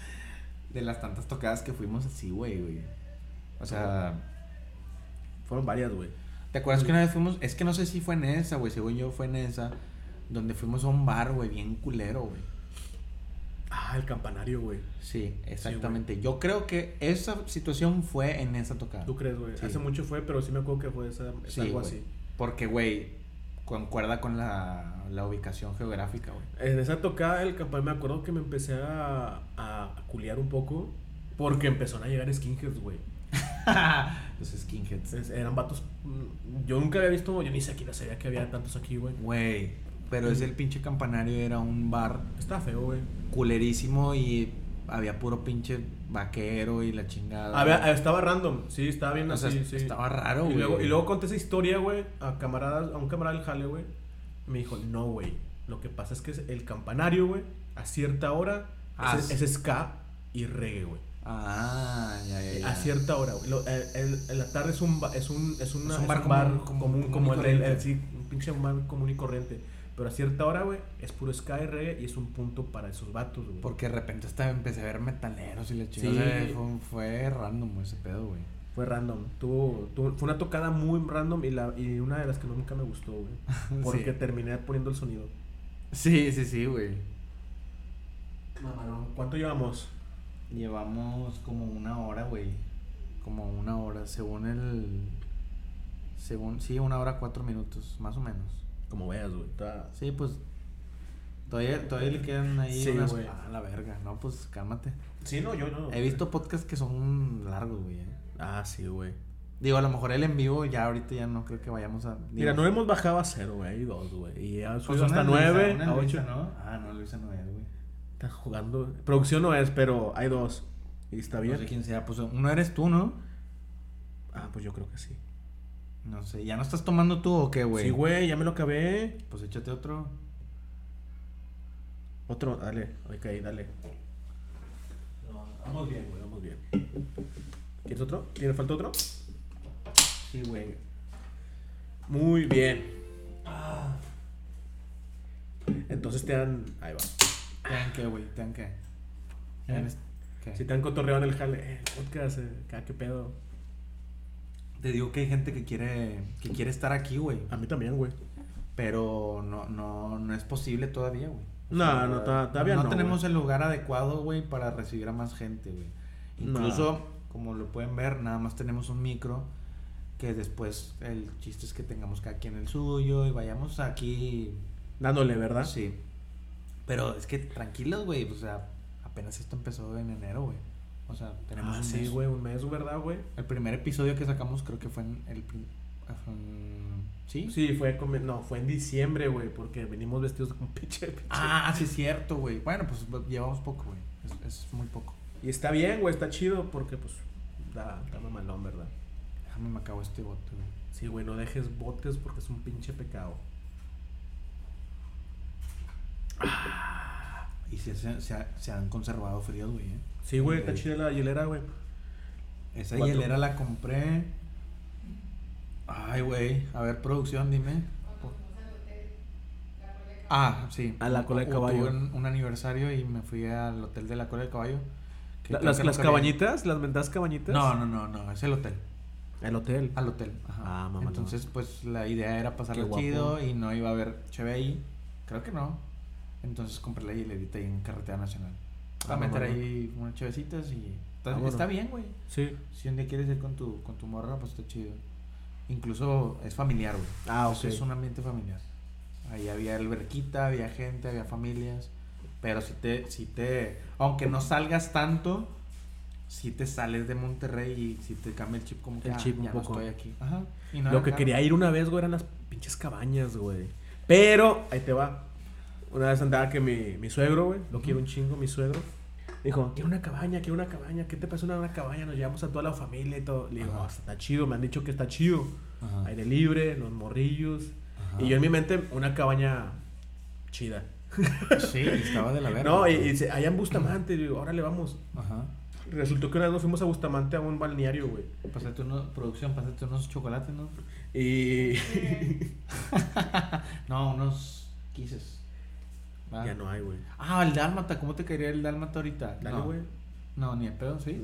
Speaker 1: De las tantas tocadas que fuimos así, güey, güey. O sea,
Speaker 2: Fueron varias, güey.
Speaker 1: ¿te acuerdas que una vez fuimos? Es que no sé si fue en esa, güey, según yo fue en esa, donde fuimos a un bar, güey, bien culero, güey.
Speaker 2: Ah, el campanario, güey.
Speaker 1: Sí, exactamente. yo creo que esa situación fue en esa tocada.
Speaker 2: ¿Tú crees, güey?
Speaker 1: Sí.
Speaker 2: Hace mucho fue, pero sí me acuerdo que fue esa, es
Speaker 1: Sí,
Speaker 2: algo
Speaker 1: güey.
Speaker 2: así.
Speaker 1: Porque, güey, concuerda con la, la ubicación geográfica, güey.
Speaker 2: En esa tocada del campanario me acuerdo que me empecé a, a culiar un poco porque empezaron a llegar skinheads, güey.
Speaker 1: Los skinheads.
Speaker 2: Es- Eran vatos. mm, Yo nunca había visto, yo ni siquiera sabía que había tantos aquí, güey.
Speaker 1: Güey, pero es el pinche campanario, era un bar
Speaker 2: Está feo, güey.
Speaker 1: culerísimo y había puro pinche vaquero y la chingada.
Speaker 2: Había- estaba random, sí, estaba bien
Speaker 1: Ah. O sea,
Speaker 2: así, sí.
Speaker 1: estaba raro,
Speaker 2: y
Speaker 1: güey.
Speaker 2: luego, y luego conté esa historia, güey, a camaradas, a un camarada del jale, güey. Me dijo, no, güey. Lo que pasa es que es el campanario, güey, a cierta hora,
Speaker 1: Ah,
Speaker 2: es,
Speaker 1: sí.
Speaker 2: es ska y reggae, güey.
Speaker 1: Ah, ya, ya, ya.
Speaker 2: A cierta hora, güey. Lo- el- el- en la tarde es un, ba- es un, es una-
Speaker 1: Es
Speaker 2: es
Speaker 1: un
Speaker 2: un
Speaker 1: bar
Speaker 2: bar,
Speaker 1: común-
Speaker 2: común,
Speaker 1: común
Speaker 2: como
Speaker 1: y
Speaker 2: el, el- el-
Speaker 1: corriente.
Speaker 2: sí, un pinche bar común y corriente. Pero a cierta hora, güey, es puro Sky reggae y es un punto para esos vatos, güey.
Speaker 1: Porque de repente hasta empecé a ver metaleros y la chingada.
Speaker 2: Sí.
Speaker 1: O sea, fue, fue random ese pedo, güey.
Speaker 2: Fue random. Tuvo, tuvo- fue una tocada muy random y, la, y una de las que nunca me gustó, güey. Porque
Speaker 1: Ah, Sí.
Speaker 2: terminé poniendo el sonido.
Speaker 1: Sí, sí, sí, güey.
Speaker 2: ¿Cuánto llevamos?
Speaker 1: Llevamos como una hora, güey. Como una hora, según el. Según. Sí, una hora, cuatro minutos, más o menos.
Speaker 2: Como veas, güey. está-
Speaker 1: Sí, pues. Todavía, todavía le quedan ahí
Speaker 2: Sí,
Speaker 1: unas.
Speaker 2: güey.
Speaker 1: Ah, la verga. No, pues cálmate.
Speaker 2: Sí, no, yo no.
Speaker 1: He visto podcasts que son largos, güey. eh.
Speaker 2: Ah, sí, güey.
Speaker 1: Digo, a lo mejor el en vivo ya ahorita ya no creo que vayamos a.
Speaker 2: Mira,
Speaker 1: digo,
Speaker 2: no hemos bajado a cero, güey. Hay dos, güey. Y ya
Speaker 1: pues
Speaker 2: subido
Speaker 1: una
Speaker 2: hasta
Speaker 1: Luisa,
Speaker 2: nueve,
Speaker 1: una
Speaker 2: a
Speaker 1: Luisa,
Speaker 2: ocho.
Speaker 1: ¿no? Ah, no, Luisa no es, güey.
Speaker 2: Está jugando. Producción no es, pero hay dos. Y está bien.
Speaker 1: No sé quién sea, pues uno eres tú, ¿no?
Speaker 2: Ah, pues yo creo que sí.
Speaker 1: No sé, ¿ya no estás tomando tú o qué, güey?
Speaker 2: Sí, güey, ya me lo acabé.
Speaker 1: Pues échate otro.
Speaker 2: Otro, dale. Ok, dale. vamos bien, güey, vamos bien. ¿Quieres otro? ¿Tiene falta otro?
Speaker 1: Sí, güey.
Speaker 2: Muy bien.
Speaker 1: Ah.
Speaker 2: Entonces te dan. Ahí va.
Speaker 1: ¿Te dan qué, güey? ¿Te dan qué?
Speaker 2: ¿Eh?
Speaker 1: ¿Te dan es- qué?
Speaker 2: Si te han cotorreado en el jale, eh, podcast, eh, acá, qué pedo.
Speaker 1: Te digo que hay gente que quiere, que quiere estar aquí, güey.
Speaker 2: A mí también, güey.
Speaker 1: Pero no, no, no es posible todavía, güey.
Speaker 2: No, no, ta- todavía no,
Speaker 1: tenemos
Speaker 2: güey.
Speaker 1: el lugar adecuado, güey, para recibir a más gente, güey.
Speaker 2: No.
Speaker 1: Incluso, como lo pueden ver, nada más tenemos un micro. Que después el chiste es que tengamos cada quien el suyo y vayamos aquí.
Speaker 2: Dándole, ¿verdad?
Speaker 1: Sí. Pero es que tranquilos, güey. O sea, apenas esto empezó en enero, güey. O sea, tenemos
Speaker 2: Ah,
Speaker 1: un
Speaker 2: sí,
Speaker 1: mes.
Speaker 2: güey, un mes, ¿verdad, güey?
Speaker 1: El primer episodio que sacamos creo que fue en el... prim- ah, fue en- ¿Sí?
Speaker 2: Sí, fue, come- no, fue en diciembre, güey, porque venimos vestidos con pinche, pinche.
Speaker 1: Ah, sí es cierto, güey. Bueno, pues llevamos poco, güey. Es, es muy poco.
Speaker 2: Y está bien, güey, está chido porque, pues, da, da mamalón, ¿verdad?
Speaker 1: Déjame me acabo este bote, güey.
Speaker 2: Sí, güey, no dejes botes porque es un pinche pecado.
Speaker 1: Y se, se, se ha- se han conservado fríos, güey. ¿eh?
Speaker 2: Sí, güey, está chida la hielera, güey.
Speaker 1: Esa
Speaker 2: Cuatro.
Speaker 1: hielera la compré. Ay, güey. A ver, producción, dime.
Speaker 3: Cuando fuimos al hotel, la cola de
Speaker 1: Ah, sí.
Speaker 2: A la cola de
Speaker 1: Tuve
Speaker 2: caballo.
Speaker 1: un, un aniversario y me fui al hotel de la cola de caballo. que
Speaker 2: La-
Speaker 1: creo
Speaker 2: las
Speaker 1: que
Speaker 2: las
Speaker 1: nunca había-
Speaker 2: cabañitas, las mentadas cabañitas.
Speaker 1: No, no, no, no. Es el hotel.
Speaker 2: El hotel.
Speaker 1: Al hotel. Ajá.
Speaker 2: Ah, mamá,
Speaker 1: Entonces, pues la idea era pasarlo
Speaker 2: Qué guapo.
Speaker 1: chido y no iba a haber cheve ahí. Creo que no. Entonces compré la hilerita ahí en Carretera Nacional. Para
Speaker 2: Ah,
Speaker 1: meter
Speaker 2: mamá,
Speaker 1: ahí unas chevecitas y. Está,
Speaker 2: Vámonos.
Speaker 1: está bien, güey.
Speaker 2: Sí.
Speaker 1: Si un día quieres ir con tu, con tu morra, pues está chido. Incluso es familiar, güey.
Speaker 2: Ah,
Speaker 1: O
Speaker 2: ok.
Speaker 1: sea, Es un ambiente familiar. Ahí había alberquita, había gente, había familias. Pero si te, si te, aunque no salgas tanto, si te sales de Monterrey y si te cambia el chip como que
Speaker 2: El
Speaker 1: ah,
Speaker 2: chip un
Speaker 1: ya no
Speaker 2: poco.
Speaker 1: estoy aquí. Ajá. Y no
Speaker 2: Lo
Speaker 1: era
Speaker 2: que
Speaker 1: caro.
Speaker 2: quería ir una vez, güey, eran las pinches cabañas, güey. Pero, ahí te va. Una vez andaba que mi, mi suegro, güey, lo quiero un chingo, mi suegro. Dijo, quiero una cabaña, quiero una cabaña. ¿Qué te pasa una, una cabaña? Nos llevamos a toda la familia y todo. Le digo,
Speaker 1: Ajá.
Speaker 2: "Ah, está chido, me han dicho que está chido.
Speaker 1: Ajá.
Speaker 2: Aire libre, los morrillos.
Speaker 1: Ajá.
Speaker 2: Y yo en mi mente, una cabaña chida.
Speaker 1: Sí, estaba de la verga.
Speaker 2: No, y, y se- allá en Bustamante, digo, órale, vamos.
Speaker 1: Ajá.
Speaker 2: Resultó que una vez nos fuimos a Bustamante a un balneario, güey.
Speaker 1: Pásate unos, producción, pásate unos chocolates, ¿no?
Speaker 2: Y
Speaker 1: No, unos quises. ¿va?
Speaker 2: ya no hay, güey.
Speaker 1: Ah, el dálmata, ¿cómo te quería el dálmata ahorita?
Speaker 2: Dale,
Speaker 1: no.
Speaker 2: güey.
Speaker 1: No, ni el pedo, ¿sí?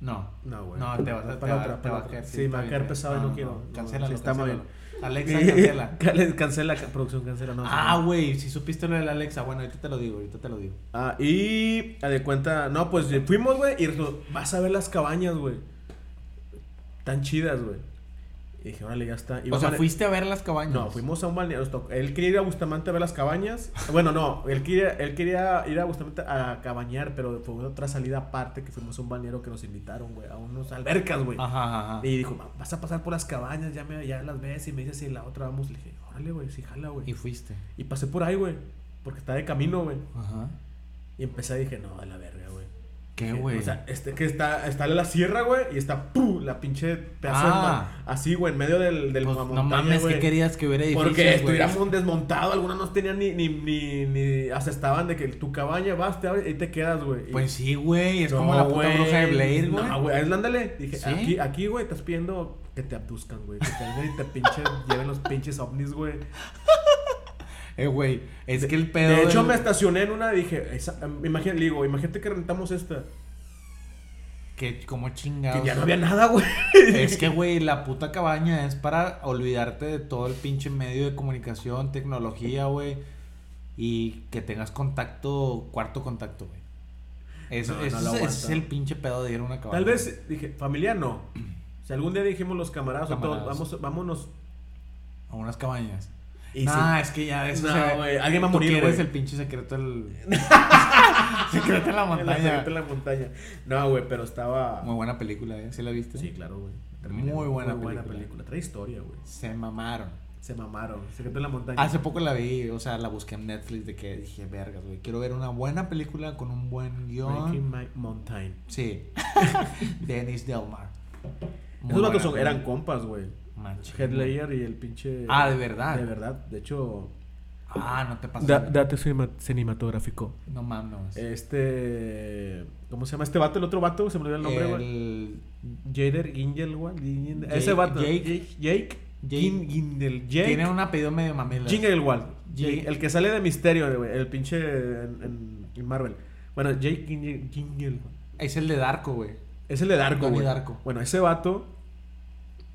Speaker 2: No,
Speaker 1: No.
Speaker 2: No, güey.
Speaker 1: No, te vas a,
Speaker 2: pues, Para
Speaker 1: te va- te
Speaker 2: otra,
Speaker 1: va
Speaker 2: para
Speaker 1: a
Speaker 2: otra.
Speaker 1: caer.
Speaker 2: Sí, me va a
Speaker 1: está
Speaker 2: caer
Speaker 1: bien,
Speaker 2: pesado y no quiero. No,
Speaker 1: Cancélalo,
Speaker 2: sí, está muy
Speaker 1: cancélalo. Alexa, cancela.
Speaker 2: Cancela. cancela, ca- producción, cancela. No,
Speaker 1: Ah,
Speaker 2: sí.
Speaker 1: güey, si supiste lo de la Alexa. Bueno, ahorita te lo digo, ahorita te lo digo.
Speaker 2: Ah, y a de cuenta, no, pues eh, fuimos, güey, y resultó, vas a ver las cabañas, güey. Tan chidas, güey. Y dije, órale, ya está. Y
Speaker 1: o sea,
Speaker 2: vamos a-
Speaker 1: fuiste a ver las cabañas.
Speaker 2: No, fuimos a un balneario. nos tocó- Él quería ir a Bustamante a ver las cabañas. Bueno, no, él quería, él quería ir a Bustamante a cabañar, pero fue otra salida aparte que fuimos a un balneario que nos invitaron, güey, a unos albercas, güey.
Speaker 1: Ajá, ajá, ajá.
Speaker 2: Y dijo, "Va- vas a pasar por las cabañas, ya, me, ya las ves y me dices si la otra vamos. Le dije, órale, güey, sí, jala, güey.
Speaker 1: Y
Speaker 2: Y,
Speaker 1: fuiste.
Speaker 2: pasé por ahí, güey, porque está de camino, güey.
Speaker 1: Ajá.
Speaker 2: Y empecé, dije, no, a la verga, güey.
Speaker 1: ¿Qué,
Speaker 2: Que,
Speaker 1: güey?
Speaker 2: O sea, este, que está, está la sierra, güey, y está ¡pum! la pinche pedazo de
Speaker 1: Ah.
Speaker 2: ma- así, güey, en medio del, del
Speaker 1: Pues,
Speaker 2: montaña,
Speaker 1: no mames,
Speaker 2: güey.
Speaker 1: ¿qué querías que hubiera edificios,
Speaker 2: Porque
Speaker 1: güey?
Speaker 2: estuviéramos desmontados, algunos no tenían ni, ni, ni, ni asestaban de que tu cabaña vas, te abres y te quedas, güey. Y-
Speaker 1: Pues sí, güey, es
Speaker 2: No,
Speaker 1: como la puta
Speaker 2: güey.
Speaker 1: bruja de Blade, güey.
Speaker 2: No, güey, es- ándale. Dije,
Speaker 1: ¿Sí?
Speaker 2: aquí, aquí, güey, estás pidiendo que te abduzcan, güey. Que te vengan y te pinche, lleven los pinches ovnis, güey.
Speaker 1: eh, güey, es que el pedo...
Speaker 2: De hecho,
Speaker 1: del-
Speaker 2: me estacioné en una, dije, esa, imagínate, le digo, imagínate que rentamos esta.
Speaker 1: Que como
Speaker 2: Que
Speaker 1: chingados.
Speaker 2: ya no había nada, güey.
Speaker 1: Es que, güey, la puta cabaña es para olvidarte de todo el pinche medio de comunicación, tecnología, güey. Y que tengas contacto, cuarto contacto, güey. Eso,
Speaker 2: No, no
Speaker 1: eso
Speaker 2: la
Speaker 1: es,
Speaker 2: aguanta.
Speaker 1: ese es el pinche pedo de ir a una cabaña.
Speaker 2: Tal vez, dije, familiar no. Si algún día dijimos los camaradas, o todos,
Speaker 1: Camaradas.
Speaker 2: vamos, vámonos.
Speaker 1: A unas cabañas.
Speaker 2: Y
Speaker 1: nah,
Speaker 2: sí.
Speaker 1: es que ya de eso
Speaker 2: No,
Speaker 1: se ve.
Speaker 2: güey, alguien va a
Speaker 1: Tú
Speaker 2: morir,
Speaker 1: quieres
Speaker 2: güey.
Speaker 1: el pinche secreto del... secreto en la
Speaker 2: en la,
Speaker 1: montaña.
Speaker 2: en la montaña. No, güey, pero estaba.
Speaker 1: Muy buena película, ¿eh? ¿Sí la viste?
Speaker 2: Sí, claro, güey.
Speaker 1: Muy buena película.
Speaker 2: Trae historia, güey.
Speaker 1: Se mamaron.
Speaker 2: Se mamaron. Secreto en la montaña.
Speaker 1: Hace poco la vi, o sea, la busqué en Netflix de que dije, vergas, güey, quiero ver una buena película con un buen guión.
Speaker 2: Breaking My Mountain.
Speaker 1: Sí. Dennis Delmar.
Speaker 2: Esos vatos son- eran compas, güey.
Speaker 1: Headlayer.
Speaker 2: Headlayer y el pinche.
Speaker 1: Ah, de verdad.
Speaker 2: De verdad. De hecho.
Speaker 1: Ah, no te pases.
Speaker 2: date cinematográfico.
Speaker 1: No mames.
Speaker 2: Eh, Este. ¿Cómo se llama este vato? El otro vato, se me olvidó el nombre, güey.
Speaker 1: El-
Speaker 2: Jader Gingel, güey. Gingel-
Speaker 1: Jake-
Speaker 2: Ese vato.
Speaker 1: Jake-
Speaker 2: Jake.
Speaker 1: Jake-
Speaker 2: Gin- Gindel. Jake.
Speaker 1: Tiene un apellido medio mamila.
Speaker 2: Jinglewald.
Speaker 1: Jake-
Speaker 2: Jake- El que sale de Misterio, güey. El pinche. En, en- en Marvel. Bueno, Jake Gingel. Gyllenhaal.
Speaker 1: Es el de Darko, güey.
Speaker 2: Es el de Darko,
Speaker 1: Donnie
Speaker 2: güey.
Speaker 1: Darko.
Speaker 2: Bueno, ese vato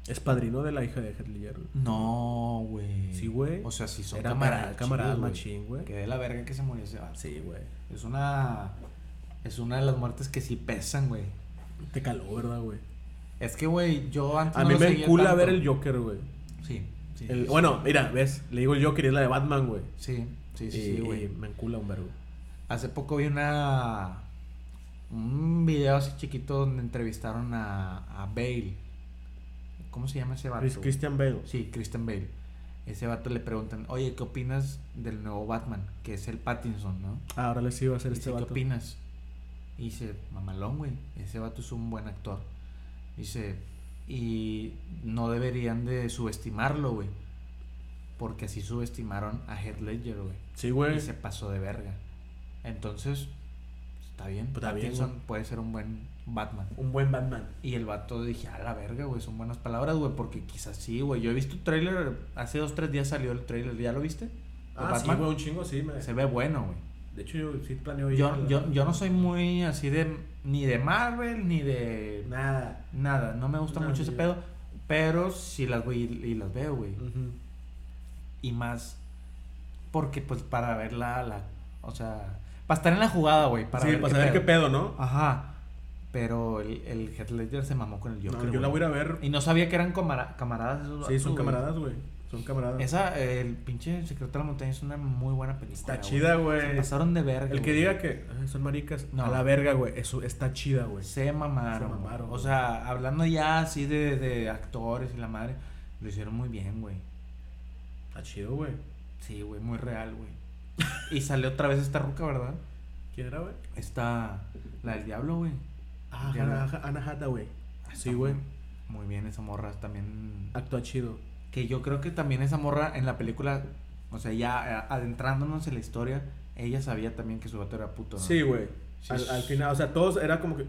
Speaker 2: es padrino de la hija de Hedliger.
Speaker 1: No, güey.
Speaker 2: Sí, güey.
Speaker 1: O sea, sí son
Speaker 2: Era
Speaker 1: camaradas.
Speaker 2: camarada
Speaker 1: chidos, güey.
Speaker 2: machín, güey.
Speaker 1: Que de la verga que se murió ese vato.
Speaker 2: Sí, güey.
Speaker 1: Es una. Es una de las muertes que sí pesan, güey.
Speaker 2: Te caló, ¿verdad, güey?
Speaker 1: Es que, güey, yo antes
Speaker 2: A
Speaker 1: no
Speaker 2: mí
Speaker 1: lo
Speaker 2: me
Speaker 1: seguía
Speaker 2: encula
Speaker 1: tanto.
Speaker 2: ver el Joker, güey.
Speaker 1: Sí, sí.
Speaker 2: El-
Speaker 1: sí,
Speaker 2: Bueno, mira, ves, le digo el Joker y es la de Batman, güey.
Speaker 1: Sí, sí,
Speaker 2: Y-
Speaker 1: sí, sí, güey.
Speaker 2: y me encula un vergo.
Speaker 1: Hace poco vi una. Un video así chiquito donde entrevistaron a, a Bale. ¿Cómo se llama ese vato?
Speaker 2: Chris- Christian Bale.
Speaker 1: Sí, Christian Bale. Ese vato le preguntan, oye, ¿qué opinas del nuevo Batman? Que es el Pattinson, ¿no?
Speaker 2: Ah, ahora les iba a hacer
Speaker 1: Dice,
Speaker 2: este vato.
Speaker 1: ¿qué opinas? Y dice, mamalón, güey, ese vato es un buen actor. Dice, y no deberían de subestimarlo, güey. Porque así subestimaron a Heath Ledger, güey.
Speaker 2: Sí, güey.
Speaker 1: Y se pasó de verga. Entonces, está bien.
Speaker 2: Pues está bien,
Speaker 1: Pattinson
Speaker 2: güey.
Speaker 1: puede ser un buen Batman.
Speaker 2: Un buen Batman.
Speaker 1: Y el vato dije, a la verga, güey, son buenas palabras, güey, porque quizás sí, güey. Yo he visto un tráiler, hace dos, tres días salió el tráiler, ¿ya lo viste? De
Speaker 2: Ah, sí,
Speaker 1: Batman.
Speaker 2: güey, un chingo, sí. me-
Speaker 1: Se ve bueno, güey.
Speaker 2: De hecho, yo sí planeo ir a
Speaker 1: Yo,
Speaker 2: la-
Speaker 1: yo, yo no soy muy así de. Ni de Marvel, ni de.
Speaker 2: Nada.
Speaker 1: Nada. No me gusta
Speaker 2: No,
Speaker 1: mucho
Speaker 2: ni
Speaker 1: ese
Speaker 2: yo. Mm.
Speaker 1: pedo. Pero sí las voy y, y las veo, güey.
Speaker 2: Ujú.
Speaker 1: Y más. Porque, pues, para ver la. la- o sea. Para estar en la jugada, güey. Para
Speaker 2: sí,
Speaker 1: ver Ah,
Speaker 2: para saber qué pedo, ¿no?
Speaker 1: Ajá. Pero el, el Heath Ledger se mamó con el
Speaker 2: No,
Speaker 1: Joker.
Speaker 2: yo la
Speaker 1: güey.
Speaker 2: voy a ir a ver.
Speaker 1: Y no sabía que eran camara- camaradas esos
Speaker 2: Sí,
Speaker 1: vatos,
Speaker 2: son
Speaker 1: güey.
Speaker 2: camaradas, güey. Son camaradas.
Speaker 1: Esa, eh, el pinche Secreto de la Montaña es una muy buena película.
Speaker 2: Está
Speaker 1: güey.
Speaker 2: chida, güey.
Speaker 1: Se pasaron de verga.
Speaker 2: El que
Speaker 1: güey.
Speaker 2: diga que "Ay, son maricas,
Speaker 1: No.
Speaker 2: a la verga, güey. Eso está chida, güey.
Speaker 1: Pues, Se mamaron.
Speaker 2: Se mamaron,
Speaker 1: güey. O
Speaker 2: güey.
Speaker 1: sea, hablando ya así de, de actores y la madre, lo hicieron muy bien, güey.
Speaker 2: Está chido, güey.
Speaker 1: Sí, güey, muy real, güey. y salió otra vez esta ruca, ¿verdad?
Speaker 2: ¿Quién era, güey?
Speaker 1: Esta, la del diablo, güey.
Speaker 2: Ah,
Speaker 1: Ya
Speaker 2: Ana,
Speaker 1: no.
Speaker 2: Ana Hathaway. Sí,
Speaker 1: Está
Speaker 2: güey.
Speaker 1: muy- Muy bien esa morra también.
Speaker 2: Actúa chido.
Speaker 1: Que yo creo que también esa morra en la película, o sea, ya eh, adentrándonos en la historia, ella sabía también que su vato era puto, ¿no?
Speaker 2: Sí, güey.
Speaker 1: Sí,
Speaker 2: al,
Speaker 1: sí.
Speaker 2: al final, o sea, todos era como que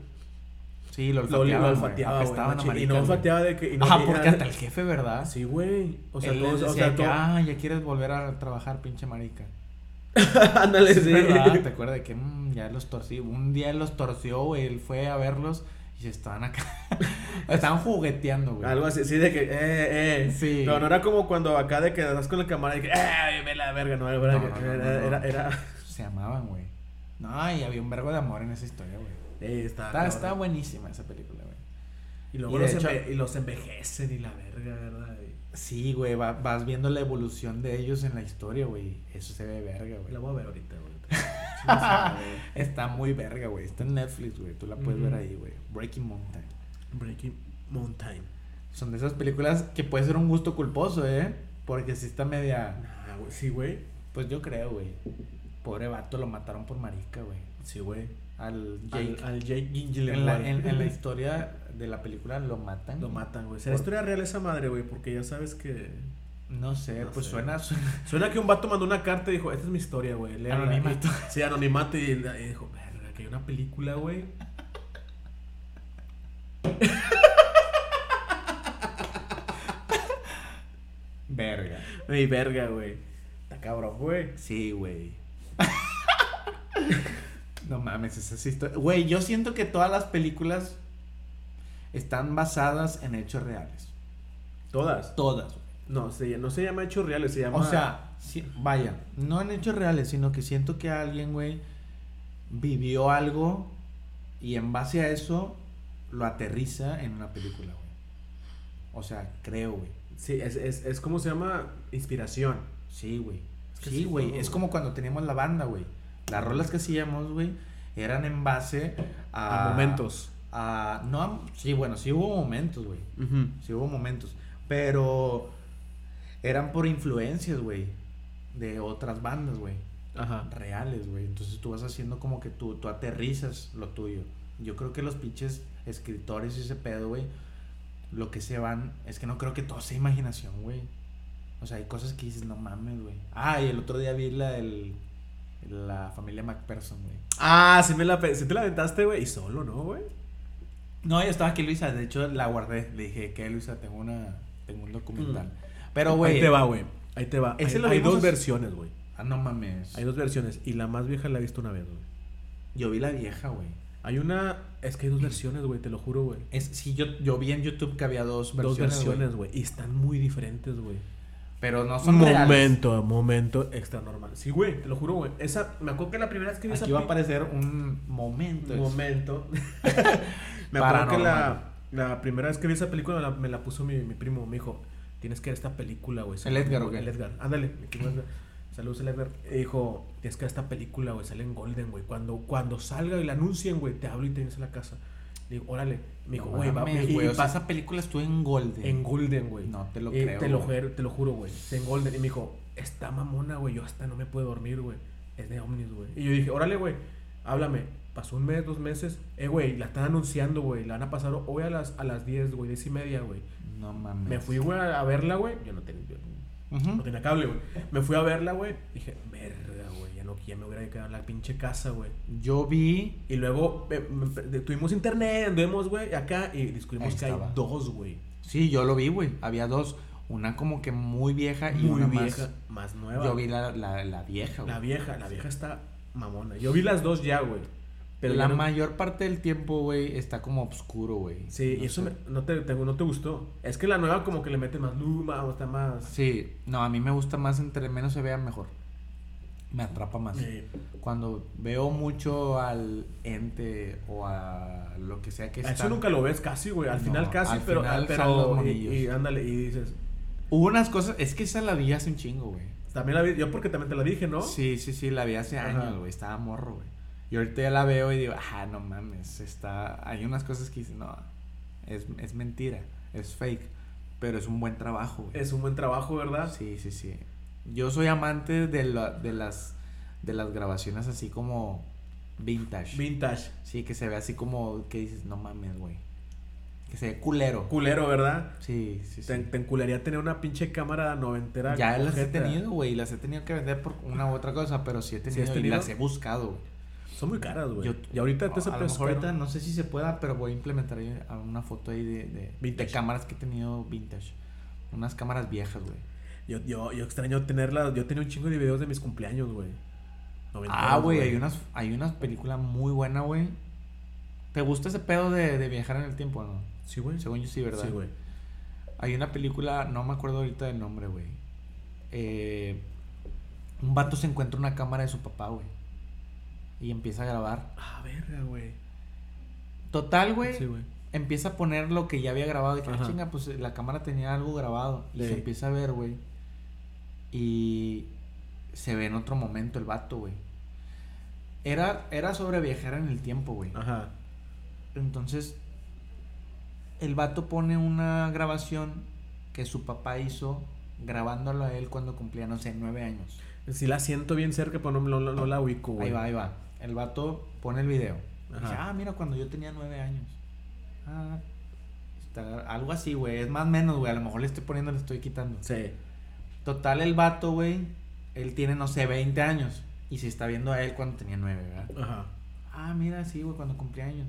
Speaker 1: Sí, lo
Speaker 2: lo,
Speaker 1: olfateaban,
Speaker 2: lo
Speaker 1: güey. Ah,
Speaker 2: olfateaba, güey. Ah,
Speaker 1: Apestaban a
Speaker 2: machín. Y
Speaker 1: maricas,
Speaker 2: no
Speaker 1: güey.
Speaker 2: olfateaba de que. y no-
Speaker 1: Ajá,
Speaker 2: y
Speaker 1: porque
Speaker 2: era-
Speaker 1: hasta el jefe, ¿verdad?
Speaker 2: Sí, güey. O sea,
Speaker 1: Él
Speaker 2: todos.
Speaker 1: les
Speaker 2: O
Speaker 1: decía
Speaker 2: sea,
Speaker 1: que,
Speaker 2: todos.
Speaker 1: ah, ya quieres volver a trabajar, pinche marica.
Speaker 2: Ándale,
Speaker 1: Es
Speaker 2: sí.
Speaker 1: verdad, te acuerdas de que mm, ya los torcí. Un día los torció, güey. Él fue a verlos y se estaban acá. estaban jugueteando, güey.
Speaker 2: Algo así, sí, de que, eh, eh.
Speaker 1: Sí.
Speaker 2: Pero no era como cuando acá de que das con la cámara y que, eh, ve la verga, no, era,
Speaker 1: No, no, no,
Speaker 2: era,
Speaker 1: no, no.
Speaker 2: era, era-
Speaker 1: Se amaban, güey. No, y había un vergo de amor en esa historia, güey.
Speaker 2: Eh, está,
Speaker 1: Está,
Speaker 2: cabrón.
Speaker 1: está buenísima esa película, güey.
Speaker 2: Y luego
Speaker 1: Y de
Speaker 2: los,
Speaker 1: hecho-
Speaker 2: enve- y los envejecen y la verga, ¿verdad? Y-
Speaker 1: Sí, güey. va- vas viendo la evolución de ellos en la historia, güey. Eso se ve verga,
Speaker 2: pues,
Speaker 1: güey.
Speaker 2: La voy a ver ahorita, güey. Chinga su madre, güey.
Speaker 1: Está muy verga, güey. Está en Netflix, güey. Tú la puedes
Speaker 2: Ujú.
Speaker 1: ver ahí, güey. Breaking Mountain.
Speaker 2: Breaking Mountain.
Speaker 1: Son de esas películas que puede ser un gusto culposo, ¿eh? Porque sí está media...
Speaker 2: Ah, güey. Sí, güey.
Speaker 1: Pues yo creo, güey. Pobre vato, lo mataron por marica, güey.
Speaker 2: Sí, güey.
Speaker 1: al Jake.
Speaker 2: Al, al Jake
Speaker 1: en, la,
Speaker 2: Gyllenhaal.
Speaker 1: en- en la historia de la película lo matan.
Speaker 2: Lo matan, güey. Será
Speaker 1: Por-
Speaker 2: historia real esa madre, güey, porque ya sabes que...
Speaker 1: No sé,
Speaker 2: No
Speaker 1: pues
Speaker 2: sé.
Speaker 1: suena, suena-
Speaker 2: Suena que un vato mandó una carta y dijo, esta es mi historia, güey. léanla".
Speaker 1: Anonimato.
Speaker 2: Y- Sí, anonimato. Y, la- y dijo, verga, que hay una película, güey.
Speaker 1: Verga.
Speaker 2: Y verga, güey. Está cabrón, güey.
Speaker 1: Sí, güey. no mames, esa es historia. Güey, yo siento que todas las películas están basadas en hechos reales.
Speaker 2: Todas.
Speaker 1: Todas.
Speaker 2: No, se, no se llama hechos reales, se llama...
Speaker 1: O sea, sí- vaya, no en hechos reales, sino que siento que alguien, güey, vivió algo y en base a eso lo aterriza en una película, güey. O sea, creo, güey.
Speaker 2: Sí, es, es, es como se llama inspiración.
Speaker 1: Sí, güey.
Speaker 2: Es que
Speaker 1: sí,
Speaker 2: sí,
Speaker 1: güey.
Speaker 2: todo,
Speaker 1: Es
Speaker 2: güey.
Speaker 1: como cuando teníamos la banda, güey. Las rolas que hacíamos, güey, eran en base a...
Speaker 2: A momentos.
Speaker 1: a- no, a- sí, bueno, sí hubo momentos, güey. Sí hubo momentos. Pero eran por influencias, güey. De otras bandas, güey.
Speaker 2: Ajá.
Speaker 1: Reales, güey. Entonces tú vas haciendo como que tú, tú aterrizas lo tuyo. Yo creo que los pinches escritores y ese pedo, güey. Lo que se van. Es que no creo que todo sea imaginación, güey. O sea, hay cosas que dices, no mames, güey. Ah, y el otro día vi la del. La familia McPherson, güey.
Speaker 2: Ah, sí, me la, pe- sí te la aventaste, güey. Y solo, ¿no, güey?
Speaker 1: No, yo estaba aquí, Luisa. De hecho, la guardé. Le dije, que Luisa? Tengo una. Tengo un documental. Pero, güey.
Speaker 2: Mm. Ahí te va, güey. Ahí te va.
Speaker 1: Ese
Speaker 2: Hay,
Speaker 1: lo
Speaker 2: hay
Speaker 1: vimos
Speaker 2: dos
Speaker 1: hace-
Speaker 2: versiones, güey.
Speaker 1: Ah, no mames.
Speaker 2: Hay dos versiones. Y la más vieja la he visto una vez, güey.
Speaker 1: Yo vi la vieja, güey.
Speaker 2: Hay una. Es que hay
Speaker 1: Mm.
Speaker 2: dos versiones, güey, te lo juro, güey.
Speaker 1: Es, sí, yo, yo vi en YouTube que había dos versiones.
Speaker 2: Dos versiones,
Speaker 1: güey.
Speaker 2: güey. Y están muy diferentes, güey.
Speaker 1: Pero no son reales.
Speaker 2: Momento, momento extra normal. Sí, güey, te lo juro, güey. Esa, me acuerdo que la primera vez que vi
Speaker 1: Aquí
Speaker 2: esa
Speaker 1: va a
Speaker 2: pi-
Speaker 1: aparecer un momento.
Speaker 2: Momento. me acuerdo que la,
Speaker 1: Paranormal.
Speaker 2: la primera vez que vi esa película la- me la puso mi, mi primo, me dijo, tienes que ver esta película, güey.
Speaker 1: ¿El Edgar o qué?
Speaker 2: El Edgar, ándale. mi primo Edgar. Saludos, el Edgar. Y dijo, tienes que ver esta película, güey, sale en Golden, güey. Cuando, cuando salga y la anuncien, güey, te hablo y te vienes a la casa. Le digo, órale. Me dijo, güey, va
Speaker 1: mames,
Speaker 2: y-
Speaker 1: güey.
Speaker 2: y
Speaker 1: O sea,
Speaker 2: pasa
Speaker 1: esa película estuvo en Golden.
Speaker 2: en Golden, güey.
Speaker 1: No te lo
Speaker 2: Y
Speaker 1: creo,
Speaker 2: Eh, Te lo,
Speaker 1: güey.
Speaker 2: juro, te lo juro, güey. Está En Golden. Y me dijo, está mamona, güey. Yo hasta no me puedo dormir, güey. Es de Omnis, güey. Y yo dije, órale, güey, háblame. Pasó un mes, dos meses. Eh, güey, la están anunciando, güey. La van a pasar hoy a las, a las 10, güey, 10 y media, güey.
Speaker 1: No mames.
Speaker 2: Me fui, güey, a a verla, güey. Yo no tenía, yo
Speaker 1: Ujú.
Speaker 2: no tenía cable, güey. Me fui a verla, güey. Dije, verga, güey. Ya no, ya me hubiera quedado en la pinche casa, güey.
Speaker 1: Yo vi.
Speaker 2: Y luego eh, me- me- tuvimos internet, anduvimos, güey, acá y descubrimos
Speaker 1: Ahí
Speaker 2: que
Speaker 1: estaba.
Speaker 2: hay dos, güey.
Speaker 1: Sí, yo lo vi, güey. Había dos. Una como que muy vieja y
Speaker 2: Muy
Speaker 1: una
Speaker 2: vieja, más, nueva.
Speaker 1: más. Yo vi la, la, la vieja, güey.
Speaker 2: La vieja, la vieja está mamona. Yo vi las dos ya, güey. Pero
Speaker 1: la
Speaker 2: ya no-
Speaker 1: mayor parte del tiempo, güey, está como oscuro, güey.
Speaker 2: Sí,
Speaker 1: No
Speaker 2: y eso
Speaker 1: sé.
Speaker 2: me- no, te, te- no te gustó. Es que la nueva como que le mete más luma o está más...
Speaker 1: Sí, no, a mí me gusta más, entre menos se vea mejor. Me atrapa más.
Speaker 2: Sí.
Speaker 1: Cuando veo mucho al ente o a lo que sea que
Speaker 2: A
Speaker 1: está.
Speaker 2: Ah, Eso nunca lo ves casi, güey. Al
Speaker 1: No,
Speaker 2: final casi,
Speaker 1: al
Speaker 2: pero...
Speaker 1: final
Speaker 2: pero-
Speaker 1: salen los
Speaker 2: y,
Speaker 1: monillos.
Speaker 2: y ándale, y dices...
Speaker 1: Hubo unas cosas, es que esa la vi hace un chingo, güey.
Speaker 2: También la vi, yo porque también te la dije, ¿no?
Speaker 1: Sí, sí, sí, la vi hace
Speaker 2: Ajá.
Speaker 1: años, güey. Estaba morro, güey. Y ahorita ya la veo y digo, ah, no mames, está. Hay unas cosas que dicen, no, es, es mentira, es fake, pero es un buen trabajo, güey.
Speaker 2: Es un buen trabajo, ¿verdad?
Speaker 1: Sí, sí, sí. Yo soy amante de, la- de las, de las grabaciones así como vintage.
Speaker 2: Vintage.
Speaker 1: sí, que se ve así como que dices, no mames, güey. Que se ve culero.
Speaker 2: Culero, ¿verdad?
Speaker 1: sí, sí, sí.
Speaker 2: Te, te encularía tener una pinche cámara noventera.
Speaker 1: Ya las he
Speaker 2: ojeta.
Speaker 1: tenido, güey. Las he tenido que vender por una u otra cosa, pero sí he tenido,
Speaker 2: has
Speaker 1: y
Speaker 2: tenido?
Speaker 1: las he buscado, güey.
Speaker 2: Son muy caras, güey.
Speaker 1: Yo-
Speaker 2: Y ahorita te
Speaker 1: a, a lo mejor ahorita
Speaker 2: ahorita
Speaker 1: no sé si se pueda, pero voy a implementar ahí a una foto ahí de, de, de
Speaker 2: Vintage.
Speaker 1: cámaras que he tenido vintage. Unas cámaras viejas, güey.
Speaker 2: Yo, yo, yo extraño tenerla. Yo tenía un chingo de videos de mis cumpleaños, güey.
Speaker 1: Ah,
Speaker 2: Noventeros,
Speaker 1: güey, hay unas, hay unas películas muy buenas, güey. ¿Te gusta ese pedo de, de viajar en el tiempo o no?
Speaker 2: Sí, güey.
Speaker 1: Según yo sí, ¿verdad?
Speaker 2: Sí, güey.
Speaker 1: Hay una película, no me acuerdo ahorita del nombre, güey. Eh, un vato se encuentra una cámara de su papá, güey. Y empieza a grabar.
Speaker 2: Ah, verga, güey.
Speaker 1: Total, güey.
Speaker 2: Sí, güey.
Speaker 1: empieza a poner lo que ya había grabado. Y dije, ah,
Speaker 2: Ajá.
Speaker 1: chinga, pues la cámara tenía algo grabado. Y se
Speaker 2: Sí.
Speaker 1: empieza a ver, güey. Y se ve en otro momento el vato, güey. Era, era sobre viajar en el tiempo, güey.
Speaker 2: Ajá.
Speaker 1: Entonces, el vato pone una grabación que su papá hizo grabándolo a él cuando cumplía, no sé, nueve años.
Speaker 2: Sí la siento bien cerca, pero no, no- no la ubico, güey.
Speaker 1: Ahí va, ahí va. El vato pone el video. Y
Speaker 2: Ajá.
Speaker 1: dice, ah, mira, cuando yo tenía nueve años. Ah, está- algo así, güey. Es más o menos, güey. A lo mejor le estoy poniendo, le estoy quitando.
Speaker 2: Sí.
Speaker 1: Total, el vato, güey, él tiene, no sé, 20 años. Y se está viendo a él cuando tenía 9, ¿verdad?
Speaker 2: Ajá.
Speaker 1: Ah, mira, sí, güey, cuando cumplí años.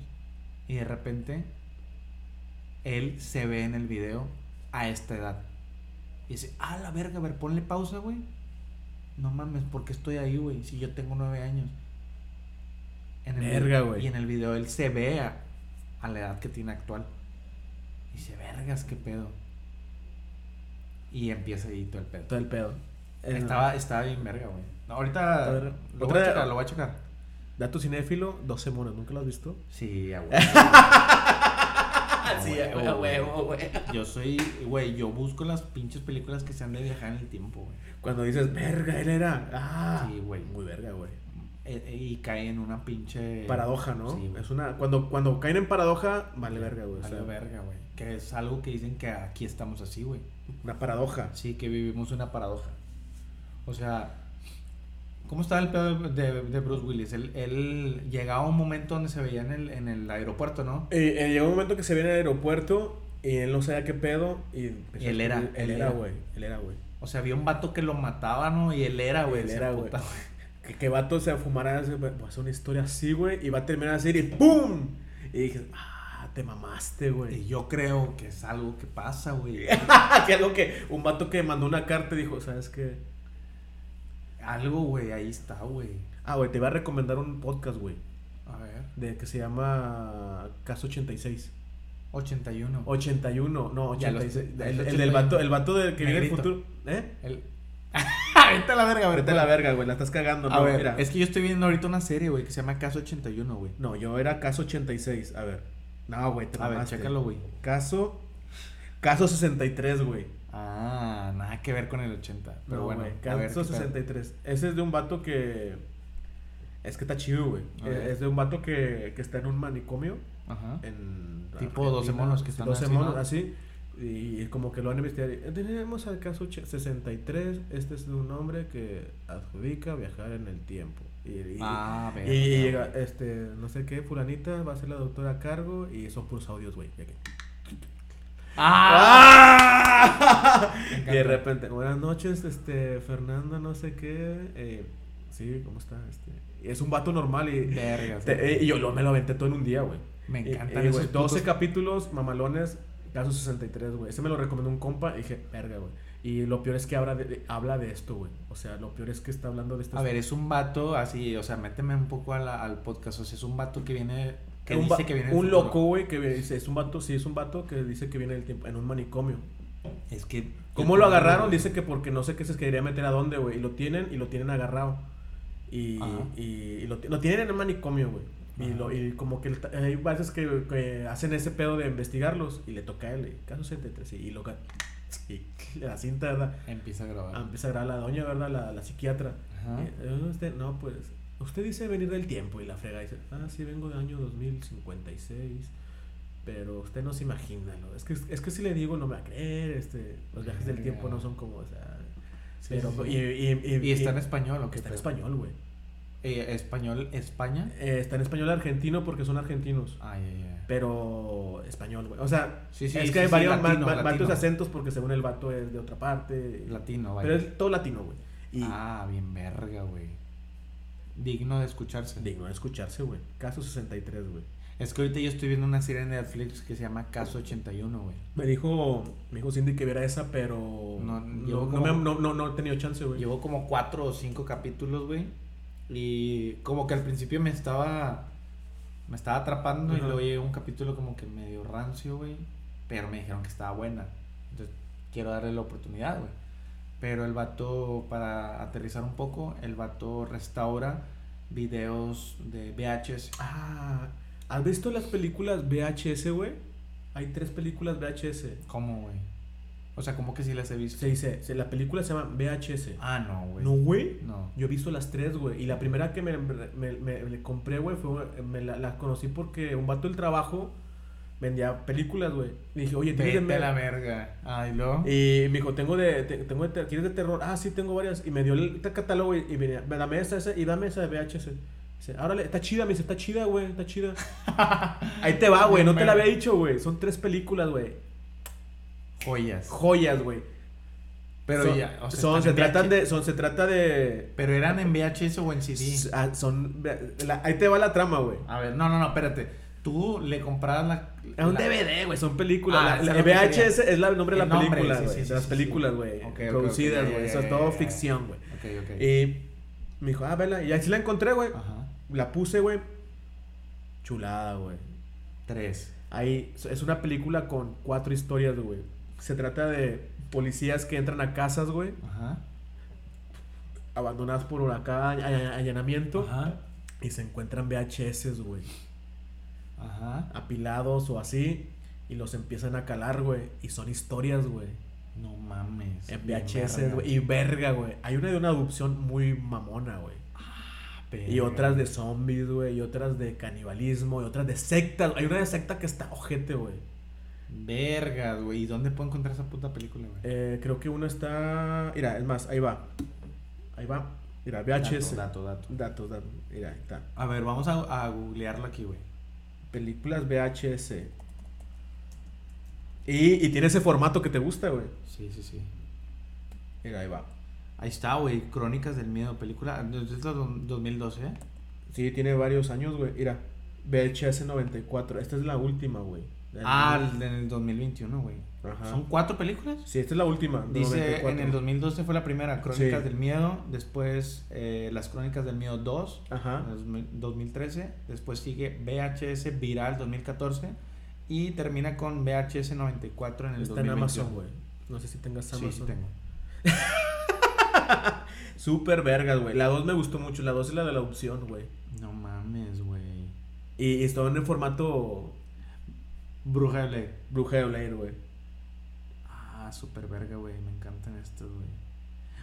Speaker 1: Y de repente, él se ve en el video a esta edad. Y dice, ah, la verga, a ver, ponle pausa, güey. No mames, ¿por qué estoy ahí, güey? Si yo tengo nueve años. En el
Speaker 2: Verga,
Speaker 1: vi-
Speaker 2: güey.
Speaker 1: Y en el video él se ve a, a la edad que tiene actual. Y dice, vergas, qué pedo. Y empieza ahí todo el pedo.
Speaker 2: Todo el pedo. Eh,
Speaker 1: Estaba, estaba bien verga, güey. No, ahorita
Speaker 2: A ver,
Speaker 1: lo voy
Speaker 2: otra-
Speaker 1: a checar, lo voy a checar.
Speaker 2: Dato cinéfilo, 12 monos. ¿Nunca lo has visto?
Speaker 1: Sí, a huevo.
Speaker 2: Sí, a huevo,
Speaker 1: güey. Yo soy, güey, yo busco las pinches películas que sean de viajar en el tiempo, güey.
Speaker 2: Cuando dices, verga, él era. Ah.
Speaker 1: Sí, güey.
Speaker 2: Muy verga, güey.
Speaker 1: E- e- y cae en una pinche.
Speaker 2: Paradoja, ¿no?
Speaker 1: Eh, Sí, güey.
Speaker 2: es una. Cuando, cuando caen en paradoja, vale verga, güey. o
Speaker 1: Vale
Speaker 2: sea,
Speaker 1: verga, güey. Que es algo que dicen que aquí estamos así, güey.
Speaker 2: Una paradoja.
Speaker 1: Sí, que vivimos una paradoja. O sea, ¿cómo estaba el pedo de, de Bruce Willis? Él, él llegaba a un momento donde se veía en el, en el aeropuerto, ¿no?
Speaker 2: Eh, eh, llegó un momento que se viene al aeropuerto y él no sabía qué pedo. Y,
Speaker 1: Y él era,
Speaker 2: Él,
Speaker 1: él
Speaker 2: era,
Speaker 1: era.
Speaker 2: güey. Él era, güey.
Speaker 1: O sea, había un vato que lo mataba, ¿no? Y él era, güey.
Speaker 2: Él
Speaker 1: ese
Speaker 2: era, güey.
Speaker 1: puta-
Speaker 2: Que, que vato se fumará, se va a hacer una historia así, güey. Y va a terminar así y ¡pum! Y dije, ah, te mamaste,
Speaker 1: Y
Speaker 2: güey.
Speaker 1: yo creo que es algo que pasa, güey.
Speaker 2: que algo que un vato que mandó una carta y dijo, ¿sabes qué?
Speaker 1: Algo, güey, ahí está, güey.
Speaker 2: Ah, güey, te iba a recomendar un podcast, güey.
Speaker 1: A ver.
Speaker 2: De que se llama Caso 86.
Speaker 1: 81.
Speaker 2: 81, no,
Speaker 1: Ya los-
Speaker 2: 86.
Speaker 1: ya
Speaker 2: el,
Speaker 1: los
Speaker 2: el del
Speaker 1: 81.
Speaker 2: vato, el vato del que viene el
Speaker 1: Negrito.
Speaker 2: futuro. ¿Eh?
Speaker 1: El... Vete a la verga, a ver,
Speaker 2: Vete a la verga, güey, la estás cagando,
Speaker 1: A
Speaker 2: no,
Speaker 1: ver,
Speaker 2: mira.
Speaker 1: es que yo estoy viendo ahorita una serie, güey, que se llama Caso 81, güey.
Speaker 2: No, yo era caso 86, a ver. No, güey, te
Speaker 1: A ver,
Speaker 2: mamaste.
Speaker 1: chécalo, güey.
Speaker 2: Caso Caso 63, güey.
Speaker 1: Ah, nada que ver con el 80. Pero
Speaker 2: No,
Speaker 1: bueno,
Speaker 2: güey,
Speaker 1: a ver,
Speaker 2: Caso
Speaker 1: ¿qué tal?
Speaker 2: 63. Ese es de un vato que. Es que está chido, güey.
Speaker 1: A
Speaker 2: Eh,
Speaker 1: ver.
Speaker 2: Es de un vato que, que está en un manicomio.
Speaker 1: Ajá.
Speaker 2: Eh, En
Speaker 1: Tipo 12 monos que están
Speaker 2: 12
Speaker 1: así,
Speaker 2: monos,
Speaker 1: ¿no?
Speaker 2: así. Y como que lo han investigado. y, "Eh, Tenemos al caso che- 63. Este es de un hombre que adjudica viajar en el tiempo. Y, y-
Speaker 1: Ah,
Speaker 2: y-
Speaker 1: verga,
Speaker 2: y
Speaker 1: güey.
Speaker 2: llega, este, no sé qué, fulanita va a ser la doctora a cargo. Y son puros audios, güey. ya que-
Speaker 1: ¡Ah!
Speaker 2: ¡Ah!
Speaker 1: Me
Speaker 2: Y
Speaker 1: encanta.
Speaker 2: de repente, buenas noches, este, Fernando, no sé qué. eh, sí, ¿cómo está? Este, y es un vato normal y,
Speaker 1: Vergas,
Speaker 2: te-
Speaker 1: güey.
Speaker 2: eh, y yo lo, me lo aventé todo en un día, güey.
Speaker 1: Me
Speaker 2: Y-
Speaker 1: encantan
Speaker 2: y, güey,
Speaker 1: esos
Speaker 2: 12
Speaker 1: putos-
Speaker 2: capítulos, mamalones, caso 63, güey. Ese me lo recomendó un compa y dije, verga, güey. Y lo peor es que habla de, de- habla de esto, güey. O sea, lo peor es que está hablando de esto.
Speaker 1: A ver, es un vato así, o sea, méteme un poco a la- al podcast. O sea, es un vato que viene. Que
Speaker 2: un,
Speaker 1: dice
Speaker 2: va-
Speaker 1: que viene. del
Speaker 2: un
Speaker 1: futuro.
Speaker 2: loco, güey, que dice, es un vato, sí, es un vato que dice que viene el tiempo, en un manicomio.
Speaker 1: Es que.
Speaker 2: ¿Cómo lo agarraron? Dice que porque no sé qué se quería meter a dónde, güey. Y lo tienen y lo tienen agarrado. Y,
Speaker 1: Ajá.
Speaker 2: y, y lo, ti- lo tienen en el manicomio, güey. Y,
Speaker 1: Ajá.
Speaker 2: lo, y como que el ta- hay veces que, que hacen ese pedo de investigarlos y le toca a él, eh, caso 63, y, y lo ca- y la cinta, ¿verdad?
Speaker 1: Empieza a
Speaker 2: Ah,
Speaker 1: grabar.
Speaker 2: empieza a grabar la doña, ¿verdad? La, la psiquiatra.
Speaker 1: Ajá.
Speaker 2: Eh, eh, usted, no, pues, usted dice venir del tiempo y la frega dice, ah, sí, vengo del año 2056, pero usted no se imagina, ¿no? Es que, es que si le digo no me va a creer, este, los viajes del tiempo no son como, o sea,
Speaker 1: Sí,
Speaker 2: pero,
Speaker 1: sí, sí.
Speaker 2: Y, y- y-
Speaker 1: ¿Y está en
Speaker 2: y-
Speaker 1: español o qué?
Speaker 2: eh, está en
Speaker 1: pedo?
Speaker 2: español, güey.
Speaker 1: Eh, español, España. Ah,
Speaker 2: Eh, está en español argentino porque son argentinos,
Speaker 1: Ay, ay, ay.
Speaker 2: pero español, güey. O sea,
Speaker 1: Sí, sí,
Speaker 2: es
Speaker 1: sí,
Speaker 2: que hay
Speaker 1: sí,
Speaker 2: varios,
Speaker 1: latino,
Speaker 2: va- va-
Speaker 1: latino.
Speaker 2: varios acentos porque según el vato es de otra parte,
Speaker 1: Latino, vaya.
Speaker 2: pero es todo latino, güey. Y
Speaker 1: Ah, bien verga, güey. Digno de escucharse.
Speaker 2: digno de escucharse, güey. Caso 63, güey.
Speaker 1: Es que ahorita yo estoy viendo una serie en Netflix que se llama Caso 81, güey.
Speaker 2: Me dijo, me dijo Cindy que viera esa, pero
Speaker 1: No,
Speaker 2: no, no,
Speaker 1: llevo
Speaker 2: me-
Speaker 1: como-
Speaker 2: no, no- no he tenido chance, güey.
Speaker 1: Llevo como cuatro o cinco capítulos, güey. Y como que al principio me estaba. Me estaba atrapando y
Speaker 2: Ajá.
Speaker 1: luego llegó un capítulo como que medio rancio, güey. Pero me dijeron que estaba buena. Entonces quiero darle la oportunidad, güey. Pero el vato, para aterrizar un poco, el vato restaura videos de VHS.
Speaker 2: Ah, ¿has visto las películas VHS, güey? Hay tres películas VHS.
Speaker 1: ¿Cómo, güey? O sea, como que sí las he visto.
Speaker 2: Se dice, se- la película se llama VHS.
Speaker 1: Ah, no, güey.
Speaker 2: no, güey.
Speaker 1: No.
Speaker 2: Yo he visto las tres, güey. Y la primera que me, me- me- me- le compré, güey, fue, me la, la conocí porque un vato del trabajo vendía películas, güey. Y dije, oye, ¿tienes de
Speaker 1: Vete a la
Speaker 2: me-
Speaker 1: verga. Ah, Ay, lo.
Speaker 2: Y me dijo, tengo de, te- tengo de ter- ¿quieres de terror? Ah, sí, tengo varias. Y me dio el catálogo y, y venía, dame esa, esa y dame esa de VHS. Dice, órale, está chida, me dice, está chida, güey, está chida. Ahí te va, güey, no te la había dicho, güey. Son tres películas, güey.
Speaker 1: Joyas.
Speaker 2: Joyas, güey.
Speaker 1: Pero
Speaker 2: Son-
Speaker 1: ya, o sea,
Speaker 2: son,
Speaker 1: están
Speaker 2: se
Speaker 1: en
Speaker 2: tratan
Speaker 1: VH.
Speaker 2: de, son, se trata de...
Speaker 1: Pero eran en VHS o en CD.
Speaker 2: s- ah, Son, ve- la- ahí te va la trama, güey.
Speaker 1: A ver, no, no, no, espérate. Tú le comprabas la.
Speaker 2: Es un
Speaker 1: la-
Speaker 2: DVD, güey, son películas.
Speaker 1: Ah,
Speaker 2: La-
Speaker 1: eso
Speaker 2: la-
Speaker 1: es lo que
Speaker 2: VHS es la- el nombre de
Speaker 1: El
Speaker 2: la
Speaker 1: nombre,
Speaker 2: película,
Speaker 1: sí,
Speaker 2: güey.
Speaker 1: sí,
Speaker 2: de
Speaker 1: sí,
Speaker 2: las
Speaker 1: sí,
Speaker 2: películas,
Speaker 1: sí.
Speaker 2: güey.
Speaker 1: Ok, ok, ok,
Speaker 2: producidas,
Speaker 1: ya,
Speaker 2: güey.
Speaker 1: ya,
Speaker 2: Eso
Speaker 1: ya,
Speaker 2: es todo
Speaker 1: ya.
Speaker 2: ficción, güey.
Speaker 1: Ok, ok.
Speaker 2: Y me dijo, ah, vela. Y así la encontré, güey.
Speaker 1: Ajá.
Speaker 2: La puse, güey. Chulada, güey.
Speaker 1: Tres.
Speaker 2: Ahí es una película con cuatro historias, güey. Se trata de policías que entran a casas, güey,
Speaker 1: Ajá.
Speaker 2: abandonadas por huracán, a- a- allanamiento,
Speaker 1: Ajá.
Speaker 2: y se encuentran VHS, güey,
Speaker 1: Ajá.
Speaker 2: apilados o así, y los empiezan a calar, güey, y son historias, güey,
Speaker 1: No mames.
Speaker 2: en VHS,
Speaker 1: Verga.
Speaker 2: güey, y verga, güey. Hay una de una adopción muy mamona, güey. Y
Speaker 1: Verga.
Speaker 2: otras de zombies, güey, y otras de canibalismo, y otras de sectas. Hay una de secta que está ojete, güey.
Speaker 1: Vergas, güey. ¿Y dónde puedo encontrar esa puta película, güey?
Speaker 2: Eh, creo que uno está. Mira, es más, ahí va. Ahí va. Mira, VHS.
Speaker 1: Dato, dato, dato.
Speaker 2: Datos, datos. Mira, ahí está.
Speaker 1: A ver, vamos a, a googlearlo aquí, güey.
Speaker 2: Películas VHS. Y, y tiene ese formato que te gusta, güey.
Speaker 1: Sí, sí, sí.
Speaker 2: Mira, ahí va.
Speaker 1: Ahí está, güey. Crónicas del Miedo, película. Desde 2012, ¿eh?
Speaker 2: Sí, tiene varios años, güey. Mira, VHS 94. Esta es la última, güey. La
Speaker 1: Ah,
Speaker 2: del-
Speaker 1: el del 2021, güey.
Speaker 2: Ajá.
Speaker 1: ¿Son cuatro películas?
Speaker 2: Sí, esta es la última.
Speaker 1: Dice,
Speaker 2: 94.
Speaker 1: en el 2012 fue la primera, Crónicas
Speaker 2: Sí.
Speaker 1: del Miedo, después eh, Las Crónicas del Miedo 2,
Speaker 2: Ajá.
Speaker 1: 2013, después sigue VHS Viral 2014 y termina con VHS 94 en el
Speaker 2: Está en
Speaker 1: 2021.
Speaker 2: Amazon, güey. No sé si tengas
Speaker 1: Sí,
Speaker 2: Amazon.
Speaker 1: sí tengo.
Speaker 2: Súper vergas, güey. La 2 me gustó mucho. La 2 es la de la opción, güey.
Speaker 1: No mames, güey.
Speaker 2: Y, y estaba en el formato
Speaker 1: Bruja de Blair.
Speaker 2: Bruja de Blair, güey.
Speaker 1: Ah, super verga, güey. Me encantan estos, güey.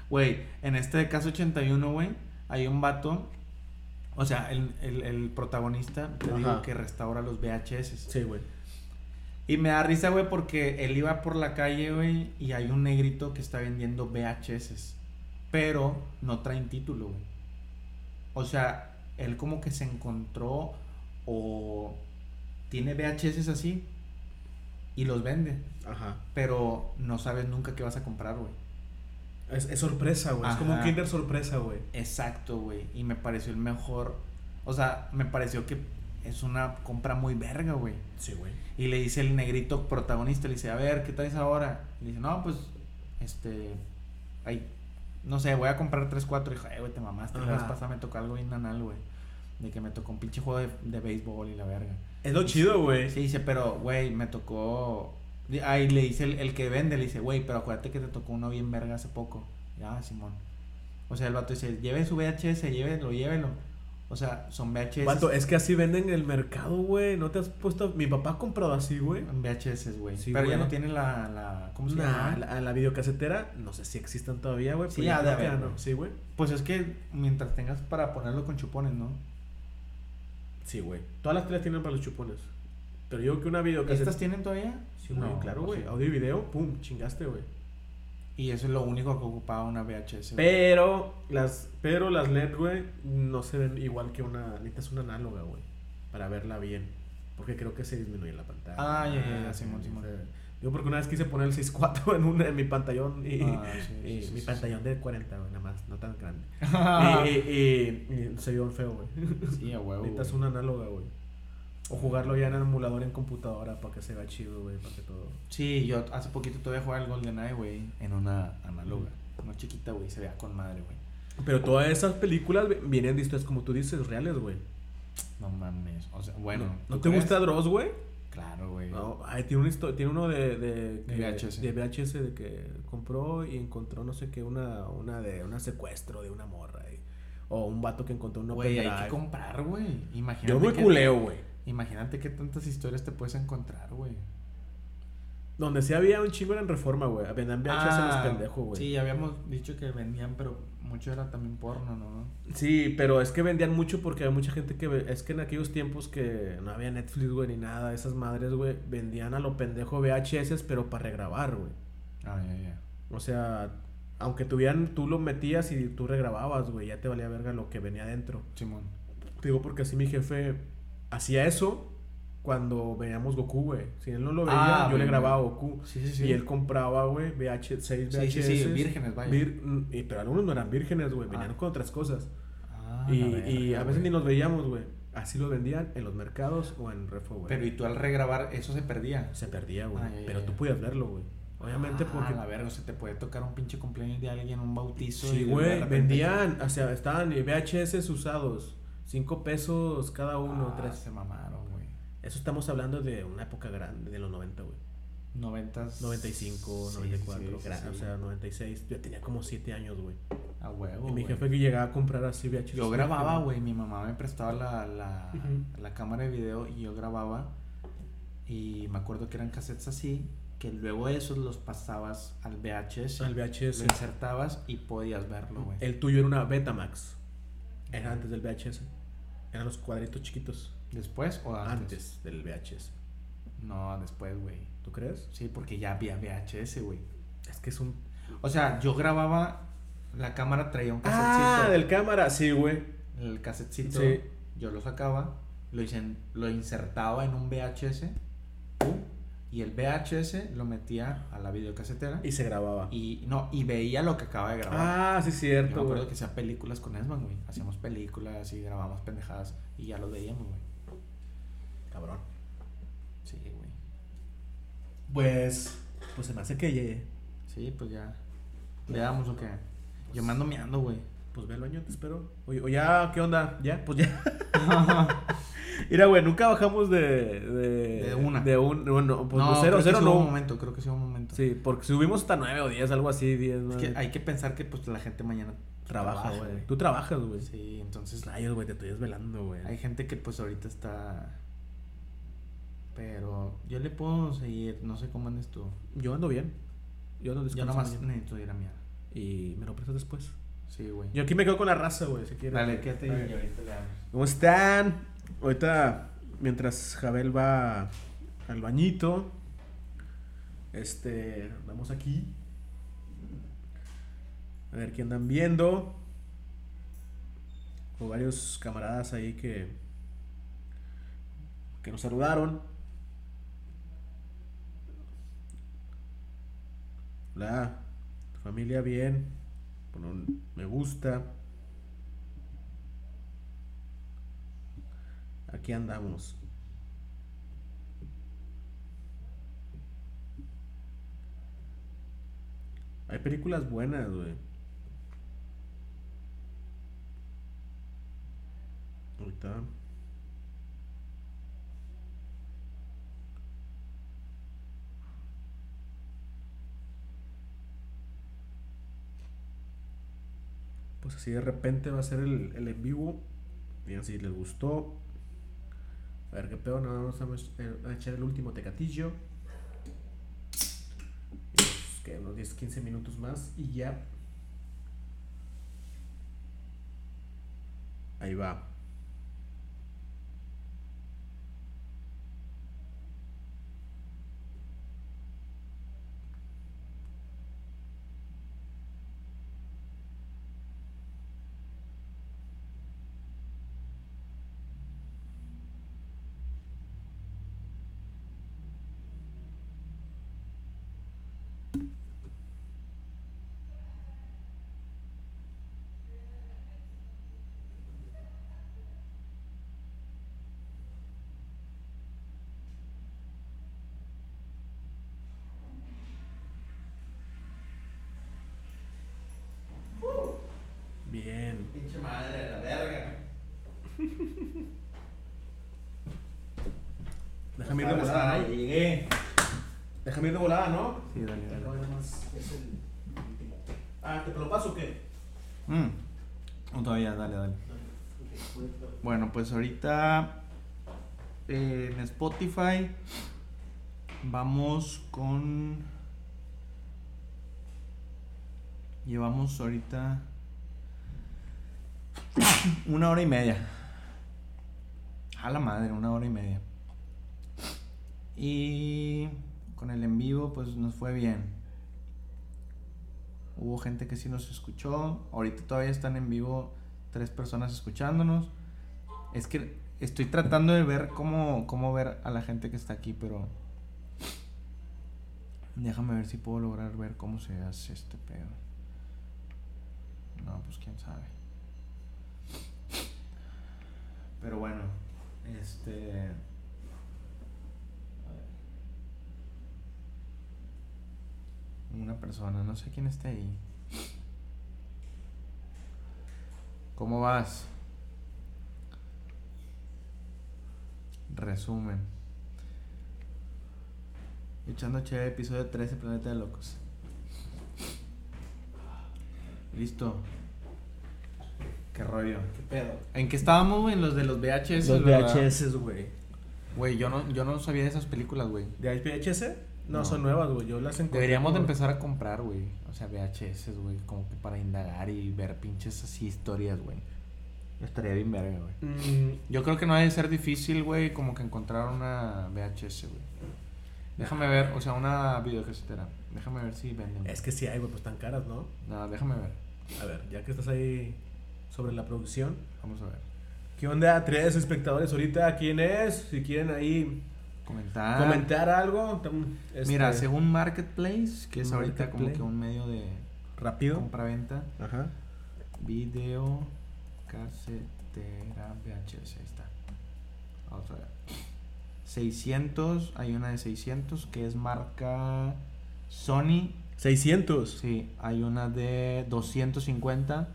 Speaker 1: Güey, en este de caso 81, güey, hay un vato. O sea, el, el- el protagonista, te digo,
Speaker 2: Ajá.
Speaker 1: que restaura los VHS.
Speaker 2: Sí, güey.
Speaker 1: Y me da risa, güey, porque él iba por la calle, güey, y hay un negrito que está vendiendo VHS. Pero no traen título, güey. O sea, él como que se encontró o tiene VHS así y los vende.
Speaker 2: Ajá.
Speaker 1: Pero no sabes nunca qué vas a comprar, güey.
Speaker 2: Es, es sorpresa, güey. Es como un
Speaker 1: Ajá.
Speaker 2: Kinder sorpresa, güey.
Speaker 1: Exacto, güey. Y me pareció el mejor. O sea, me pareció que es una compra muy verga, güey.
Speaker 2: Sí, güey.
Speaker 1: Y le dice el negrito protagonista, le dice, a ver, ¿qué traes ahora? Y le dice, no, pues, este, ay, no sé, voy a comprar 3, 4. Y dijo, "Ay, güey, te mamaste, la vez
Speaker 2: Ajá.
Speaker 1: pasada me tocó algo bien anal, güey. De que me tocó un pinche juego de, de béisbol y la verga.
Speaker 2: Es lo chido, güey.
Speaker 1: Sí, dice, pero, güey, me tocó... Ahí le dice el, el que vende, le dice, güey, pero acuérdate que te tocó uno bien verga hace poco. Y, ah, Simón. O sea, el vato dice, lleve su VHS, llévelo, llévelo. O sea, son VHS.
Speaker 2: Vato, es que así venden en el mercado, güey. No te has puesto. Mi papá ha comprado así, güey.
Speaker 1: En VHS, güey.
Speaker 2: Sí,
Speaker 1: pero ya
Speaker 2: güey.
Speaker 1: no tiene la, la ¿cómo se
Speaker 2: Nah,
Speaker 1: llama?
Speaker 2: la, la videocasetera, no sé si existan todavía, güey.
Speaker 1: Sí,
Speaker 2: pero yo
Speaker 1: ha de
Speaker 2: creo que ya
Speaker 1: haber,
Speaker 2: no.
Speaker 1: güey.
Speaker 2: Sí, güey.
Speaker 1: Pues es que mientras tengas para ponerlo con chupones, ¿no?
Speaker 2: Sí, güey. Todas las tres tienen para los chupones. Pero yo creo que una videocasetera.
Speaker 1: ¿Estas tienen todavía?
Speaker 2: Sí, güey,
Speaker 1: No,
Speaker 2: claro,
Speaker 1: pues
Speaker 2: güey.
Speaker 1: sí.
Speaker 2: Audio y video, pum, chingaste, güey.
Speaker 1: Y eso es lo único que ocupaba una VHS. güey.
Speaker 2: Pero las, pero las LED, güey, no se ven igual que una. Necesitas una análoga, güey. Para verla bien. Porque creo que se disminuye la pantalla.
Speaker 1: Ah, ya, ya, ya, Simón, Simón.
Speaker 2: Yo porque una vez quise poner el 6.4 en, un- en mi pantallón y,
Speaker 1: Ah, sí, sí,
Speaker 2: y
Speaker 1: sí,
Speaker 2: eh,
Speaker 1: Ah.
Speaker 2: mi
Speaker 1: sí,
Speaker 2: pantallón Eh, de 40, güey, nada más, no tan grande.
Speaker 1: sí.
Speaker 2: y, y- y- y se vio feo, güey.
Speaker 1: Sí, a huevo.
Speaker 2: Necesitas
Speaker 1: güey.
Speaker 2: una análoga, güey. O jugarlo ya en el emulador en computadora para que se vea chido, güey, para que todo.
Speaker 1: Sí, yo hace poquito todavía jugaba el GoldenEye, güey, en una análoga. Una chiquita, güey, se vea con madre, güey.
Speaker 2: Pero todas esas películas vi- vienen de historias, como tú dices, reales, güey.
Speaker 1: No mames. O sea, bueno.
Speaker 2: ¿No- ¿No
Speaker 1: ¿tú
Speaker 2: te
Speaker 1: crees?
Speaker 2: gusta Dross, güey?
Speaker 1: Claro, güey.
Speaker 2: No, ay, tiene, una histo- tiene uno de, de, que-
Speaker 1: VHS.
Speaker 2: de VHS de que compró y encontró, no sé qué, una, una de un secuestro de una morra. y- o un vato que encontró un
Speaker 1: Güey, hay
Speaker 2: pendrive.
Speaker 1: que comprar, güey. Imagínate.
Speaker 2: Yo muy
Speaker 1: que-
Speaker 2: culeo, güey.
Speaker 1: Imagínate qué tantas historias te puedes encontrar, güey.
Speaker 2: Donde sí había un chingo era en reforma, güey. Vendían VHS en los
Speaker 1: Ah,
Speaker 2: pendejos, güey.
Speaker 1: Sí, habíamos dicho que vendían, pero mucho era también porno, ¿no?
Speaker 2: Sí, pero es que vendían mucho porque había mucha gente que... ve- Es que en aquellos tiempos que no había Netflix, güey, ni nada, esas madres, güey, vendían a lo pendejo VHS, pero para regrabar, güey.
Speaker 1: Ah, ya, ya.
Speaker 2: O sea, aunque tuvieran, tú lo metías y tú regrababas, güey, ya te valía verga lo que venía adentro.
Speaker 1: Simón.
Speaker 2: Te digo porque así mi jefe hacía eso cuando veíamos Goku, güey. Si él no lo
Speaker 1: Ah,
Speaker 2: veía, yo le
Speaker 1: güey,
Speaker 2: grababa
Speaker 1: güey.
Speaker 2: Goku.
Speaker 1: Sí, sí, sí.
Speaker 2: Y él compraba, güey, VH, 6
Speaker 1: Sí,
Speaker 2: VHS.
Speaker 1: sí, sí, vírgenes, vaya.
Speaker 2: Vir- mm, y- pero algunos no eran vírgenes, güey.
Speaker 1: Ah.
Speaker 2: Venían con otras cosas.
Speaker 1: Ah,
Speaker 2: y,
Speaker 1: la verga,
Speaker 2: y a veces ni
Speaker 1: güey.
Speaker 2: los veíamos, güey. Así los vendían en los mercados o en Refo, güey.
Speaker 1: Pero y tú al regrabar, eso se perdía.
Speaker 2: Se perdía, güey.
Speaker 1: Ah, ya, ya,
Speaker 2: pero
Speaker 1: ya.
Speaker 2: tú podías verlo, güey. Obviamente
Speaker 1: Ah,
Speaker 2: porque...
Speaker 1: la verga, o sea, te puede tocar un pinche cumpleaños de alguien, un bautizo. y
Speaker 2: Sí,
Speaker 1: de
Speaker 2: güey,
Speaker 1: repente-
Speaker 2: vendían, o sea, estaban VHS usados, 5 pesos cada uno,
Speaker 1: Ah,
Speaker 2: tres.
Speaker 1: Se mamaron, güey.
Speaker 2: Eso estamos hablando de una época grande, de los 90, güey.
Speaker 1: 90.
Speaker 2: 95, 94, gra- o sea, 96. Yo tenía como 7 años, güey.
Speaker 1: a huevo. Oh,
Speaker 2: y mi
Speaker 1: güey.
Speaker 2: jefe que llegaba a comprar así VHS.
Speaker 1: Yo grababa, güey. Mi mamá me prestaba la, la,
Speaker 2: Ujú.
Speaker 1: la cámara de video y yo grababa. Y me acuerdo que eran cassettes así, que luego esos los pasabas al VHS.
Speaker 2: Al
Speaker 1: Lo
Speaker 2: VHS.
Speaker 1: insertabas y podías verlo, güey.
Speaker 2: El tuyo era una Betamax. Era antes del VHS. Eran los cuadritos chiquitos.
Speaker 1: ¿Después o antes?
Speaker 2: Antes del VHS.
Speaker 1: No, después, güey.
Speaker 2: ¿Tú crees?
Speaker 1: Sí, porque ya había VHS, güey.
Speaker 2: Es que es un.
Speaker 1: O sea, yo grababa, la cámara traía un
Speaker 2: Ah,
Speaker 1: casetcito.
Speaker 2: del cámara, sí, güey.
Speaker 1: El casetcito,
Speaker 2: Sí.
Speaker 1: yo lo sacaba, lo, hice- lo insertaba en un VHS, pum, uh, y el VHS lo metía a la videocasetera
Speaker 2: Y se grababa.
Speaker 1: y, no, y veía lo que acaba de grabar.
Speaker 2: Ah, sí,
Speaker 1: yo me
Speaker 2: cierto,
Speaker 1: acuerdo
Speaker 2: güey.
Speaker 1: que hacía películas con Esman, güey. Hacíamos películas y grabábamos pendejadas y ya lo veíamos, güey.
Speaker 2: Cabrón.
Speaker 1: Sí, güey.
Speaker 2: Pues. Pues se me hace que llegue.
Speaker 1: Sí, pues ya. Veamos lo que. Yo me ando meando, güey.
Speaker 2: Pues ve al baño, te espero. Oye, o ya, ¿qué onda? ¿Ya? Pues ya. Mira, güey, nunca bajamos de. De,
Speaker 1: De una.
Speaker 2: De un. Bueno, pues de
Speaker 1: creo
Speaker 2: cero,
Speaker 1: que
Speaker 2: cero
Speaker 1: sí hubo un
Speaker 2: no.
Speaker 1: momento, creo que sí hubo un momento.
Speaker 2: Sí, porque subimos hasta nueve o diez, algo así, diez,
Speaker 1: Es
Speaker 2: ¿no?
Speaker 1: que hay que pensar que pues la gente mañana
Speaker 2: Trabaja, güey. Tú trabajas, güey.
Speaker 1: Sí, entonces
Speaker 2: Rayos, güey, te estoy desvelando, güey.
Speaker 1: hay gente que pues ahorita está. Pero yo le puedo seguir, no sé cómo andes tú.
Speaker 2: Yo ando bien. Yo ando
Speaker 1: Yo
Speaker 2: descansando.
Speaker 1: nomás
Speaker 2: bien.
Speaker 1: necesito ir a mierda.
Speaker 2: Y me lo prestas después.
Speaker 1: Sí, güey.
Speaker 2: Yo aquí me quedo con la raza, güey, si quieres.
Speaker 1: Dale, quédate y
Speaker 2: A ver.
Speaker 1: ahorita le damos.
Speaker 2: ¿Cómo están? Ahorita, mientras Jabel va al bañito, este, vamos aquí. A ver quién andan viendo. O varios camaradas ahí que, que nos saludaron. Hola, tu familia bien. Pon un me gusta. Aquí andamos. Hay películas buenas, güey. Ahorita. Pues así de repente va a ser el, el en vivo. Digan si les gustó. A ver qué pedo, nada más vamos a ech- a echar el último tecatillo. Y pues, que unos 10, 15 minutos más y ya. Ahí va. Bien.
Speaker 1: Pinche madre de la verga.
Speaker 2: Déjame ir de volada, ¿no?
Speaker 1: llegué.
Speaker 2: Déjame ir de volada, ¿no?
Speaker 1: Sí, dale, dale.
Speaker 2: Ah, ¿te lo paso o qué?
Speaker 1: Mm. No, todavía, dale, dale. Bueno, pues ahorita eh, en Spotify vamos con... Llevamos ahorita una hora y media. A la madre, una hora y media. Y con el en vivo pues nos fue bien. Hubo gente que sí nos escuchó. Ahorita todavía están en vivo tres personas escuchándonos. Es que estoy tratando de ver cómo, cómo ver a la gente que está aquí, pero. Déjame ver si puedo lograr ver cómo se hace este pedo. No, pues quién sabe. Pero bueno, este. a ver. Una persona, no sé quién está ahí. ¿Cómo vas? Resumen. Echando chévere, episodio 13, Planeta de Locos. Listo. ¿Qué rollo?
Speaker 2: ¿Qué pedo?
Speaker 1: ¿En qué estábamos, güey? En los de los VHS.
Speaker 2: Los
Speaker 1: ¿verdad?
Speaker 2: VHS, güey.
Speaker 1: Güey, yo no, yo no sabía de esas películas, güey.
Speaker 2: ¿De ahí VHS? No,
Speaker 1: No.
Speaker 2: son nuevas, güey. Yo las encontré.
Speaker 1: Deberíamos de
Speaker 2: por-
Speaker 1: empezar a comprar, güey. O sea, VHS, güey. Como que para indagar y ver pinches así historias, güey. Estaría bien verga, güey.
Speaker 2: Mm,
Speaker 1: Yo creo que no ha de ser difícil, güey, como que encontrar una VHS, güey. Déjame ver, o sea, una videocasetera. Déjame ver si venden. güey.
Speaker 2: es que sí hay, güey, pues tan caras, ¿no?
Speaker 1: No, déjame ver.
Speaker 2: A ver, ya que estás ahí sobre la producción.
Speaker 1: Vamos a ver.
Speaker 2: ¿Qué onda? Tres espectadores ahorita. ¿Quién es? Si quieren ahí
Speaker 1: Comentar.
Speaker 2: comentar algo. tam- este,
Speaker 1: Ah. Mira, según Marketplace, que es ahorita como
Speaker 2: Marketplace.
Speaker 1: que un medio de
Speaker 2: Rápido.
Speaker 1: compra-venta,
Speaker 2: Ajá.
Speaker 1: videocasetera VHS, ahí está. Vamos a ver. 600, hay una de 600 que es marca Sony
Speaker 2: 600.
Speaker 1: Sí, hay una de 250.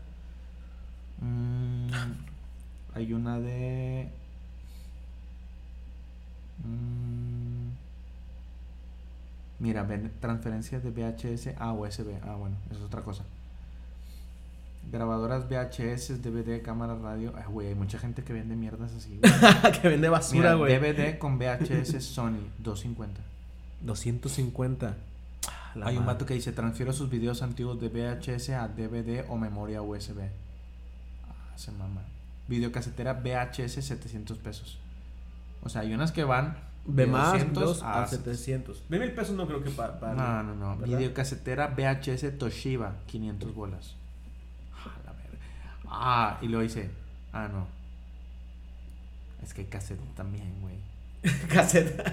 Speaker 1: Mm, hay una de. Mm, mira, ven- transferencias de VHS a USB. Ah, bueno, eso es otra cosa. Grabadoras VHS, DVD, cámara, radio. Ay, güey, hay mucha gente que vende mierdas así. güey.
Speaker 2: que vende
Speaker 1: Mira,
Speaker 2: basura, güey.
Speaker 1: DVD con VHS Sony, 250.
Speaker 2: 250. Ah, la
Speaker 1: Hay un
Speaker 2: madre.
Speaker 1: vato que dice, transfiero sus videos antiguos de VHS a DVD o memoria USB. Ah, se mama. Videocasetera VHS 700 pesos. O sea, hay unas que van
Speaker 2: De más
Speaker 1: 200
Speaker 2: 2
Speaker 1: a
Speaker 2: a 700. De mil pesos no creo que para.
Speaker 1: No, no, no.
Speaker 2: ¿Verdad?
Speaker 1: Videocasetera VHS Toshiba, 500 bolas. Ah, la verga. Ah, y lo hice. Ah, no. Es que hay cassette también, güey.
Speaker 2: Caseta.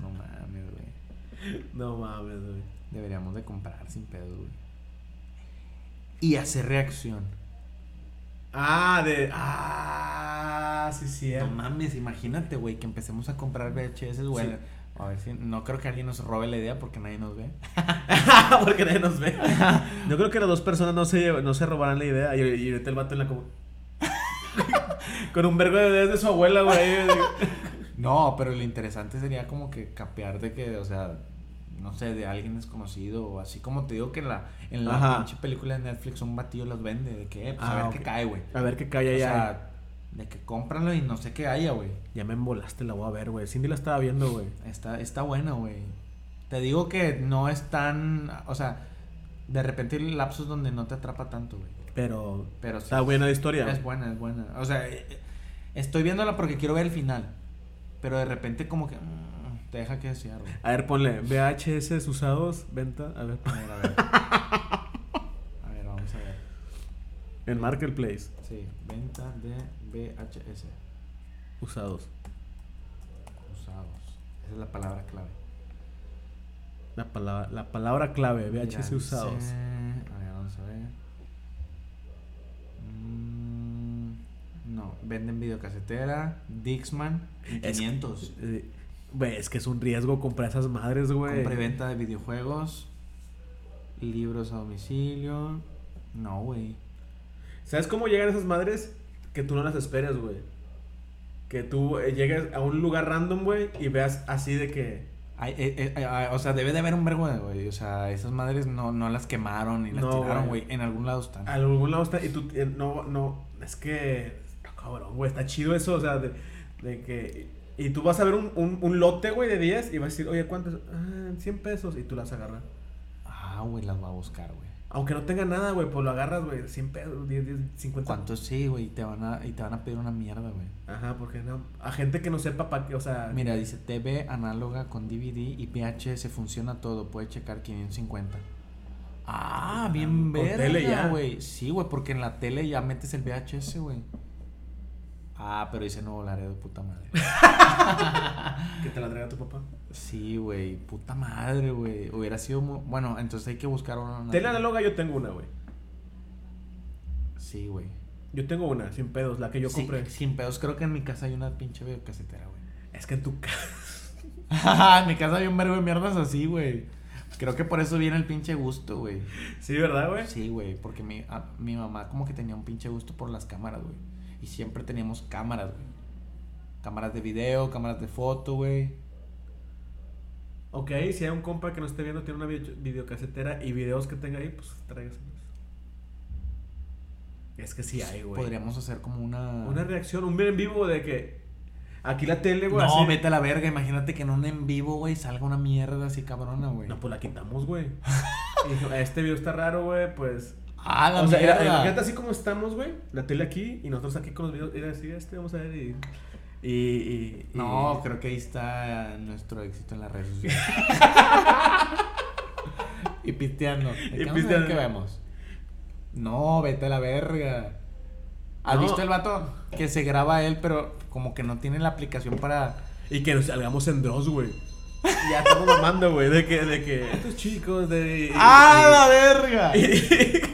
Speaker 1: No mames, güey.
Speaker 2: No mames, güey.
Speaker 1: Deberíamos de comprar sin pedo, güey. Y hacer reacción.
Speaker 2: Ah, de. Ah, sí, sí.
Speaker 1: No mames, imagínate, güey, que empecemos a comprar VHS, güey.
Speaker 2: Sí.
Speaker 1: A ver si. No creo que alguien nos robe la idea porque nadie nos ve.
Speaker 2: Porque nadie nos ve. Yo creo que las dos personas no se, llev- no se robarán la idea. Y, y ahorita el vato en la como. Con un vergo de ideas de su abuela, güey.
Speaker 1: No, pero lo interesante sería como que capear de que, o sea, no sé, de alguien desconocido o así. Como te digo que en la, en la
Speaker 2: Ajá.
Speaker 1: pinche película de Netflix un batillo los vende. De que, eh, pues a
Speaker 2: Ah,
Speaker 1: ver
Speaker 2: ok.
Speaker 1: qué cae, güey.
Speaker 2: A ver qué calla
Speaker 1: o
Speaker 2: ya.
Speaker 1: sea, de que cómpralo y no sé qué haya, güey.
Speaker 2: ya me embolaste, la voy a ver, güey. Cindy la estaba viendo, güey.
Speaker 1: Está, está buena, güey. Te digo que no es tan. O sea, de repente hay lapsos donde no te atrapa tanto, güey.
Speaker 2: Pero.
Speaker 1: Pero sí
Speaker 2: Está buena la historia.
Speaker 1: Es buena, es buena. O sea, eh, eh, estoy viéndola porque quiero ver el final. Pero de repente como que mm, te deja que desear, güey.
Speaker 2: A ver, ponle VHS usados, venta. A ver.
Speaker 1: A ver, a ver. A ver, vamos a ver.
Speaker 2: En Marketplace,
Speaker 1: Sí, venta de VHS
Speaker 2: usados.
Speaker 1: usados. Esa es la palabra clave.
Speaker 2: La palabra, la palabra clave,
Speaker 1: Mira,
Speaker 2: VHS
Speaker 1: dice-
Speaker 2: usados.
Speaker 1: A ver, vamos a ver. Mm, No, venden videocasetera, Dixman, en
Speaker 2: Es-
Speaker 1: 500.
Speaker 2: Eh, Güey, es que es un riesgo comprar esas madres, güey.
Speaker 1: Compra y venta de videojuegos. Libros a domicilio. No, güey.
Speaker 2: ¿Sabes cómo llegan esas madres? Que tú no las esperas, güey. Que tú eh, llegues a un lugar random, güey, y veas así de que.
Speaker 1: Ay, eh, eh, ay, ay, o sea, debe de haber un vergo de, güey. O sea, esas madres no, no las quemaron ni las
Speaker 2: No,
Speaker 1: tiraron,
Speaker 2: güey. Ah.
Speaker 1: güey. En algún lado están.
Speaker 2: A algún lado está. Y tú. eh, no, no. Es que. no, cabrón, güey. Está chido eso, o sea, de, de que. Y tú vas a ver un, un- un lote, güey, de 10 y vas a decir, oye, ¿cuántos? Ah, 100 pesos. Y tú las agarras.
Speaker 1: Ah, güey, las va a buscar, güey.
Speaker 2: Aunque no tenga nada, güey, pues lo agarras, güey. 100 pesos, 10, 10, 50.
Speaker 1: ¿Cuántos sí, güey? Y te van a, y te van a pedir una mierda, güey.
Speaker 2: Ajá, porque no. A gente que no sepa para qué, o sea.
Speaker 1: Mira, dice TV análoga con DVD y VHS funciona todo. Puede checar 550. Ah, bien
Speaker 2: Con tele
Speaker 1: verga,
Speaker 2: ya.
Speaker 1: güey. Sí, güey, porque en la tele ya metes el VHS, güey. Ah, pero dice Nuevo Laredo, puta madre.
Speaker 2: Que te la traiga tu papá.
Speaker 1: Sí, güey, puta madre, güey. Hubiera sido. mu- Bueno, entonces hay que buscar una. una-
Speaker 2: Tele análoga yo tengo una, güey.
Speaker 1: Sí, güey.
Speaker 2: Yo tengo una, sin pedos, la que yo
Speaker 1: Sí,
Speaker 2: compré.
Speaker 1: Sin pedos, creo que en mi casa hay una pinche videocasetera, güey.
Speaker 2: Es que en tu casa.
Speaker 1: en mi casa hay un verbo de mierdas así, güey. Creo que por eso viene el pinche gusto, güey.
Speaker 2: Sí, ¿verdad, güey?
Speaker 1: Sí, güey, porque mi, a- mi mamá como que tenía un pinche gusto por las cámaras, güey. Y siempre teníamos cámaras, güey. Cámaras de video, cámaras de foto, güey.
Speaker 2: Ok, si hay un compa que no esté viendo, tiene una video- videocasetera y videos que tenga ahí, pues tráigaselos. Es que sí hay, güey.
Speaker 1: Pues, Podríamos ah. hacer como una...
Speaker 2: Una reacción, un video en vivo de que aquí la tele, güey.
Speaker 1: No,
Speaker 2: así-
Speaker 1: vete a la verga. Imagínate que en un en vivo, güey, salga una mierda así cabrona, güey.
Speaker 2: No, pues la quitamos, güey. Y dijo, este video está raro, güey, pues.
Speaker 1: Ah, la
Speaker 2: o sea, era,
Speaker 1: mierda.
Speaker 2: imagínate así como estamos, güey. La tele aquí y nosotros aquí con los videos. Era así, este vamos a ver y. Y. y- y-
Speaker 1: No, creo que ahí está nuestro éxito en las redes sociales. y pisteando.
Speaker 2: Y
Speaker 1: Y
Speaker 2: pisteando.
Speaker 1: pisteando. ¿Qué vemos? No, vete a la verga. ¿Has
Speaker 2: No.
Speaker 1: visto el vato que se graba él, pero como que no tiene la aplicación para.
Speaker 2: Y que nos salgamos en Dross, güey. Ya estamos mamando, güey. De que, de que. Ah, Estos chicos de.
Speaker 1: ¡A la verga!
Speaker 2: Está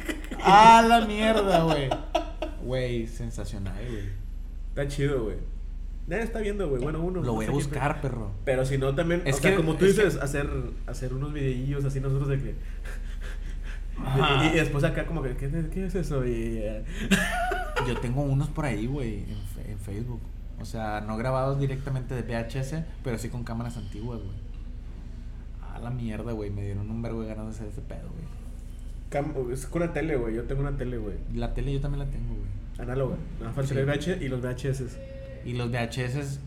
Speaker 1: ¡A la mierda, güey! Güey, sensacional, güey.
Speaker 2: chido, güey. Nadie está viendo, güey. Bueno, uno.
Speaker 1: Lo voy a
Speaker 2: no sé quién,
Speaker 1: buscar, perro.
Speaker 2: pero- Pero si no, también.
Speaker 1: Es
Speaker 2: o sea,
Speaker 1: que-
Speaker 2: como tú
Speaker 1: es que-
Speaker 2: dices, hacer, hacer unos videillos así nosotros de que.
Speaker 1: Ajá.
Speaker 2: Y, y después acá, como que, ¿qué, qué es eso? Y, eh,
Speaker 1: Yo tengo unos por ahí, güey, en, fe- en Facebook. O sea, no grabados directamente de VHS, pero sí con cámaras antiguas, güey. Ah, la mierda, güey. Me dieron un vergo de ganas de hacer ese pedo, güey.
Speaker 2: cam- es con una tele, güey. Yo tengo una tele, güey.
Speaker 1: La tele yo también la tengo, güey.
Speaker 2: Análoga. Nada más falta el VH y los VHS.
Speaker 1: Y los VHS,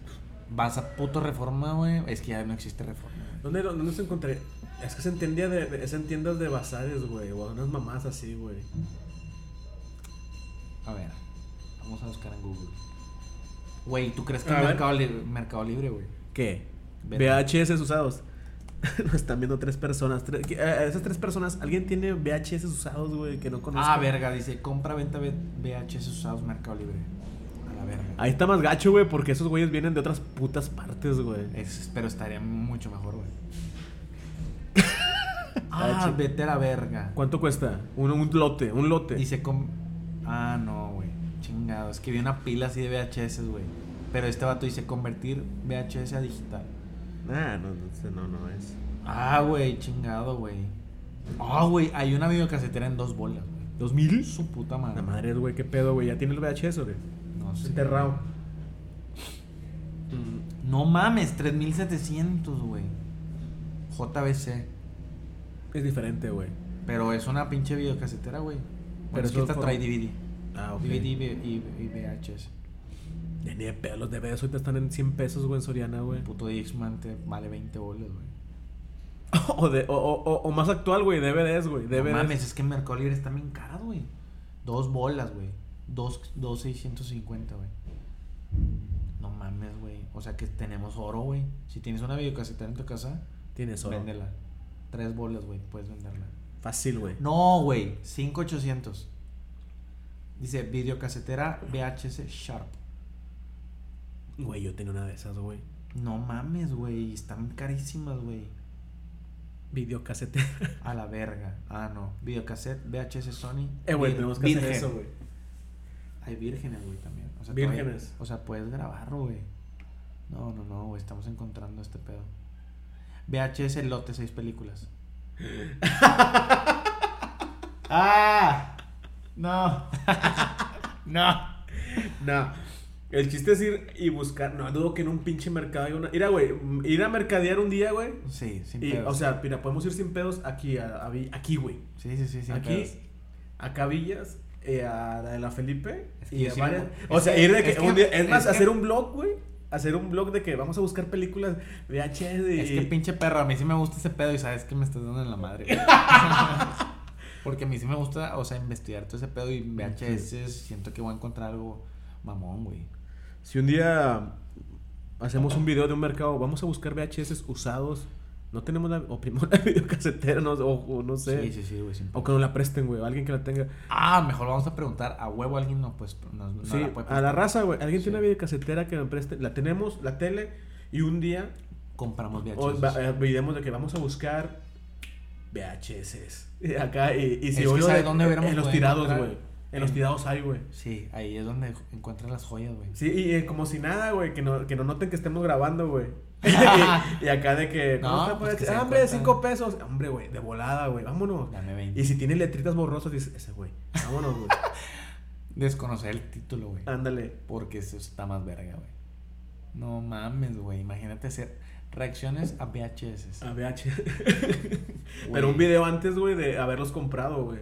Speaker 1: vas a puto reforma, güey. Es que ya no existe reforma. güey.
Speaker 2: ¿Dónde, ¿Dónde se encontré? Es que se entendía de, de- es en tiendas de bazares, güey. O unas mamás así, güey.
Speaker 1: A ver, vamos a buscar en Google. Güey, ¿tú crees que
Speaker 2: A
Speaker 1: en
Speaker 2: ver.
Speaker 1: mercado, Libre- mercado Libre, güey?
Speaker 2: ¿Qué?
Speaker 1: Vete.
Speaker 2: VHS usados. Nos están viendo tres personas. Tres- que- eh, esas tres personas, ¿alguien tiene VHS usados, güey? Que no conozco.
Speaker 1: Ah, verga, dice compra, venta V- VHS usados, Mercado Libre. A la verga.
Speaker 2: Ahí está más gacho, güey, porque esos güeyes vienen de otras putas partes, güey.
Speaker 1: Es- pero estaría mucho mejor, güey.
Speaker 2: Ah,
Speaker 1: ah,
Speaker 2: chico.
Speaker 1: vete a la verga.
Speaker 2: ¿Cuánto cuesta? Un, un lote, un lote.
Speaker 1: Dice com... Ah, no, güey. Chingado. Es que vi una pila así de VHS, güey. Pero este vato dice convertir VHS a digital.
Speaker 2: Ah, no, no, sé, no, no es.
Speaker 1: Ah, güey, chingado, güey. Ah, güey, hay una videocasetera en dos bolas, güey.
Speaker 2: ¿Dos mil?
Speaker 1: Su puta madre.
Speaker 2: La madre, güey, qué pedo, güey. ¿Ya tiene el VHS, güey?
Speaker 1: No sé.
Speaker 2: Enterrado. Mm,
Speaker 1: No mames, 3700, güey. JBC.
Speaker 2: Es diferente, güey.
Speaker 1: Pero es una pinche videocasetera, güey.
Speaker 2: Pero
Speaker 1: Pero es que
Speaker 2: eso
Speaker 1: esta
Speaker 2: por-
Speaker 1: trae DVD.
Speaker 2: Ah,
Speaker 1: DVD y, V- y- y VHS.
Speaker 2: Ya ni de pedo, los DVDs ahorita están en 100 pesos, güey, en Soriana, güey.
Speaker 1: El puto Dixman te vale 20 bolas, güey.
Speaker 2: O, de- o, o, o- o más actual, güey, DVDs, güey.
Speaker 1: No
Speaker 2: DVDs.
Speaker 1: mames, es que en Mercado Libre está bien caro, güey. Dos bolas, güey. Dos, dos 650, güey. No mames, güey. O sea que tenemos oro, güey. Si tienes una videocasetera en tu casa,
Speaker 2: Tienes oro.
Speaker 1: véndela. Tres bolas, güey. Puedes venderla.
Speaker 2: Fácil, güey.
Speaker 1: No, güey. 5800. Dice videocasetera VHS Sharp.
Speaker 2: Güey, yo tenía una de esas, güey.
Speaker 1: No mames, güey. Están carísimas, güey.
Speaker 2: Videocasete.
Speaker 1: A la verga. Ah, no. Videocassette, VHS Sony.
Speaker 2: Eh, güey,
Speaker 1: vir-
Speaker 2: tenemos que hacer
Speaker 1: virgen.
Speaker 2: eso, güey.
Speaker 1: Hay vírgenes, güey, también. O sea,
Speaker 2: Vírgenes.
Speaker 1: todavía- o sea, puedes grabarlo, güey. No, no, no, güey. Estamos encontrando este pedo. VHS lote, seis películas. ¡Ah! No. no.
Speaker 2: No. El chiste es ir y buscar. No, dudo que en un pinche mercado hay una. Mira, güey, m- ir a mercadear un día, güey.
Speaker 1: Sí, sin
Speaker 2: Y,
Speaker 1: pedos.
Speaker 2: o sea, mira, podemos ir sin pedos aquí, a, a Vi- aquí, güey.
Speaker 1: sí, sí, sí, sin
Speaker 2: aquí,
Speaker 1: pedos.
Speaker 2: a Cavillas, eh, a la de la Felipe.
Speaker 1: Es que
Speaker 2: y
Speaker 1: yo
Speaker 2: a
Speaker 1: sí
Speaker 2: varias-
Speaker 1: me-
Speaker 2: o
Speaker 1: es
Speaker 2: sea,
Speaker 1: que-
Speaker 2: ir de que,
Speaker 1: es
Speaker 2: un
Speaker 1: que-
Speaker 2: día- es
Speaker 1: es
Speaker 2: más,
Speaker 1: que-
Speaker 2: hacer un blog, güey. Hacer un blog de que vamos a buscar películas VHS y...
Speaker 1: Es que pinche perro, a mí sí me gusta ese pedo y sabes que me estás dando en la madre. güey. Porque a mí sí me gusta, o sea, investigar todo ese pedo y VHS siento que voy a encontrar algo mamón, güey.
Speaker 2: Si un día hacemos un video de un mercado, vamos a buscar VHS usados. No tenemos la. O primero la videocasetera, no, o, o no sé.
Speaker 1: Sí, sí, sí, güey. sin
Speaker 2: O que nos la presten, güey. o Alguien que la tenga.
Speaker 1: Ah, mejor vamos a preguntar a huevo alguien no pues nos, no
Speaker 2: sí,
Speaker 1: la puede
Speaker 2: a la
Speaker 1: prestar.
Speaker 2: raza, güey. Alguien
Speaker 1: Sí.
Speaker 2: tiene una videocasetera que nos preste. La tenemos, la tele. Y un día
Speaker 1: compramos VHS.
Speaker 2: o va- eh, olvidemos de que vamos a buscar VHS. Y acá, y, y
Speaker 1: Es
Speaker 2: si
Speaker 1: que
Speaker 2: hoy lo
Speaker 1: sabe
Speaker 2: de-
Speaker 1: dónde hubiéramos
Speaker 2: En los
Speaker 1: podido
Speaker 2: tirados,
Speaker 1: encontrar.
Speaker 2: güey. En los
Speaker 1: En-
Speaker 2: tirados hay, güey.
Speaker 1: Sí, ahí es donde encuentras las joyas, güey.
Speaker 2: Sí, y eh, como si nada, güey, que no, que no noten que estemos grabando, güey. y, y acá de que,
Speaker 1: No,
Speaker 2: no,
Speaker 1: pues que se den
Speaker 2: Ah, hombre,
Speaker 1: cuenta".
Speaker 2: cinco pesos. Hombre, güey, de volada, güey, vámonos.
Speaker 1: Dame 20.
Speaker 2: Y si tiene letritas borrosas, dices, ese güey, vámonos, güey.
Speaker 1: Desconocer el título, güey.
Speaker 2: Ándale.
Speaker 1: Porque eso está más verga, güey. No mames, güey. Imagínate hacer reacciones a VHS.
Speaker 2: A VH. Ah, Pero un video antes, güey, de haberlos comprado, güey.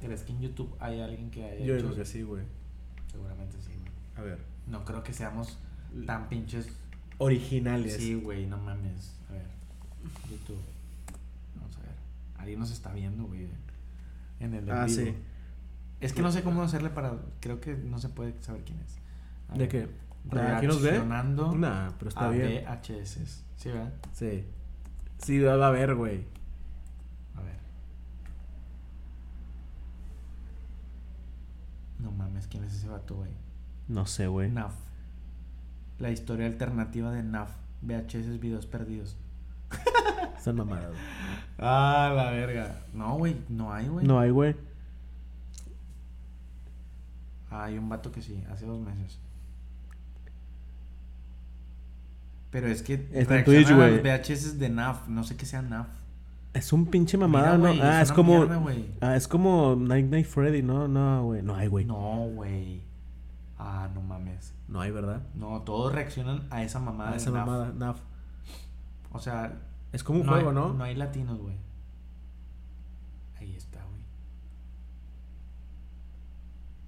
Speaker 1: ¿Crees que en YouTube hay alguien que haya
Speaker 2: Yo
Speaker 1: hecho
Speaker 2: digo que
Speaker 1: eso?
Speaker 2: sí, güey.
Speaker 1: Seguramente sí, güey.
Speaker 2: A ver.
Speaker 1: No creo que seamos tan pinches.
Speaker 2: Originales.
Speaker 1: Sí, güey, no mames. A ver. YouTube. Vamos a ver. Alguien nos está viendo, güey. En el en
Speaker 2: ah,
Speaker 1: vivo.
Speaker 2: sí.
Speaker 1: Es que no sé cómo hacerle para. Creo que no se puede saber quién es. A
Speaker 2: ¿De
Speaker 1: ver.
Speaker 2: qué? Ah, ¿Aquí nos ve?
Speaker 1: Reaccionando
Speaker 2: Nah, pero está
Speaker 1: a
Speaker 2: bien.
Speaker 1: VHS. Sí, ¿verdad?
Speaker 2: Sí. Sí, va a ver, güey.
Speaker 1: A ver. No mames, ¿quién es ese vato, güey?
Speaker 2: No sé, güey.
Speaker 1: NAF. La historia alternativa de NAF. VHS videos perdidos.
Speaker 2: Son mamadas. güey.
Speaker 1: Ah, la verga. No, güey, no hay, güey.
Speaker 2: No hay, güey.
Speaker 1: Ah, Hay un vato que sí, hace dos meses. Pero es que
Speaker 2: Está en
Speaker 1: reaccionan
Speaker 2: Twitch,
Speaker 1: a los
Speaker 2: güey.
Speaker 1: VHS de NAF, no sé qué sea NAF.
Speaker 2: Es un pinche
Speaker 1: Mira,
Speaker 2: mamada,
Speaker 1: güey,
Speaker 2: ¿no? Ah, es
Speaker 1: una
Speaker 2: como.
Speaker 1: mierda, güey.
Speaker 2: ah, es como Night Night Freddy, ¿no? No, güey. No hay, güey.
Speaker 1: No, güey. Ah, no mames.
Speaker 2: No hay, ¿verdad?
Speaker 1: No, todos reaccionan a esa mamada.
Speaker 2: Ah,
Speaker 1: de
Speaker 2: esa
Speaker 1: NAF.
Speaker 2: mamada, Naf.
Speaker 1: O sea,
Speaker 2: Es como un
Speaker 1: no
Speaker 2: juego,
Speaker 1: hay,
Speaker 2: ¿no?
Speaker 1: No hay latinos, güey. Ahí está, güey.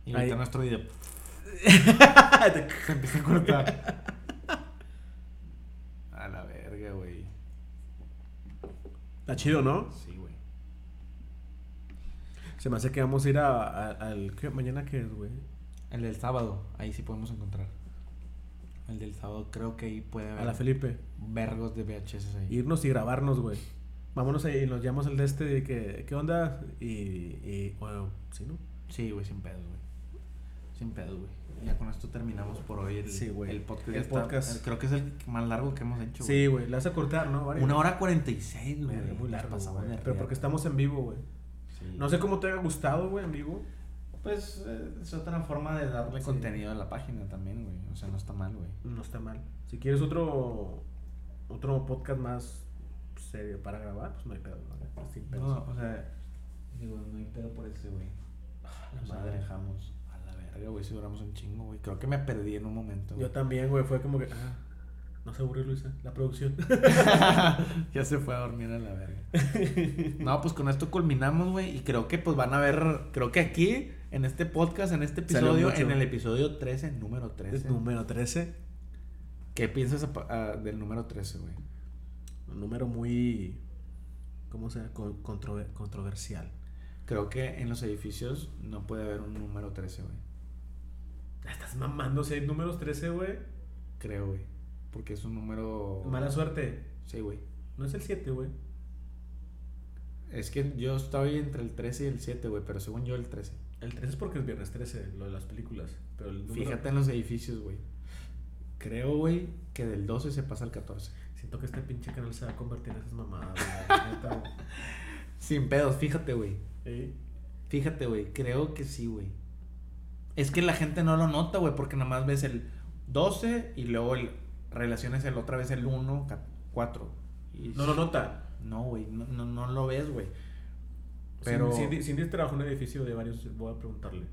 Speaker 1: Y ahorita
Speaker 2: Ahí-
Speaker 1: nuestro video pues, se empieza a cortar. a la verga, güey.
Speaker 2: Está chido, ¿no?
Speaker 1: Sí, güey.
Speaker 2: Se me hace que vamos a ir a, a- al. ¿qué? ¿Mañana qué es, güey?
Speaker 1: El del sábado, ahí sí podemos encontrar. El del sábado, creo que ahí puede haber
Speaker 2: A la Felipe.
Speaker 1: vergos de VHS ahí.
Speaker 2: Irnos y grabarnos, güey. Vámonos ahí y nos llamamos al de este de que. ¿Qué onda? Y. y bueno, sí, ¿no?
Speaker 1: Sí, güey, sin pedos, güey. Sin pedos, güey. Ya con esto terminamos por hoy el,
Speaker 2: Sí, güey.
Speaker 1: el podcast.
Speaker 2: El
Speaker 1: Ya está-
Speaker 2: podcast.
Speaker 1: creo que es el más largo que hemos hecho,
Speaker 2: Sí, güey. Le vas a cortar, ¿no? Varias.
Speaker 1: Una hora cuarenta y seis, güey.
Speaker 2: Verga, muy
Speaker 1: Nos
Speaker 2: largo.
Speaker 1: pasamos
Speaker 2: güey.
Speaker 1: de
Speaker 2: Pero
Speaker 1: verga.
Speaker 2: porque estamos en vivo, güey.
Speaker 1: Sí.
Speaker 2: No sé cómo te haya gustado, güey, en vivo.
Speaker 1: Pues eh, es otra forma de darle contenido a la página también, güey. O sea, no está mal, güey.
Speaker 2: No está mal. Si quieres otro otro podcast más serio para grabar, pues no hay pedo. ¿no? Sin pedos.
Speaker 1: No, o sea, digo, no hay pedo por ese, güey.
Speaker 2: la
Speaker 1: O sea,
Speaker 2: madre.
Speaker 1: dejamos a la verga, güey. Si duramos un chingo, güey. Creo que me perdí en un momento.
Speaker 2: Yo también, güey, fue como que. Ah, no se aburrió, Luisa, la producción.
Speaker 1: ya se fue a dormir a la verga. No, pues con esto culminamos, güey. Y creo que pues van a ver, creo que aquí, en este podcast, en este
Speaker 2: Salió
Speaker 1: episodio,
Speaker 2: mucho.
Speaker 1: en el episodio 13, número 13.
Speaker 2: número 13.
Speaker 1: ¿Qué piensas apa- ah, del número 13, güey?
Speaker 2: Un número muy. ¿Cómo se llama? Con- controver- controversial.
Speaker 1: Creo que en los edificios no puede haber un número 13, güey.
Speaker 2: Ah, Estás mamando seis números 13, güey.
Speaker 1: Creo, güey. Porque es un número...
Speaker 2: Mala suerte.
Speaker 1: Sí, güey.
Speaker 2: No es el 7, güey.
Speaker 1: Es que yo estoy entre el 13 y el 7, güey, pero según yo el 13.
Speaker 2: El 13 es porque es viernes 13, lo de las películas. Pero el número-
Speaker 1: Fíjate en los edificios, güey. Creo, güey, que del 12 se pasa al 14.
Speaker 2: Siento que este pinche canal se va a convertir en esas mamadas, güey. la neta, güey.
Speaker 1: Sin pedos, fíjate, güey.
Speaker 2: Ey.
Speaker 1: Fíjate, güey, creo que sí, güey. Es que la gente no lo nota, güey, porque nada más ves el 12 y luego el, relaciones el otra vez el 1, 4.
Speaker 2: No lo nota.
Speaker 1: No, güey, no, no, no lo ves, güey. Pero
Speaker 2: Pero... Cindy, Cindy trabajó en un edificio de varios, voy a preguntarle.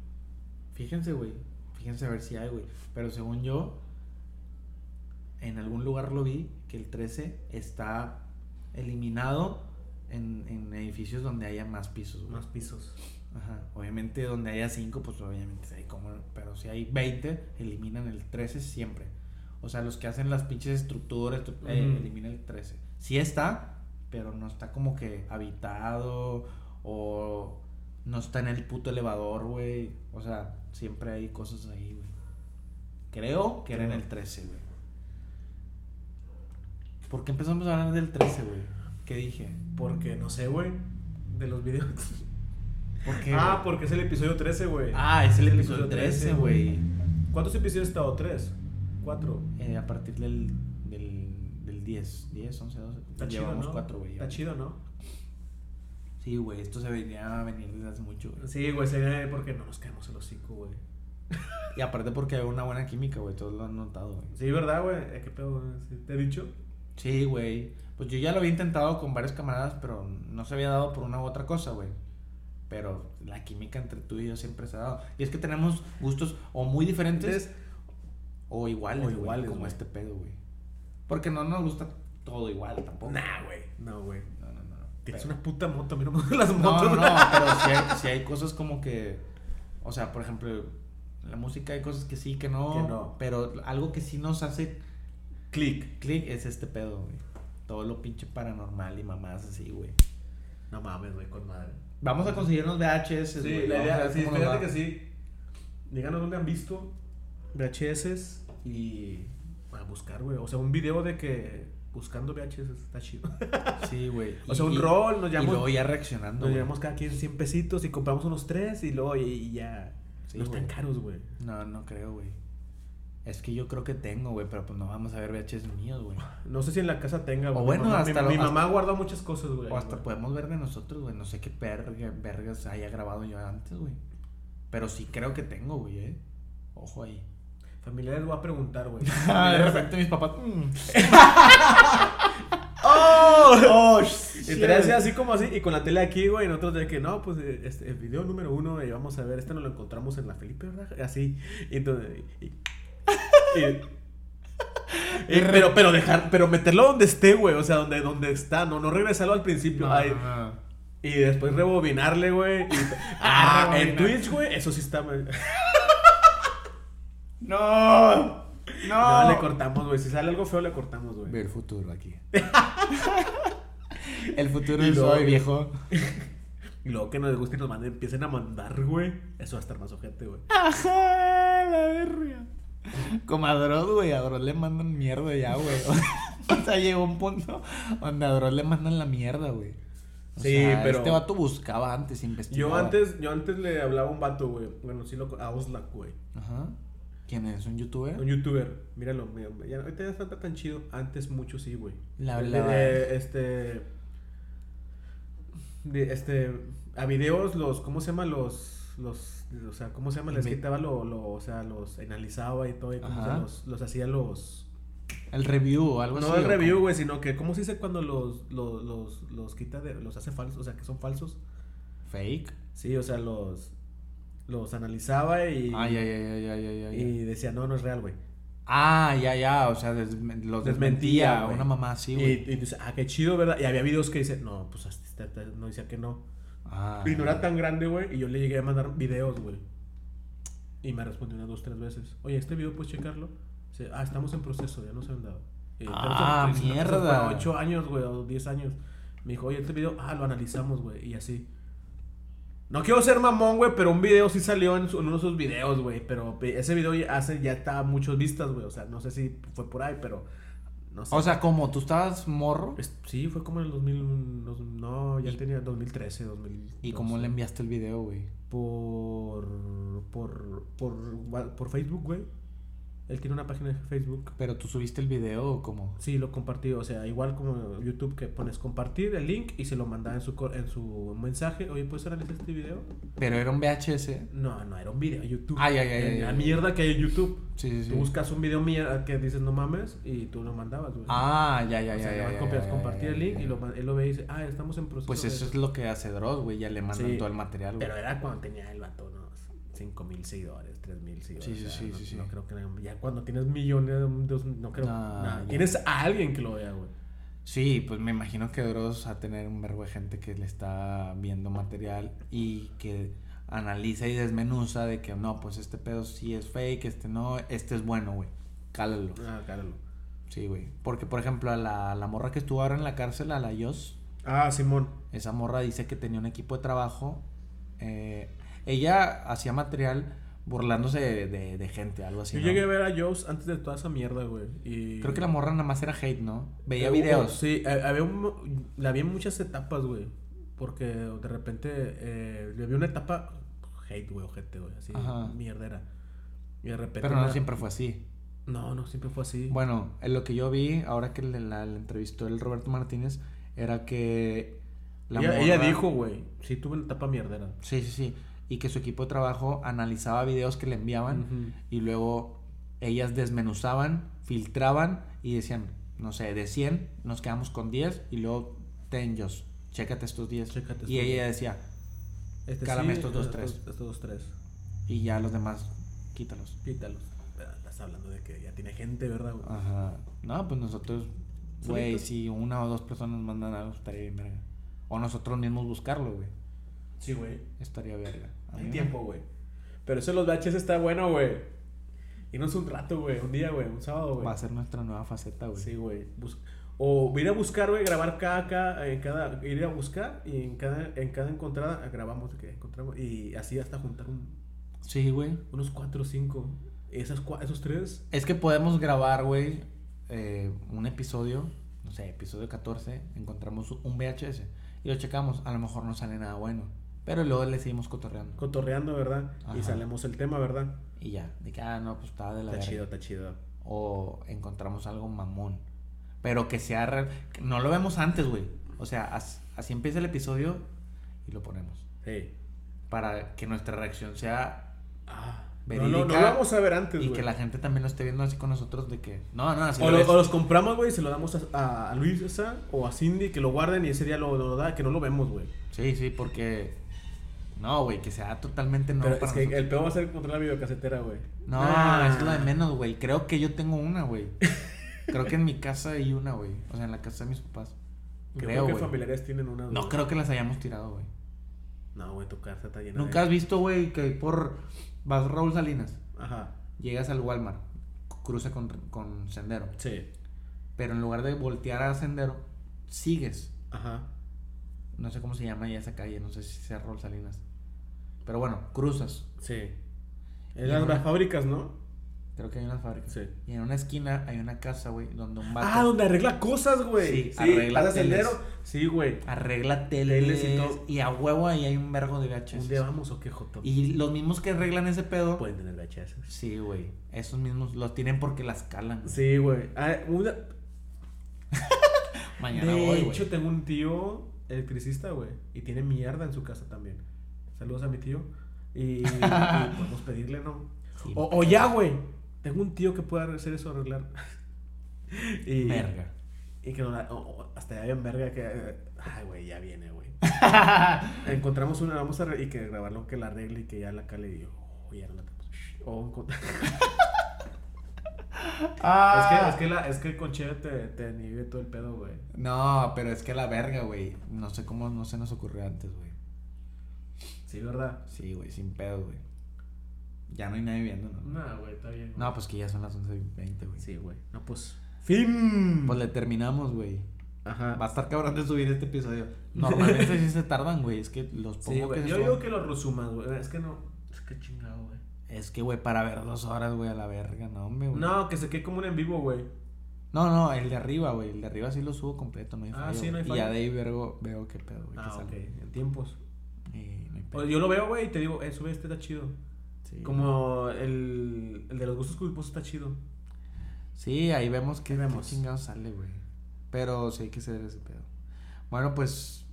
Speaker 1: fíjense, güey, fíjense a ver si hay, güey. Pero según yo, en algún lugar lo vi, que el 13 está eliminado en, en edificios donde haya más pisos, güey.
Speaker 2: Más pisos.
Speaker 1: Ajá, obviamente donde haya 5, pues obviamente hay como, pero si hay 20, eliminan el 13 siempre. O sea, los que hacen las pinches estructuras, estru- eh,
Speaker 2: Ujú.
Speaker 1: eliminan el 13. Sí está, pero no está como que habitado o no está en el puto elevador, güey. O sea, siempre hay cosas ahí, güey. Creo que era en el 13, güey. ¿Por qué empezamos a hablar del 13, güey? ¿Qué dije?
Speaker 2: Porque no sé, güey. De los videos.
Speaker 1: ¿Por qué?
Speaker 2: ah,
Speaker 1: güey?
Speaker 2: porque es el episodio 13, güey.
Speaker 1: Ah, es el episodio 13, güey.
Speaker 2: ¿Cuántos episodios ha estado? ¿Tres? ¿Cuatro?
Speaker 1: Eh, a partir del, del, del 10, 10, 11, 12.
Speaker 2: Está chido,
Speaker 1: llevamos
Speaker 2: ¿no?
Speaker 1: 4, güey.
Speaker 2: Está
Speaker 1: llevamos.
Speaker 2: chido, ¿no?
Speaker 1: Sí, güey, esto se venía a venir desde hace mucho, güey.
Speaker 2: Sí, güey, sería porque no nos quedamos el hocico, güey.
Speaker 1: Y aparte porque hay una buena química, güey, todos lo han notado, güey.
Speaker 2: Sí, ¿verdad, güey? Eh, ¿Qué pedo, güey? ¿Sí? ¿Te he dicho?
Speaker 1: Sí, güey. Pues yo ya lo había intentado con varios camaradas, pero no se había dado por una u otra cosa, güey. Pero la química entre tú y yo siempre se ha dado. Y es que tenemos gustos o muy diferentes
Speaker 2: Entonces,
Speaker 1: o iguales,
Speaker 2: o
Speaker 1: güey,
Speaker 2: iguales,
Speaker 1: como
Speaker 2: güey.
Speaker 1: este pedo, güey. Porque no nos gusta todo igual tampoco.
Speaker 2: nah, güey. No, güey.
Speaker 1: No, no, no. no.
Speaker 2: Tienes
Speaker 1: Pero-
Speaker 2: una puta moto, a mí no me gustan las
Speaker 1: No,
Speaker 2: motos.
Speaker 1: no, no, pero si hay, sí hay cosas como que. O sea, por ejemplo, en la música hay cosas que sí, que no.
Speaker 2: Que no.
Speaker 1: Pero algo que sí nos hace
Speaker 2: Click.
Speaker 1: clic es este pedo, güey. Todo lo pinche paranormal y mamás así, güey.
Speaker 2: No mames, güey, con madre.
Speaker 1: Vamos a conseguirnos VHS,
Speaker 2: Sí,
Speaker 1: güey.
Speaker 2: la
Speaker 1: Vamos a
Speaker 2: idea,
Speaker 1: ver
Speaker 2: sí,
Speaker 1: cómo nos
Speaker 2: fíjate
Speaker 1: va.
Speaker 2: que sí. Díganos dónde han visto VHS y a buscar, güey. O sea, un video de que buscando VHS está chido.
Speaker 1: Sí, güey.
Speaker 2: O sea,
Speaker 1: Y-
Speaker 2: un rol, nos
Speaker 1: Y luego
Speaker 2: llamamos.
Speaker 1: ya reaccionando.
Speaker 2: Nos
Speaker 1: güey.
Speaker 2: llevamos cada quien 100 pesitos y compramos unos tres y luego y, y ya.
Speaker 1: Sí,
Speaker 2: no están
Speaker 1: güey.
Speaker 2: caros, güey.
Speaker 1: No, no creo, güey. Es que yo creo que tengo, güey, pero pues no vamos a ver VHS míos, güey.
Speaker 2: No sé si en la casa tenga,
Speaker 1: O
Speaker 2: güey. Mi
Speaker 1: bueno,
Speaker 2: mamá-
Speaker 1: hasta
Speaker 2: mi,
Speaker 1: lo-
Speaker 2: mi mamá
Speaker 1: hasta-
Speaker 2: guardó muchas cosas, güey.
Speaker 1: O hasta
Speaker 2: güey.
Speaker 1: podemos ver de nosotros, güey. No sé qué verga- vergas haya grabado yo antes, güey. Pero sí creo que tengo, güey, eh. Ojo ahí.
Speaker 2: Familiares voy a preguntar, güey.
Speaker 1: de
Speaker 2: Familiares-
Speaker 1: repente mis papás. mm.
Speaker 2: ¡Oh! y
Speaker 1: shit.
Speaker 2: trae así como así, y con la tele aquí, güey, y nosotros de que no, pues eh, este, el video número uno, eh, vamos a ver, este nos lo encontramos en la Felipe, ¿verdad? Así, y entonces. y- y- y- pero, pero dejar, pero meterlo donde esté, güey, o sea, donde, donde está, no, no regresarlo al principio. ay, Y después rebobinarle, güey. y- ah, en
Speaker 1: Rebobinar.
Speaker 2: Twitch, güey, eso sí está. mal.
Speaker 1: No.
Speaker 2: No, le cortamos, güey. Si sale algo feo, le cortamos, güey.
Speaker 1: Ve el futuro aquí. el futuro
Speaker 2: Y
Speaker 1: es
Speaker 2: luego-
Speaker 1: hoy, viejo.
Speaker 2: Y luego que nos guste y nos manden, empiecen a mandar, güey. Eso va a estar más ojete, güey.
Speaker 1: Ajá, la verga. Como a Dross, güey, a Dross le mandan mierda ya, güey. O sea, llegó un punto donde a Dross le mandan la mierda, güey. O
Speaker 2: Sí,
Speaker 1: sea,
Speaker 2: pero-
Speaker 1: Este vato buscaba antes,
Speaker 2: Yo
Speaker 1: investigaba.
Speaker 2: antes, yo antes le hablaba a un vato, güey. Bueno, sí lo con- a Oslak, güey.
Speaker 1: Ajá. ¿Quién es? ¿Un
Speaker 2: Un
Speaker 1: youtuber?
Speaker 2: youtuber. Míralo, mira, ya, ahorita ya está tan chido. Antes mucho sí, güey.
Speaker 1: Le
Speaker 2: De-
Speaker 1: hablaba.
Speaker 2: de- este. De, este. A videos los. ¿Cómo se llama? Los. Los. O sea, ¿cómo se llama? Les
Speaker 1: Mi-
Speaker 2: quitaba lo, lo. O sea, los analizaba y todo. Y como
Speaker 1: Ajá.
Speaker 2: se los, los hacía los.
Speaker 1: El review o algo así.
Speaker 2: No el
Speaker 1: o
Speaker 2: review,
Speaker 1: cómo?
Speaker 2: güey, sino que. ¿Cómo se dice cuando los. Los, los, los quita de. Los hace falsos? O sea, que son falsos.
Speaker 1: Fake.
Speaker 2: Sí, o sea, los. Los analizaba y.
Speaker 1: Ay, ay, ay, ay, ay, ay, ay.
Speaker 2: Y decía, no, no es real, güey.
Speaker 1: Ah, ya, ya. O sea, desmen- los
Speaker 2: Desmentía,
Speaker 1: desmentía.
Speaker 2: güey.
Speaker 1: Una mamá así,
Speaker 2: y,
Speaker 1: güey.
Speaker 2: y dice, ah, qué chido, ¿verdad? Y había videos que dicen, no, pues así está- está- no decía que no.
Speaker 1: Ah.
Speaker 2: Y no era tan grande, güey. Y yo le llegué a mandar videos, güey. Y me respondió unas dos, tres veces. Oye, este video puedes checarlo. Dice, ah, estamos en proceso, ya nos han dado. Eh, Y
Speaker 1: Ah,
Speaker 2: entonces, entonces,
Speaker 1: mierda.
Speaker 2: fue a Ocho años, güey, o diez años. Me dijo, oye, este video, ah, lo analizamos, güey. Y así. No quiero ser mamón, güey, pero un video sí salió en, su- en uno de sus videos, güey. Pero pe- ese video ya, hace, ya está a muchas vistas, güey. O sea, no sé si fue por ahí, pero. No sé.
Speaker 1: O sea, como tú estabas morro.
Speaker 2: Es- sí, fue como en el 2000. dos- No, ya tenía 2013, 2012.
Speaker 1: ¿Y cómo le enviaste el video, güey?
Speaker 2: por por por por Facebook, güey. Él tiene una página de Facebook.
Speaker 1: ¿Pero tú subiste el video o cómo?
Speaker 2: Sí, lo compartí, o sea, igual como YouTube que pones compartir el link y se lo manda en su cor- en su mensaje, "Oye, ¿puedes analizar este video?"
Speaker 1: ¿Pero era un VHS? Sí,
Speaker 2: No, no era un video, YouTube.
Speaker 1: Ay, ay, ay,
Speaker 2: En
Speaker 1: ay,
Speaker 2: la
Speaker 1: ay.
Speaker 2: mierda que hay en YouTube.
Speaker 1: sí, sí.
Speaker 2: Tú buscas un video mierda que dices, "No mames" y tú lo mandabas, güey.
Speaker 1: Ah, ya, ya,
Speaker 2: o
Speaker 1: ya.
Speaker 2: sea,
Speaker 1: ya,
Speaker 2: nomás
Speaker 1: ya,
Speaker 2: copias
Speaker 1: ya,
Speaker 2: compartir
Speaker 1: ya,
Speaker 2: el
Speaker 1: ya,
Speaker 2: link
Speaker 1: ya.
Speaker 2: y lo, man- él lo ve y dice, "Ah, estamos en proceso."
Speaker 1: Pues
Speaker 2: de
Speaker 1: eso es lo que hace Dross, güey. Ya le mandan
Speaker 2: Sí.
Speaker 1: todo el material, güey.
Speaker 2: Pero era cuando tenía el vato unos 5 mil seguidores, 3 mil seguidores.
Speaker 1: Sí, sí,
Speaker 2: o sea,
Speaker 1: sí,
Speaker 2: no,
Speaker 1: sí, sí.
Speaker 2: no creo que. Ya cuando tienes millones, dos- no creo.
Speaker 1: Nah,
Speaker 2: nada.
Speaker 1: ya.
Speaker 2: Tienes a alguien que lo vea, güey.
Speaker 1: Sí, pues me imagino que Dross va a tener un verbo de gente que le está viendo material y que analiza y desmenuza de que no, pues este pedo sí es fake, este no, este es bueno, güey. Cálalo.
Speaker 2: Ah, claro.
Speaker 1: Sí, güey. Porque, por ejemplo, a la, la morra que estuvo ahora en la cárcel, a la Yos,
Speaker 2: Ah, Simón.
Speaker 1: Esa morra dice que tenía un equipo de trabajo. eh, ella hacía material burlándose de, de- de gente, algo así.
Speaker 2: Yo
Speaker 1: ¿no?
Speaker 2: llegué a ver a Joe's antes de toda esa mierda, güey. Y...
Speaker 1: Creo que la morra nada más era hate, ¿no? Veía
Speaker 2: Eh,
Speaker 1: videos.
Speaker 2: hubo- sí, eh, había un mo- la vi en muchas etapas, güey. Porque de repente eh, le vi una etapa hate, güey, ojete, güey. Así,
Speaker 1: Ajá.
Speaker 2: mierdera. Y de repente.
Speaker 1: Pero no
Speaker 2: una-
Speaker 1: siempre fue así.
Speaker 2: No, no, siempre fue así.
Speaker 1: Bueno, en lo que yo vi, ahora que le- la, la entrevistó el Roberto Martínez, era que la
Speaker 2: ella, ella
Speaker 1: morra-
Speaker 2: dijo, güey, sí tuve una etapa mierdera.
Speaker 1: Sí, sí, sí. Y que su equipo de trabajo analizaba videos que le enviaban
Speaker 2: Ujú.
Speaker 1: y luego ellas desmenuzaban, filtraban y decían, no sé, de 100 nos quedamos con 10 y luego ten Josh, chécate estos 10.
Speaker 2: Chécate
Speaker 1: y
Speaker 2: estos
Speaker 1: ella decía,
Speaker 2: Este
Speaker 1: Cálame estos dos,
Speaker 2: estos-
Speaker 1: tres.
Speaker 2: Estos, dos, tres.
Speaker 1: y ya los demás, quítalos.
Speaker 2: Quítalos. Pero Estás hablando de que ya tiene gente,
Speaker 1: Ah.
Speaker 2: ¿verdad, güey?
Speaker 1: Ajá. No, pues nosotros, güey,
Speaker 2: Solitos.
Speaker 1: si una o dos personas mandan algo, estaría bien verga. O nosotros mismos buscarlo, güey.
Speaker 2: Sí, güey.
Speaker 1: Estaría verga. A mí
Speaker 2: Hay
Speaker 1: me-
Speaker 2: tiempo, güey. Pero eso de los baches está bueno, güey. Irnos un rato, güey. Un día, güey. Un sábado, güey.
Speaker 1: Va a ser nuestra nueva faceta, güey.
Speaker 2: Sí, güey. Bus- O ir a buscar, güey, grabar cada, cada, en cada, ir a buscar y en cada, en cada encontrada ah, grabamos que encontramos y así hasta juntar un-
Speaker 1: Sí, güey.
Speaker 2: unos cuatro o cinco. Esas, cua- esos tres.
Speaker 1: Es que podemos grabar, güey, eh, un episodio, no sé, episodio 14, encontramos un VHS y lo checamos, a lo mejor no sale nada bueno, pero luego le seguimos cotorreando
Speaker 2: cotorreando, ¿verdad?
Speaker 1: Ajá.
Speaker 2: Y salemos el tema, ¿verdad?
Speaker 1: y ya, de que, ah, no, pues estaba de la
Speaker 2: Está
Speaker 1: verga.
Speaker 2: chido, está chido.
Speaker 1: O encontramos algo mamón, pero que sea real, que no lo vemos antes, güey. O sea, as- así empieza el episodio y lo ponemos
Speaker 2: Sí.
Speaker 1: para que nuestra reacción sea
Speaker 2: Ah, no,
Speaker 1: verídica
Speaker 2: no, no lo vamos a ver antes,
Speaker 1: y
Speaker 2: güey.
Speaker 1: que la gente también lo esté viendo así con nosotros de que, no, no, así lo
Speaker 2: O, lo-
Speaker 1: ves".
Speaker 2: o los compramos, güey, y se lo damos a, a Luisa o a Cindy, que lo guarden y ese día lo, lo da, que no lo vemos, güey.
Speaker 1: Sí, sí, porque. No, güey, que sea totalmente nuevo
Speaker 2: Pero
Speaker 1: para
Speaker 2: es que
Speaker 1: nosotros.
Speaker 2: el peor va a ser encontrar la videocasetera, güey.
Speaker 1: No,
Speaker 2: Ah.
Speaker 1: es lo de menos, güey. Creo que yo tengo una, güey. Creo que en mi casa hay una, güey. O sea, en la casa de mis papás.
Speaker 2: Creo,
Speaker 1: Creo,
Speaker 2: que
Speaker 1: güey.
Speaker 2: familiares tienen una.
Speaker 1: No
Speaker 2: güey.
Speaker 1: creo que las hayamos tirado, güey.
Speaker 2: No, güey, tu casa está llena.
Speaker 1: Nunca
Speaker 2: de-
Speaker 1: has visto, güey, que por. Vas Raúl Salinas,
Speaker 2: Ajá.
Speaker 1: llegas al Walmart, cruza con, con Sendero.
Speaker 2: Sí.
Speaker 1: Pero en lugar de voltear a Sendero, sigues.
Speaker 2: Ajá.
Speaker 1: No sé cómo se llama ya esa calle, no sé si sea Raúl Salinas. Pero bueno, cruzas.
Speaker 2: Sí.
Speaker 1: Y
Speaker 2: Es las,
Speaker 1: una-
Speaker 2: las fábricas, ¿no?
Speaker 1: Creo que hay una fábrica.
Speaker 2: Sí.
Speaker 1: Y en una esquina hay una casa, güey, donde un vato
Speaker 2: Ah, donde arregla cosas, güey.
Speaker 1: Sí, arregla
Speaker 2: pasas
Speaker 1: teles.
Speaker 2: sendero. Sí, güey.
Speaker 1: arregla teles,
Speaker 2: Teles y todo.
Speaker 1: y a huevo ahí hay un vergo de VHS.
Speaker 2: Un Pues, día vamos o qué, Joto.
Speaker 1: Y los mismos que arreglan ese pedo.
Speaker 2: pueden tener VHS.
Speaker 1: Sí, güey. Esos mismos los tienen porque las calan. güey.
Speaker 2: Sí, güey. Ah, una-
Speaker 1: Mañana
Speaker 2: De
Speaker 1: voy,
Speaker 2: hecho,
Speaker 1: güey.
Speaker 2: tengo un tío electricista, güey. Y tiene mierda en su casa también. Saludos a mi tío. Y, y podemos pedirle, ¿no?
Speaker 1: Sí,
Speaker 2: O, o ya, güey. Tengo un tío que pueda hacer eso, arreglar. y,
Speaker 1: verga.
Speaker 2: Y que no la- o- o- hasta ya bien verga que. eh, Ay, güey, ya viene, güey. Encontramos una, vamos a. re- Y que grabarlo, que la arregle y que ya la cale. Y yo, oh, ya no la tapas. O encont- es, que, es, que la, es que con Cheve te, te inhibe todo el pedo, güey.
Speaker 1: No, pero es que la verga, güey. No sé cómo no se nos ocurrió antes, güey.
Speaker 2: Sí, ¿verdad?
Speaker 1: Sí, güey, sin pedo, güey. Ya no hay nadie viendo, ¿no?
Speaker 2: No, güey, está bien. güey.
Speaker 1: No, pues que ya son las 11.20, güey.
Speaker 2: Sí, güey. No, pues. ¡Fin!
Speaker 1: Pues le terminamos, güey.
Speaker 2: Ajá.
Speaker 1: Va a estar cabrón de subir este episodio. Normalmente sí se tardan, güey. Es que los pongo
Speaker 2: Sí, güey.
Speaker 1: que
Speaker 2: Yo
Speaker 1: son-
Speaker 2: digo que lo resumas, güey. Es que no. Es que chingado, güey.
Speaker 1: Es que, güey, para ver dos horas, güey, a la verga, no, hombre, güey.
Speaker 2: No, que se quede como un en vivo, güey.
Speaker 1: No, no, el de arriba, güey. El de arriba sí lo subo completo, no hay
Speaker 2: Ah,
Speaker 1: fallo.
Speaker 2: sí, no
Speaker 1: güey.
Speaker 2: hay fallo.
Speaker 1: Y ya de ahí vergo, veo qué pedo, güey. qué
Speaker 2: Ah, ok.
Speaker 1: sale.
Speaker 2: En tiempos.
Speaker 1: Eh, no hay pedo.
Speaker 2: Pues yo lo veo, güey, y te digo, eh, sube este, está chido.
Speaker 1: Sí.
Speaker 2: Como el, el de los gustos culposos está chido.
Speaker 1: Sí, ahí vemos qué,
Speaker 2: Ahí
Speaker 1: qué
Speaker 2: vemos.
Speaker 1: chingado sale, güey. Pero sí hay que hacer ese pedo. Bueno, pues.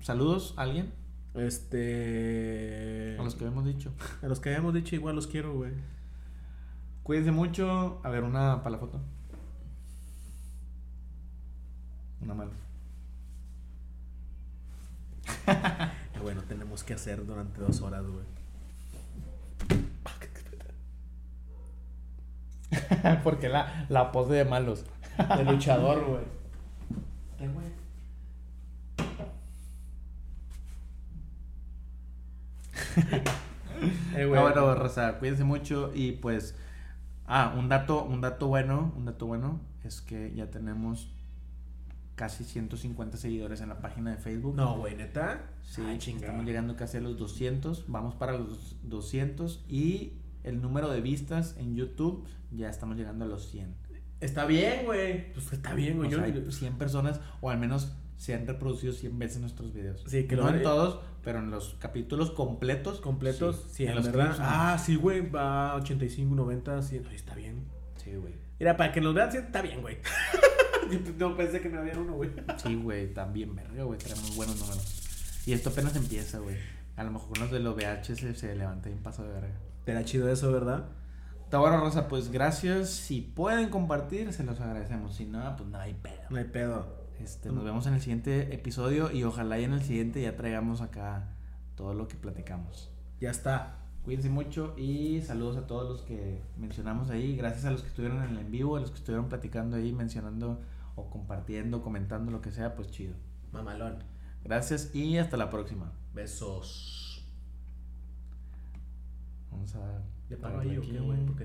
Speaker 1: Saludos a alguien.
Speaker 2: Este.
Speaker 1: A los que habíamos dicho.
Speaker 2: a los que habíamos dicho, igual los quiero, güey.
Speaker 1: Cuídense mucho. A ver, una para la foto. Una mala.
Speaker 2: Ah, Bueno, tenemos que hacer durante dos horas, güey.
Speaker 1: Porque la, la pose de malos.
Speaker 2: De luchador, güey. Eh, güey.
Speaker 1: No, bueno, Rosa, cuídense mucho y pues. Ah, un dato, un dato bueno, un dato bueno es que ya tenemos casi 150 seguidores en la página de Facebook.
Speaker 2: No, güey, neta.
Speaker 1: Sí,
Speaker 2: Ay,
Speaker 1: estamos llegando casi a los 200. Vamos para los 200 y el número de vistas en YouTube ya estamos llegando a los 100.
Speaker 2: Está bien, güey. Pues está bien, güey.
Speaker 1: O
Speaker 2: Yo-
Speaker 1: sea, hay
Speaker 2: yo-
Speaker 1: 100 personas o al menos se han reproducido 100 veces nuestros videos.
Speaker 2: Sí, que
Speaker 1: no
Speaker 2: lo-
Speaker 1: en todos, pero en los capítulos completos.
Speaker 2: completos,
Speaker 1: sí.
Speaker 2: sí, en
Speaker 1: los
Speaker 2: verdad.
Speaker 1: clips,
Speaker 2: Ah, sí, güey, va a 85, 90, 100. Ay, está bien.
Speaker 1: Sí, güey.
Speaker 2: Mira, para que nos vean, sí, está bien, güey. Yo no pensé que me habían uno, güey.
Speaker 1: Sí, güey, también, verga, güey, tenemos buenos números. Y esto apenas empieza, güey. A lo mejor los de los VH se, se levanta bien paso de verga.
Speaker 2: Era chido eso, ¿verdad?
Speaker 1: Está bueno, Rosa, pues gracias. Si pueden compartir, se los agradecemos. Si no, pues no hay pedo.
Speaker 2: No hay pedo.
Speaker 1: Este, nos vemos en el siguiente episodio y ojalá y en el siguiente ya traigamos acá todo lo que platicamos.
Speaker 2: Ya está.
Speaker 1: Cuídense mucho y saludos a todos los que mencionamos ahí. Gracias a los que estuvieron en el en vivo, a los que estuvieron platicando ahí, mencionando o compartiendo, comentando lo que sea, pues chido.
Speaker 2: Mamalón.
Speaker 1: Gracias y hasta la próxima.
Speaker 2: Besos.
Speaker 1: Vamos a
Speaker 2: Le
Speaker 1: parar
Speaker 2: pago ahí, ¿o
Speaker 1: aquí.
Speaker 2: qué, güey? Porque